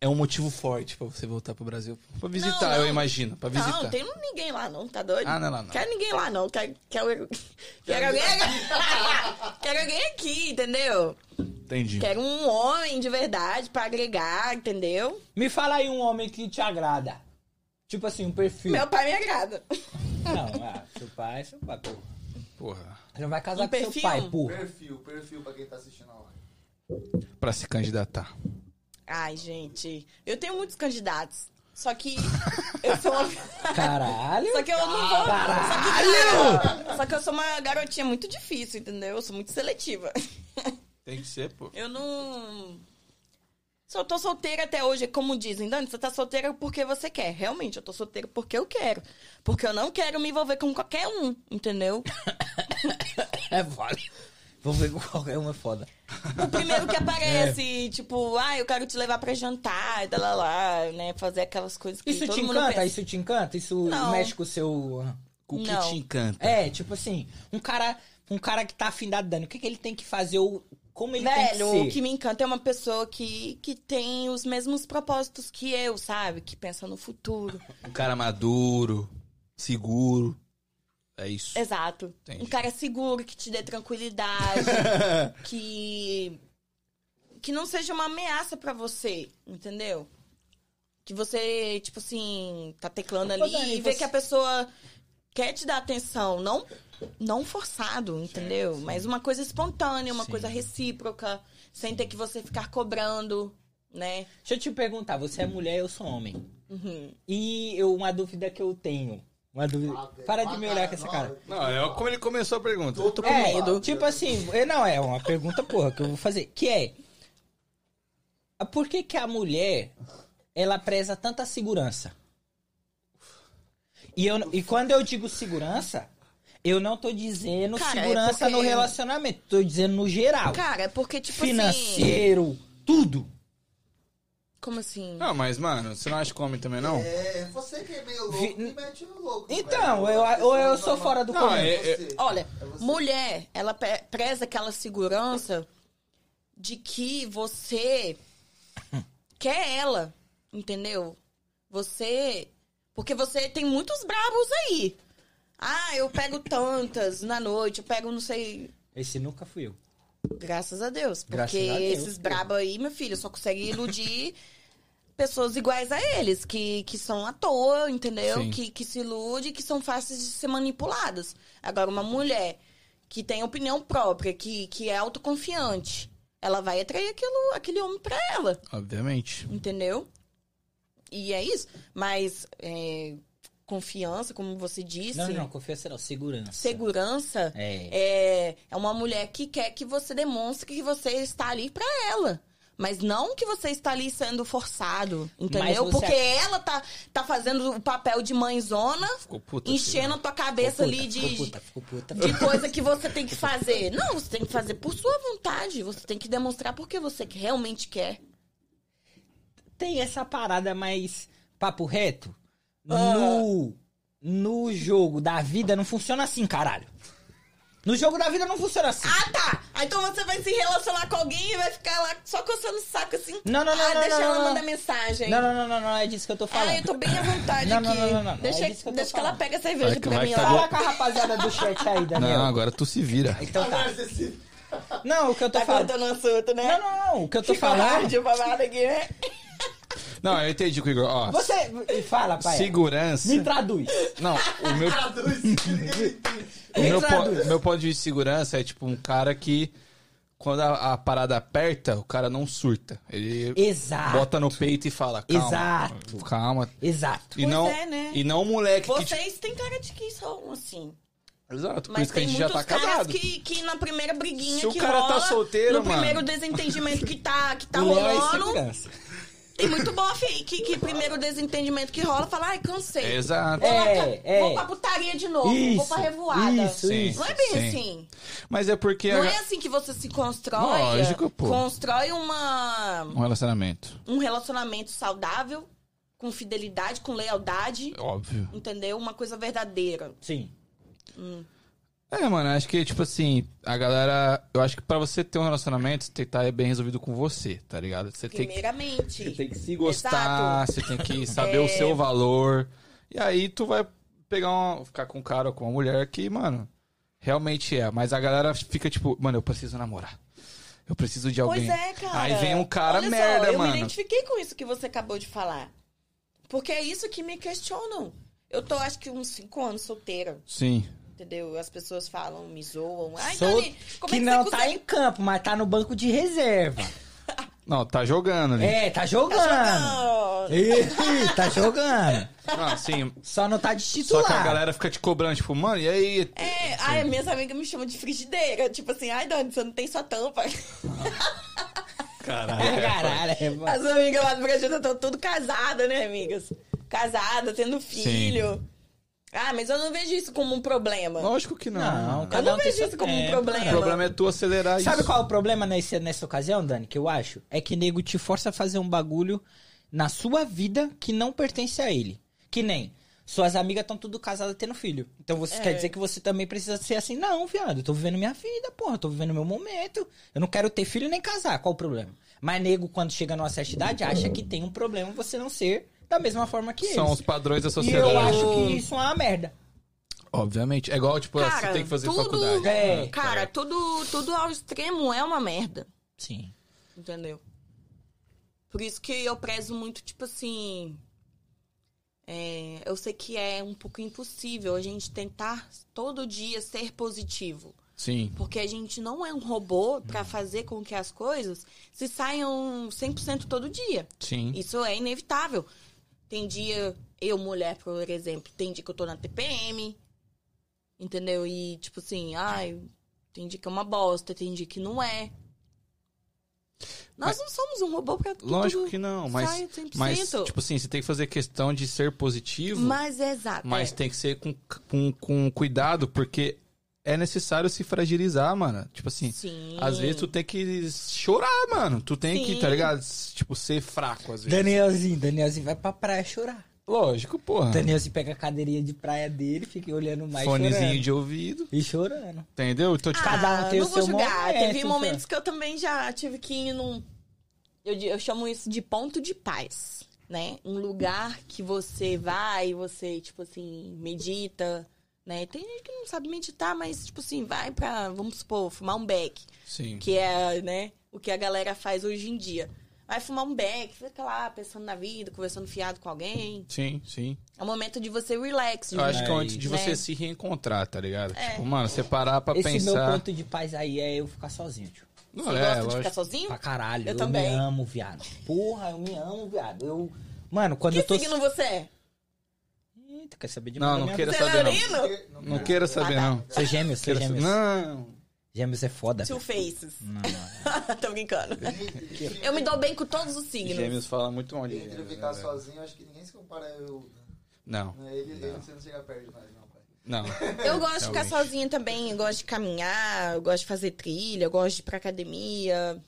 é um motivo forte pra você voltar pro Brasil. Pra visitar,
Não, não.
eu imagino. Pra visitar.
Não, não tem ninguém lá, não. Tá doido?
Ah, não é lá, não.
Quero ninguém lá, não. Quero, quero, quero alguém aqui. quero alguém aqui, entendeu?
Entendi.
Quero um homem de verdade pra agregar, entendeu?
Me fala aí um homem que te agrada. Tipo assim, um perfil.
Meu pai me agrada.
Não, ah, seu pai, seu pai, pô.
Porra.
Você não vai casar
Um
com seu
perfil?
pai, pô.
Perfil, perfil pra quem tá assistindo a live.
Pra se candidatar.
Ai, gente. Eu tenho muitos candidatos. Só que eu sou uma...
Caralho.
Só que eu não vou. Só que, cara, só que eu sou uma garotinha muito difícil, entendeu? Eu sou muito seletiva.
Tem que ser, pô.
Eu não. Se eu tô solteira até hoje, como dizem, Dani, você tá solteira porque você quer. Realmente, eu tô solteira porque eu quero. Porque eu não quero me envolver com qualquer um, entendeu?
É foda. Vou ver com qualquer uma é foda.
O primeiro que
É.
aparece, tipo, ah, eu quero te levar pra jantar, e tal, lá, lá, né? Fazer aquelas coisas que
Isso
todo
te
mundo
encanta?
pensa.
Isso te encanta? Isso
Não.
mexe com o seu.
O que
Não.
te encanta?
É, tipo assim, um cara. Um cara que tá afindado dando, o que, que ele tem que fazer? Ou como ele
Velho,
tem
o
que ser?
que me encanta é uma pessoa que, que tem os mesmos propósitos que eu, sabe? Que pensa no futuro.
Um cara maduro, seguro. É isso.
Exato.
Entendi.
Um cara seguro, que te dê tranquilidade, que. que não seja uma ameaça pra você, entendeu? Que você, tipo assim, tá teclando ali
Dani,
e vê
você-
que a pessoa quer te dar atenção. Não, não forçado, entendeu? Mas uma coisa espontânea, uma
Sim.
coisa recíproca, sem ter que você ficar cobrando, né?
Deixa eu te perguntar, você é mulher, eu sou homem.
Uhum.
E eu, uma dúvida que eu tenho. Uma dúvida. Para de me olhar com essa cara.
Não, é como ele começou a pergunta.
com
é,
medo.
Tipo assim, é, não, é uma pergunta, porra, que eu vou fazer. Que é. Por que, que a mulher ela preza tanta segurança? E, eu, e quando eu digo segurança, eu não tô dizendo
Cara, é
segurança no
porque-
relacionamento, tô dizendo no geral.
Cara, é porque, tipo assim.
financeiro, tudo.
Como assim?
Não, mas, mano, você não acha que homem também, não?
É, você que é meio louco,
Vi-
me mete no louco.
Então,
velho.
eu,
Você
ou eu
não
sou
tá
fora do
Não,
comum.
é-
você.
Olha,
É você.
mulher, ela pe- preza aquela segurança de que você quer ela, entendeu? Você. Porque você tem muitos bravos aí. Ah, eu pego tantas na noite, eu pego não sei.
Esse nunca fui eu.
Graças a Deus. Porque
Graças a Deus,
esses
filho.
brabos aí, meu filho, só conseguem iludir pessoas iguais a eles, que, que são à toa, entendeu?
Sim.
Que, que se ilude, que são fáceis de ser manipuladas. Agora, uma mulher que tem opinião própria, que, que é autoconfiante, ela vai atrair aquilo, aquele homem pra ela,
Obviamente.
entendeu? E é isso. Mas é, confiança, como você disse,
Não, não, confiança não, segurança.
é. segurança
É.
é, é uma mulher que quer que você demonstre que você está ali pra ela. Mas não que você está ali sendo forçado, entendeu?
você- é-
Porque ela tá, tá fazendo o papel de mãezona,
Ficou assim, né? puta.
enchendo a tua cabeça
Ficou né? puta,
ali de,
Ficou puta, ficou puta.
de coisa que você tem que fazer. Não, você tem que fazer por sua vontade. Você tem que demonstrar porque você que realmente quer.
Tem essa parada mais papo reto?
Ah.
No, no jogo da vida não funciona assim, caralho. No jogo da vida não funciona assim.
Ah, tá. Ah, Então você vai se relacionar com alguém e vai ficar lá só coçando o saco assim.
Não, não, não,
Ah,
não,
deixa
não,
ela
não, não.
mandar mensagem.
Não, não, não, não, não é disso que eu tô falando.
Ah, eu tô bem à vontade
Não,
aqui.
não, não, não, não.
Deixa,
É disso que eu tô
deixa que ela
falando.
pega a cerveja
Vai que
pra
vai
mim
que tá
lá.
Fala com a rapaziada do chat aí, Daniel.
Não, agora tu se vira.
Então tá.
Narcisista.
Não, o que eu tô
Tá
falando.
contando o assunto, né?
Não, não, não. O que eu tô
Ficou
falando.
rádio babado aqui, né?
Não, eu entendi com o Igor. Ó,
Você. Fala, pai.
segurança.
Me traduz.
Não, o meu,
Traduz. Ninguém entende.
o meu,
traduz.
po- meu ponto de vista de segurança é tipo um cara que, quando a, a parada aperta, o cara não surta. Ele
Exato.
bota no peito e fala, calma.
Exato.
Calma.
Exato.
E
Pois
não,
é, né?
e não um moleque que... tipo,
Vocês têm cara de que são assim.
Exato, por
Mas
isso que a
tem
gente já
muitos
tá
caras
casado.
que, que na primeira briguinha
Se o
que
cara tá
rola,
solteiro,
no
mano.
primeiro desentendimento que tá, que tá
Léo é
rolando,
segurança.
tem muito bofe aí que, que primeiro desentendimento que rola, fala, ai, cansei.
Exato.
Vou, lá pra-
É, é.
vou pra putaria de novo, vou pra
Isso,
revoada.
isso,
Sim.
isso.
Não é bem
Sim.
assim.
Mas é porque...
Não
a-
é assim que você se constrói.
Lógico, pô.
Constrói uma,
Um relacionamento,
um relacionamento saudável, com fidelidade, com lealdade,
óbvio.
entendeu? Uma coisa verdadeira.
Sim.
É, mano, acho que, tipo assim, a galera. Eu acho que pra você ter um relacionamento, você tem que estar bem resolvido com você, tá ligado? Você tem que,
Primeiramente.
você tem que se gostar, você tem que saber o seu valor. E aí tu vai pegar um. ficar com um cara ou com uma mulher que, mano, realmente é. Mas a galera fica tipo, mano, eu preciso namorar. Eu preciso de alguém.
Pois é, cara.
Aí vem um cara
Olha
merda,
só, eu
mano.
me identifiquei com isso que você acabou de falar. Porque é isso que me questionam. Eu tô, acho que, uns 5 anos solteira,
Sim.
entendeu? As pessoas falam, me zoam. Ai,
Sou-
Dani, como
que
é que
não
você
tá
consegue
em campo, mas tá no banco de reserva.
Não, tá jogando ali.
É, tá jogando.
Tá jogando.
Ih, tá jogando.
Não, sim.
Só não tá de
Só
titular.
que a galera fica te cobrando, tipo, mano, e aí?
É, ai, minhas amigas me chamam de frigideira. Tipo assim, ai, Dani, você não tem sua tampa.
Caralho.
Caralho, é bom.
As amigas lá do Brasil estão tudo casadas, né, amigas? Casada, tendo filho. Ah, mas eu não vejo isso como um problema.
Lógico que não.
Não,
eu
cada
não
um tem
vejo
seu
isso como um
tempo.
O
problema.
problema é tu acelerar
Sabe
isso.
qual é o problema nesse, nessa ocasião, Dani, que eu acho? É que nego te força a fazer um bagulho na sua vida que não pertence a ele. Que nem suas amigas estão tudo casadas tendo filho. Então você
É.
quer dizer que você também precisa ser assim, não, viado, eu tô vivendo minha vida, porra, eu tô vivendo meu momento. Eu não quero ter filho nem casar, qual o problema? Mas nego, quando chega numa certa idade, acha que tem um problema você não ser da mesma forma que
São os
eles.
padrões da
E
sociedade.
eu acho que isso é uma merda.
Obviamente. É igual, tipo,
Cara,
você tem que fazer
tudo-
faculdade. Ah, tá.
É.
Cara, tudo, tudo ao extremo é uma merda,
Sim.
entendeu? Por isso que eu prezo muito, tipo assim. é, eu sei que é um pouco impossível a gente tentar todo dia ser positivo.
Sim.
Porque a gente não é um robô pra fazer com que as coisas se saiam 100% todo dia.
Sim.
Isso é inevitável. Tem dia, eu mulher, por exemplo, tem dia que eu tô na TPM, entendeu? E tipo assim, ai, tem dia que é uma bosta, tem dia que não é. Nós não somos um robô pra que
Lógico
tudo
que não, mas.
saia 100%.
Mas, tipo assim, você tem que fazer questão de ser positivo, mas,
mas é exato. é.
tem que ser com, com, com cuidado, porque é necessário se fragilizar, mano. Tipo assim,
Sim.
às vezes tu tem que chorar, mano. Tu tem que,
Sim.
tá ligado? Tipo, ser fraco, às vezes.
Danielzinho, Danielzinho vai pra praia chorar.
Lógico, porra.
Danielzinho assim, pega a cadeirinha de praia dele, fica olhando mais
Fonezinho
chorando.
de ouvido,
E chorando.
entendeu? Então,
Ah,
tipo,
Cada um tem
não
o
vou
seu
julgar.
momento,
Teve
cara.
momentos que eu também já tive que ir num. Eu, di- eu chamo isso de ponto de paz, né? Um lugar que você vai, você, tipo assim, medita, né? Tem gente que não sabe meditar, mas, tipo assim, vai pra, vamos supor, fumar um beck,
sim.
que é, né, o que a galera faz hoje em dia. Vai fumar um beck, fica lá pensando na vida, conversando fiado com alguém.
Sim, sim.
É o momento de você relax. de
Eu acho que é
Aí.
antes de você
Né?
se reencontrar, tá ligado?
É.
Tipo, mano, você parar pra
Esse meu
pensar.
ponto de paz aí é eu ficar sozinho, tio.
Não,
Você
é,
gosta de
lógico.
ficar sozinho?
Pra caralho.
Eu também.
me amo, viado. Porra, eu me amo, viado. Eu... Mano, quando
Que
eu tô...
signo você é?
Eita, quer saber de
Não,
mais
não
da minha
queira
Você é
saber, não.
leonino?
Não queira saber, não.
vida? Sou gêmeos, sou
Queira saber.
gêmeos.
Não.
Gêmeos é foda.
Two Faces.
Não, não.
Tô brincando. Eu me dou bem com todos os signos.
Gêmeos fala muito onde.
Entre
né,
ficar sozinho, acho que ninguém se compara a eu.
Não,
né? Ele, ele você não chega perto de nós, não, pai.
não.
Eu gosto de ficar
Realmente.
sozinha também. Eu gosto de caminhar, eu gosto de fazer trilha, eu gosto de ir pra academia.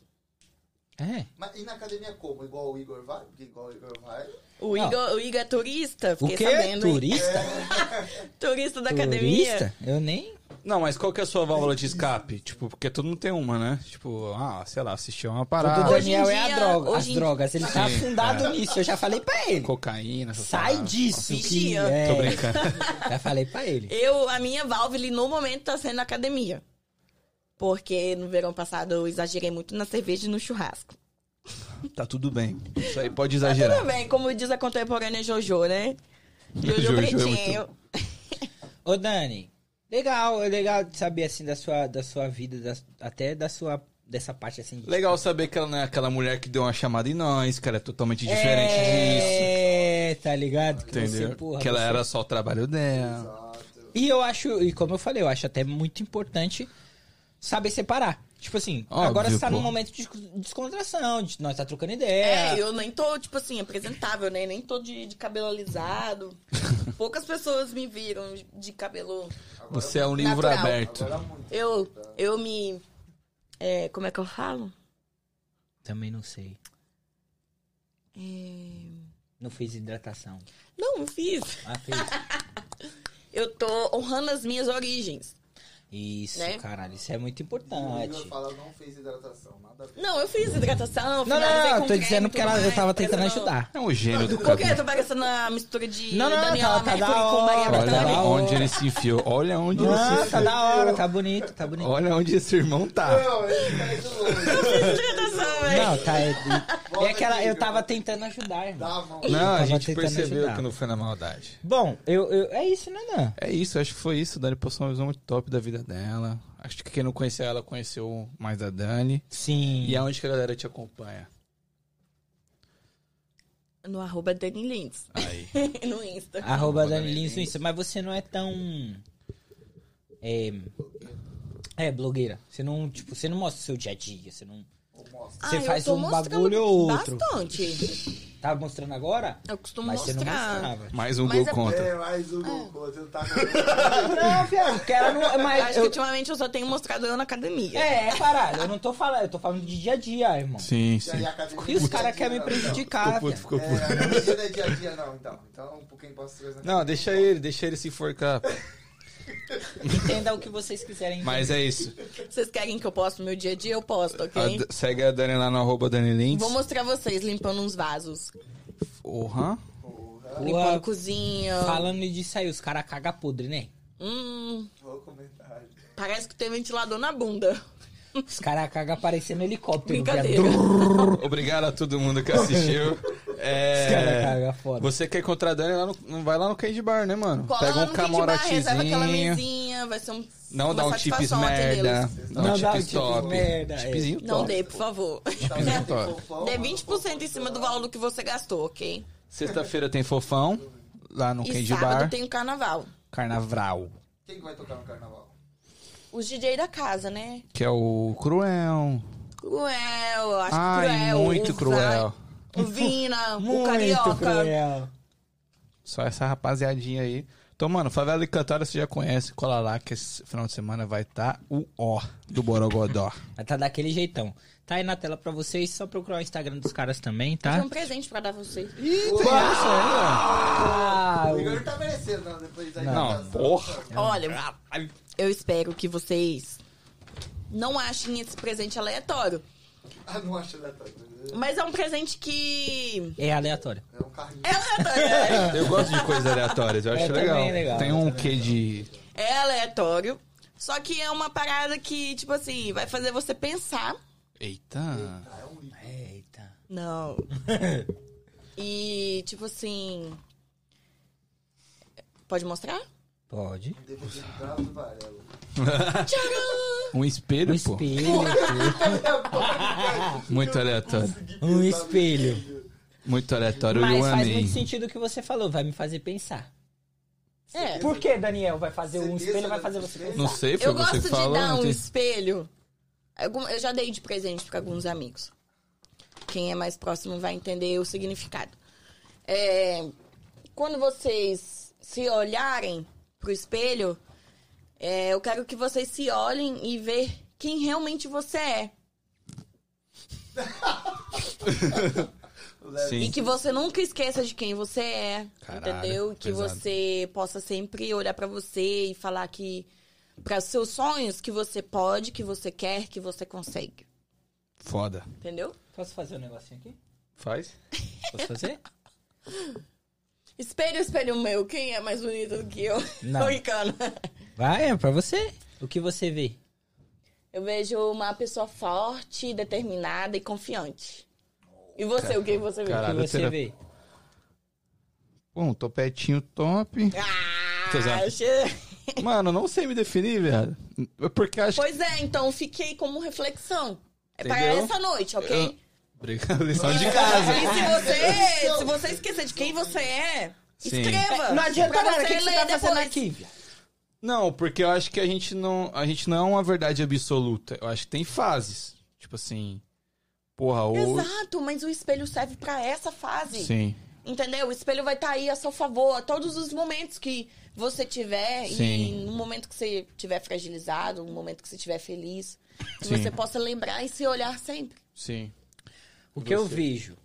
É.
Mas e na academia como? Igual o Igor vai? Porque igual o Igor vai.
O,
Não.
Igor, o Igor é turista,
O
fiquei
quê?
sabendo. hein?
Turista?
Turista da academia.
Turista? Eu nem...
Não, mas qual que é a sua válvula de escape? Tipo, porque todo mundo tem uma, né? Tipo, ah, sei lá, assistir uma
O do
parada,
Hoje em
Daniel é a
dia-
droga,
hoje
as
em-
drogas. Ele tá
Sim, é.
afundado nisso. Eu já falei pra ele.
cocaína, essas
Sai
paradas.
disso. Que
Vigia.
é.
Tô brincando.
Já falei pra ele.
Eu, a minha válvula no momento tá sendo a academia. Porque no verão passado eu exagerei muito na cerveja e no churrasco.
Tá tudo bem. Isso aí pode
Mas
exagerar.
tudo
Tá
bem, como diz a contemporânea Jojo, né? Jojo,
Jojo é muito-
Pretinho.
Ô, Dani, legal, é legal de saber assim da sua, da sua vida, da- até da sua. dessa parte assim. de-
Legal saber que ela não é aquela mulher que deu uma chamada em nós, que ela é totalmente diferente disso.
É, tá ligado? Que
Entendeu?
você, porra,
que ela
você-
era só o trabalho dela.
Exato.
E eu acho, e como eu falei, eu acho até muito importante saber separar. Tipo assim,
Óbvio,
agora você tá num
pô.
momento de descontração, de nós tá trocando ideia.
É, eu nem tô, tipo assim, apresentável, né? Nem tô de, de cabelo alisado. Poucas pessoas me viram de cabelo.
Você é um livro
Natural.
aberto.
Agora é muito.
Eu, eu me. é, como é que eu falo?
Também não sei.
É.
Não fez hidratação.
Não, não fiz.
Ah, fez.
Eu tô honrando as minhas origens.
Isso,
Né?
caralho, isso é muito
O
importante.
Igor fala, não fez hidratação, nada a ver.
Não, eu fiz hidratação.
Não, não,
finalizei
não,
com
tô
creme e
dizendo porque
tudo
ela, eu
mais,
tava tentando
parece que não.
ajudar.
É um gênio do
Por que?
cabelo.
Eu tô parecendo a mistura de
Não, não, tá-
Daniela
tá
Mercury
da
com Maria
hora, tá
Olha
da
Bethânia.
onde ele se enfiou. Olha onde ele
Não,
se
tá da hora, tá bonito, tá bonito.
Olha onde esse irmão tá.
Não, ele tá indo longe.
Hidratação, velho.
Não, tá. É, é
Volta
aquela.
aqui,
Eu tava
cara.
tentando ajudar, irmão.
Dá a mão.
Não, a
Tava
gente
tentando
percebeu
ajudar.
que não foi na maldade.
Bom, eu, eu- é isso, né, Nan?
É isso, acho que foi isso. Dani postou uma visão muito top da vida dela. Acho que quem não conhecia ela conheceu mais a Dani.
Sim.
E é onde que a galera te acompanha.
No arroba Dani Lins.
Aí.
no Insta.
Arroba
Arroba
Dani
Dani
Lins, no
Lins.
Insta, mas você não é tão. É. É, blogueira. Você não, tipo, você não mostra o seu dia a dia. Você não.
Ou mostra.
Ah,
Você
eu
faz
tô
um
mostrando
bagulho ou outro.
Bastante.
Tá mostrando agora?
Eu costumo
Mas você não
mostrar.
mostrava.
Mais um
Mas
gol
é-
contra.
É, mais um gol. Você não tá com
Não, viado, porque ela não. Mas
Acho
eu,
que ultimamente eu só tenho mostrado eu na academia.
É, é caralho. Eu não tô falando, eu tô falando de dia a dia, irmão.
Sim,
E
sim.
aí a academia
E os
não é
caras
dia a
querem me
dia,
prejudicar.
puto,
Ah,
viado.
ficou
não.
tá.
É, a academia não é dia a dia, não, então. Então, por quem posso trazer
Não, deixa ele, deixa ele se enforcar.
Entenda o que vocês quiserem.
Mas é isso.
Vocês querem que eu poste meu dia a dia? Eu posto,
A
ok?
D- segue a Dani lá no arroba Dani Lins.
Vou mostrar vocês limpando uns vasos.
Porra.
Porra,
Limpando
Ua,
cozinha.
falando disso aí, os caras cagam podre, né?
Hum,
vou comentar.
parece que tem ventilador na bunda.
Os caras cagam parecendo
um
helicóptero.
Brincadeira.
viado.
Obrigado a todo mundo que assistiu.
Os caras
É...
cagam foda.
Você quer encontrar a Dani lá no... não Vai lá no Candy Bar, né, mano?
Cola
Pega
lá
um
no Candy Bar, reserva aquela
camarotezinho.
mesinha, vai ser um,
Não
uma
dá um chips
satisfação
merda.
atendê-los.
Dá um
Não dá um
chips
chips
top.
merda, é.
Chipzinho
Não
top.
dê, por favor.
Chipzinho top.
Dê 20% em cima do valor do que você gastou, ok?
Sexta-feira tem fofão. Lá no
E
Candy
sábado
Um Bar.
tem o carnaval.
Carnaval.
Quem que vai tocar no carnaval?
Os DJ da casa, né?
Que é o Cruel.
Cruel, eu acho
Ai,
cruel.
muito
o
cruel.
Va- O Vina, o
Muito
Carioca.
cruel.
Só essa rapaziadinha aí. Então, mano, Favela e Cantora você já conhece. Cola lá que esse final de semana vai estar o O do Borogodó.
Mas tá daquele jeitão. Tá aí na tela pra vocês, só procurar o Instagram dos caras também,
Tem
tá?
um presente pra dar vocês.
Ah,
O Igor
né?
não tá merecendo, não, depois da
Não,
hidratação.
porra.
Olha, eu espero que vocês não achem esse presente aleatório.
Ah, não acho aleatório.
Mas é um presente que.
é aleatório.
É um carrinho.
É aleatório.
Eu gosto de coisas aleatórias, eu acho
também
legal.
é legal,
Tem
eu
um
também
quê de.
é aleatório. Só que é uma parada que, tipo assim, vai fazer você pensar.
Eita.
Eita.
Não. E, tipo assim. Pode mostrar?
Pode.
Um DVD do Drauzio Varela.
Um espelho,
Um
pô.
espelho.
Muito aleatório.
um espelho.
Muito aleatório, eu
Mas faz
amei.
muito sentido o que você falou, vai me fazer pensar.
É.
Por que, Daniel? Vai fazer um
Certeza,
espelho, vai
né?
fazer você pensar.
Não sei, foi
Eu
você
gosto
que
de
falou.
dar
não
um
tem-
espelho. Algum- Eu já dei de presente para alguns amigos. Quem é mais próximo vai entender o significado. É, quando vocês se olharem pro espelho, é, eu quero que vocês se olhem e ver quem realmente você é. E
Sim.
que você nunca esqueça de quem você é,
Caralho,
entendeu? E que
pesado.
você possa sempre olhar pra você e falar que para seus sonhos que você pode, que você quer, que você consegue.
Foda.
Entendeu?
Posso fazer um negocinho aqui?
Faz?
Posso fazer?
Espelho, espelho meu, quem é mais bonito do que eu?
Não.
Tô brincando.
Vai, é pra você. O que você vê?
Eu vejo uma pessoa forte, determinada e confiante. E você, o que você vê?
cara.
O que
Caralho,
você
terap-
vê?
Um topetinho top. Tô
Ah,
zoando.
achei-
Mano, não sei me definir, velho. É Porque acho que.
Pois é, então fiquei como reflexão. É para
Entendeu?
essa noite, ok?
Eu- Obrigado, lição
E
de
se-
casa.
E se você, se você esquecer de quem você é,
Sim.
escreva.
Não adianta
pra
nada, o que, que você
ler
tá
depois.
fazendo aqui? viado?
Não, porque eu acho que a gente não, a gente não é uma verdade absoluta. Eu acho que tem fases. Tipo assim, porra, ou
Exato, mas o espelho serve pra essa fase.
Sim.
Entendeu? O espelho vai estar aí a seu favor a todos os momentos que você tiver.
Sim.
E no momento que você estiver fragilizado, no momento que você estiver feliz. Que
Sim.
você possa lembrar e se olhar sempre.
Sim.
O que eu vejo?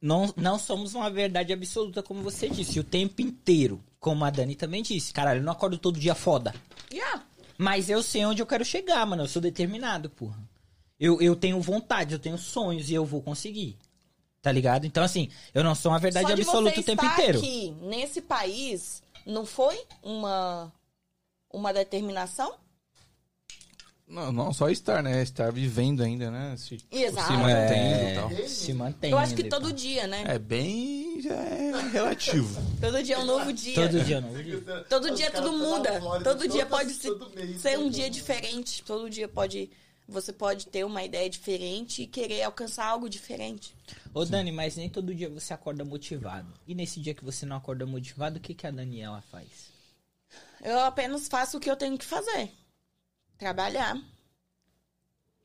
Não, não somos uma verdade absoluta, como você disse, o tempo inteiro. Como a Dani também disse. Caralho, eu não acordo todo dia foda.
Yeah.
Mas eu sei onde eu quero chegar, mano. Eu sou determinado, porra. Eu, eu tenho vontade, eu tenho sonhos e eu vou conseguir. Tá ligado? Então, assim, eu não sou uma verdade
Só de
absoluta
você
o tempo
estar
inteiro.
aqui, nesse país, não foi uma, uma determinação?
Não, não só estar, né? Estar vivendo ainda, né? Se,
Exato.
se mantendo e tal.
É, se mantém.
Eu acho que
né,
todo
pô?
dia, né?
É bem já é relativo.
Todo dia é um novo dia.
Todo dia, não.
Todo dia é
Os caras estão
tudo
na
muda.
Flórida
Todo dia
todas-
pode se-
todo mês,
ser um
todo
dia
mundo.
diferente. Todo dia pode. Você pode ter uma ideia diferente e querer alcançar algo diferente.
Ô, Dani, mas nem todo dia você acorda motivado. E nesse dia que você não acorda motivado, o que, que a Daniela faz?
Eu apenas faço o que eu tenho que fazer. Trabalhar.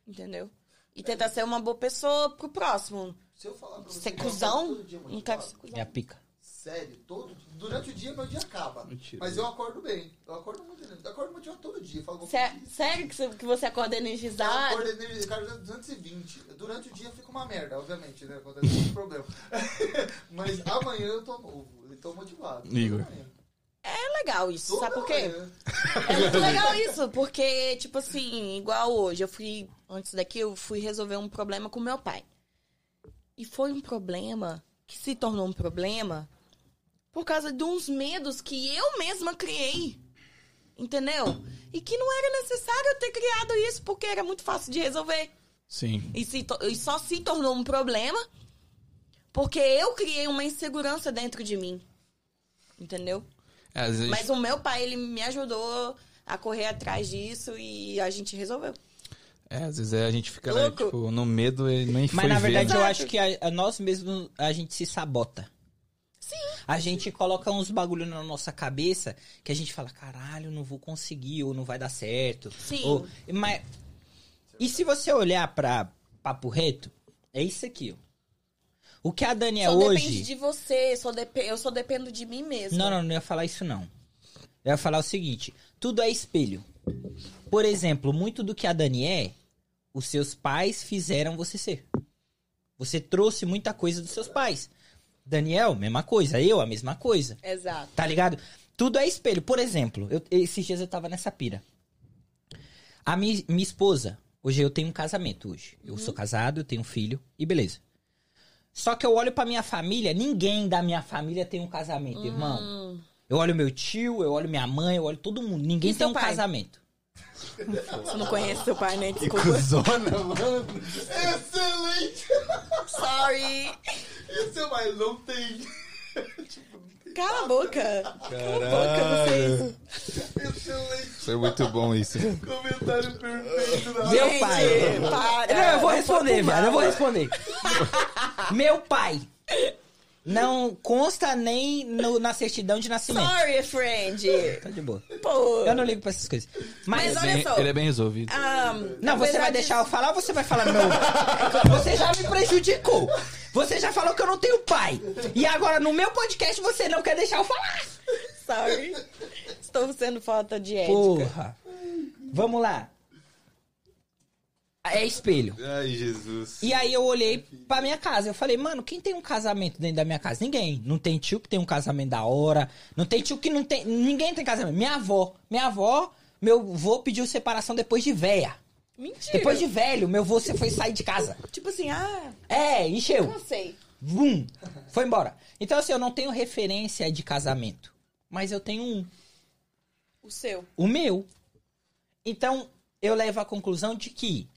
Entendeu? E tentar ser uma boa pessoa pro próximo.
Se eu falar pra você.
Ser
que eu
cuzão?
acordo todo dia
Não
motivado,
quero ser
É a
cuzão.
pica.
Sério, todo, durante o dia meu dia acaba.
Mentira.
Mas eu acordo bem. Eu acordo muito. Eu acordo motivado todo dia. Falo, vou
Sé-
fazer isso.
Sério que você, que você acorda
Eu
energizado?
acordo energia, eu acordo 220. Durante o dia fica uma merda, obviamente, né? Acontece muito problema. Mas amanhã eu tô novo. Eu tô motivado. Toda
Igor.
manhã.
É legal isso.
Toda
Sabe por quê?
manhã.
É muito legal isso, porque, tipo assim, igual hoje, eu fui, antes daqui, eu fui resolver um problema com meu pai. E foi um problema que se tornou um problema por causa de uns medos que eu mesma criei. Entendeu? E que não era necessário eu ter criado isso, porque era muito fácil de resolver.
Sim.
E, se to- e só se tornou um problema porque eu criei uma insegurança dentro de mim. Entendeu?
É, às vezes-
Mas o meu pai, ele me ajudou a correr atrás disso e a gente resolveu.
é, às vezes é, a gente fica né,
Louco.
tipo, no medo e nem foi
Mas na
ver,
verdade
né?
eu acho que a, a nós mesmos a gente se sabota. Sim. A gente coloca uns bagulho na nossa cabeça que a gente fala, caralho, não vou conseguir, ou não vai dar certo.
Sim.
Ou, mas, e se você olhar pra papo reto, é isso aqui, ó. O que a Dani é
só
hoje.
depende de você, só depe- eu só dependo de mim mesmo.
Não, não, não ia falar isso não. Eu ia falar o seguinte: tudo é espelho. Por exemplo, muito do que a Dani é, os seus pais fizeram você ser. Você trouxe muita coisa dos seus pais. Daniel, mesma coisa. Eu, a mesma coisa.
Exato.
Tá ligado? Tudo é espelho. Por exemplo, eu- esses dias eu tava nessa pira. A mi- minha esposa, hoje eu tenho um casamento hoje. Eu sou casado, eu tenho um filho e beleza. Só que eu olho pra minha família, ninguém da minha família tem um casamento, irmão.
Hum,
Eu olho meu tio, eu olho minha mãe, eu olho todo mundo. Ninguém
E
tem
seu
um
pai?
casamento.
você não conhece seu pai, né?
Que
Desculpa.
cuzona, mano.
Excelente!
Sorry.
Esse é mais não tem.
Cala a boca.
Caralho.
Excelente!
Foi muito bom isso.
Comentário perfeito da
Meu
Gente,
pai.
Para.
Não, eu vou
Não foi
responder,
por mal.
velho. Eu vou responder. meu pai. Não consta nem no- na certidão de nascimento.
Sorry, friend.
Tá de boa.
Pô.
Eu não ligo pra essas coisas. Mas,
Mas olha
Bem-
só. Ah,
ele é bem resolvido.
Ahn,
Não, você
apesar
vai
de-
deixar eu falar ou você vai falar meu? Você já me prejudicou. Você já falou que eu não tenho pai. E agora no meu podcast você não quer deixar eu falar.
Sorry. Estou sendo falta de ética.
Porra. Vamos lá. É espelho.
Ai, Jesus.
E aí eu olhei pra minha casa. Eu falei, mano, quem tem um casamento dentro da minha casa? Ninguém. Não tem tio que tem um casamento da hora. Não tem tio que não tem. Ninguém tem casamento. Minha avó. Minha avó. Meu vô pediu separação depois de véia.
Mentira.
Depois de velho, meu vô se foi sair de casa.
Tipo assim, ah,
É, encheu.
cansei.
Vum! Foi embora. Então, assim, eu não tenho referência de casamento. Mas eu tenho um.
O seu.
O meu. Então, eu levo à conclusão de que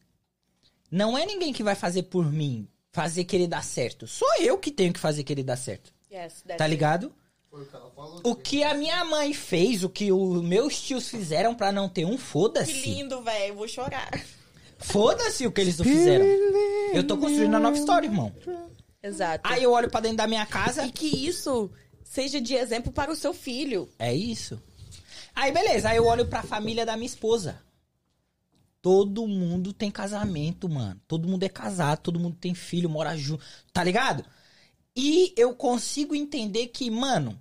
não é ninguém que vai fazer por mim, fazer querer dar certo. Sou eu que tenho que fazer querer dar certo.
Yes, that's
Tá
it.
ligado?
Foi o que ela falou.
O que a minha mãe fez, o que os meus tios fizeram pra não ter um,
Que
foda-se.
lindo, velho. Vou chorar.
Foda-se o que eles não fizeram. Eu tô construindo uma nova história, irmão.
Exato.
Aí eu olho pra dentro da minha casa
E que isso seja de exemplo para o seu filho.
É isso. Aí beleza, aí eu olho pra família da minha esposa. Todo mundo tem casamento, mano. Todo mundo é casado, todo mundo tem filho, mora junto, tá ligado? E eu consigo entender que, mano,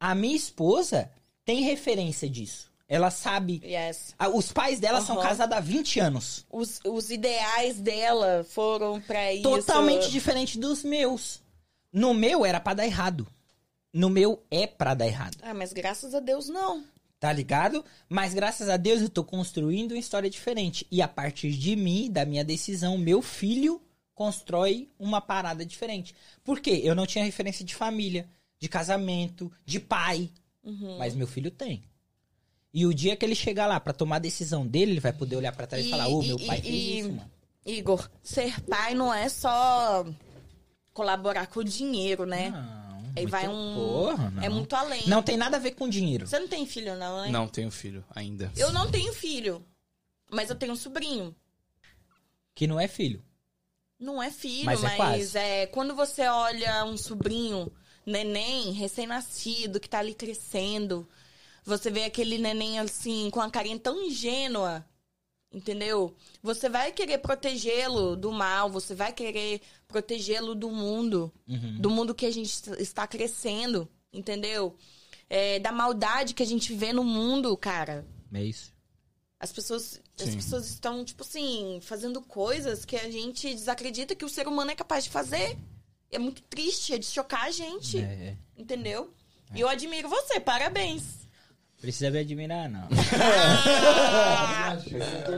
a minha esposa tem referência disso. Ela sabe.
Yes.
a- Os pais dela são
Aham.
casados há 20 anos.
Os, os ideais dela foram pra isso. é-
Totalmente diferente dos meus. No meu era pra dar errado. No meu é pra dar errado.
Ah, mas graças a Deus não.
Tá ligado? Mas graças a Deus eu tô construindo uma história diferente. E a partir de mim, da minha decisão, meu filho constrói uma parada diferente. Por quê? Eu não tinha referência de família, de casamento, de pai.
Uhum.
Mas meu filho tem. E o dia que ele chegar lá pra tomar a decisão dele, ele vai poder olhar pra trás e,
E-
falar: Ô,
e-
meu pai
e-
fez
e-
isso, mano.
Igor, ser pai não é só colaborar com o dinheiro, né?
Não.
Aí
muito-
vai um-
Porra, não.
É muito além.
Não tem nada a ver com dinheiro.
Você não tem filho, não, né?
Não tenho filho ainda.
Eu não tenho filho. Mas eu tenho um sobrinho.
Que não é filho.
Não é filho,
Mas
mas,
é
é,
quase.
quando você olha um sobrinho, neném, recém-nascido, que tá ali crescendo, você vê aquele neném assim, com a carinha tão ingênua, entendeu? Você vai querer protegê-lo do mal, você vai querer protegê-lo do mundo,
Uhum.
do mundo que a gente está crescendo, entendeu? É, da maldade que a gente vê no mundo, cara.
É isso.
As pessoas, as
Sim.
pessoas estão, tipo assim, fazendo coisas que a gente desacredita que o ser humano é capaz de fazer. É muito triste, é de chocar a gente,
É, é.
entendeu? E eu admiro você, parabéns.
Precisa me admirar, não.
É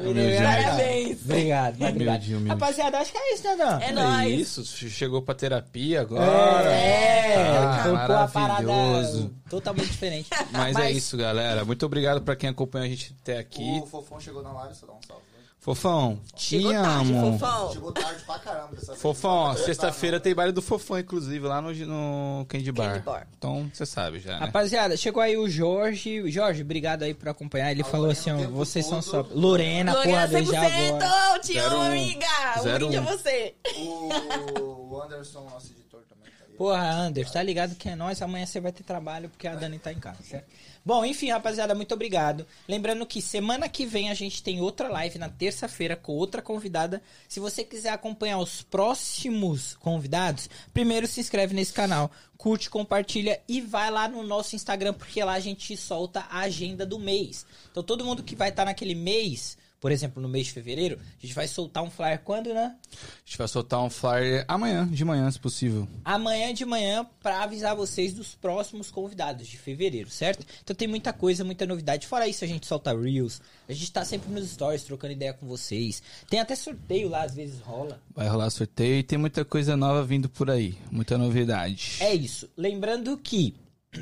Meu Deus.
parabéns.
Obrigado, mas
Meu
obrigado.
Deus, meu Deus.
Rapaziada, acho que é isso, né, Dan?
É
É
nóis.
isso, chegou pra terapia agora.
É,
Ah,
colocou a parada
maravilhoso.
totalmente diferente.
Mas, é
Mas-
isso, galera. Muito obrigado pra quem acompanhou a gente até aqui.
O Fofão chegou na live, só dá um salve. né?
Fofão, te
Chegou tarde,
amo.
Oh.
fofão.
Chegou tarde pra caramba dessa vez.
Fofão,
Não
ó,
vai
sexta-feira
aguentar,
tem baile do Fofão, inclusive, lá no, no Candy, Bar.
Candy Bar.
Então, você sabe já, né?
Rapaziada, chegou aí o Jorge. Jorge, obrigado aí por acompanhar. Ele
A
falou
Lorena
assim,
o
ó,
tempo
vocês são só...
todo.
Lorena, porra,
Glória
desde
100%,
agora.
te amo,
Zero um.
amiga. Um
Zero
brinde a
um.
você.
não. O o Anderson, nosso editor, também tá aí.
Porra, Anders, tá ligado que é nós. Amanhã você vai ter trabalho porque a Dani tá em casa, certo? Bom, enfim, rapaziada, muito obrigado. Lembrando que semana que vem a gente tem outra live na terça-feira com outra convidada. Se você quiser acompanhar os próximos convidados, primeiro se inscreve nesse canal, curte, compartilha e vai lá no nosso Instagram porque lá a gente solta a agenda do mês. Então todo mundo que vai estar naquele mês, por exemplo, no mês de fevereiro, a gente vai soltar um flyer quando, né?
A gente vai soltar um flyer amanhã, de manhã, se possível.
amanhã de manhã pra avisar vocês dos próximos convidados de fevereiro, certo? Então tem muita coisa, muita novidade. Fora isso, a gente solta reels, a gente tá sempre nos stories trocando ideia com vocês. Tem até sorteio lá, às vezes rola.
Vai rolar sorteio e tem muita coisa nova vindo por aí. Muita novidade.
É isso. Lembrando que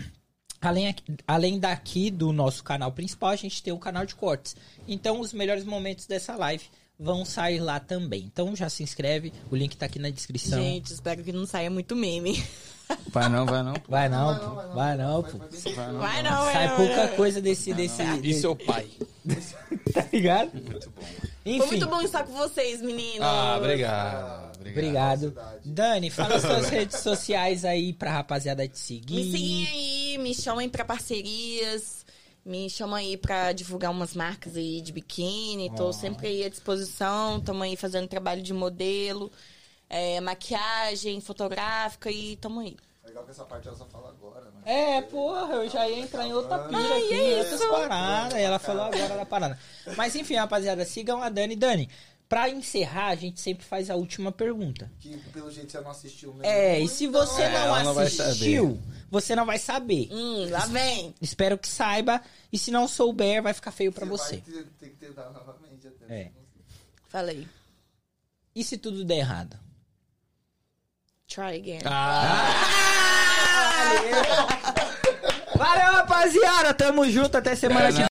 além, aqui- além daqui do nosso canal principal, a gente tem um canal de cortes. Então os melhores momentos dessa live vão sair lá também. Então já se inscreve, o link tá aqui na descrição.
Gente, espero que não saia muito meme.
Vai não, vai não.
Vai
Vai não,
não,
vai
pô.
não.
Vai não,
Foi-
pô.
foi bem- né?
Vai não.
Vai não, é, vai
Sai
não,
pouca
vai não.
coisa desse. desse,
E
desse-
seu pai?
tá ligado?
Muito bom.
Foi
Enfim,
muito bom estar com vocês, meninos.
Ah, obrigado.
obrigado.
Velocidade.
Dani, fala suas redes sociais aí pra rapaziada te seguir.
Me seguem aí, me chamem pra parcerias, me chamam aí pra divulgar umas marcas aí de biquíni. Tô
Ó.
sempre aí à disposição, tamo aí fazendo trabalho de modelo, é, maquiagem, fotográfica e tamo aí.
Legal que essa parte ela só fala agora, né? é
É, porra, eu já ia entrar em outra
Ah,
pira
é
aqui, em outras
né?
paradas. Ela falou agora da parada. Mas enfim, rapaziada, sigam a Dani. Dani, pra encerrar, a gente sempre faz a última pergunta.
Que pelo jeito você não assistiu mesmo. Então,
É, e se você
É,
não
ela não vai
assistiu, você não vai saber.
Hum, lá vem.
Espero que saiba. E se não souber, vai ficar feio pra
vai
você.
ter- Tem que tentar novamente até.
É.
Falei.
E se tudo der errado?
Try again.
Ah.
Valeu, rapaziada. Tamo junto. Até semana que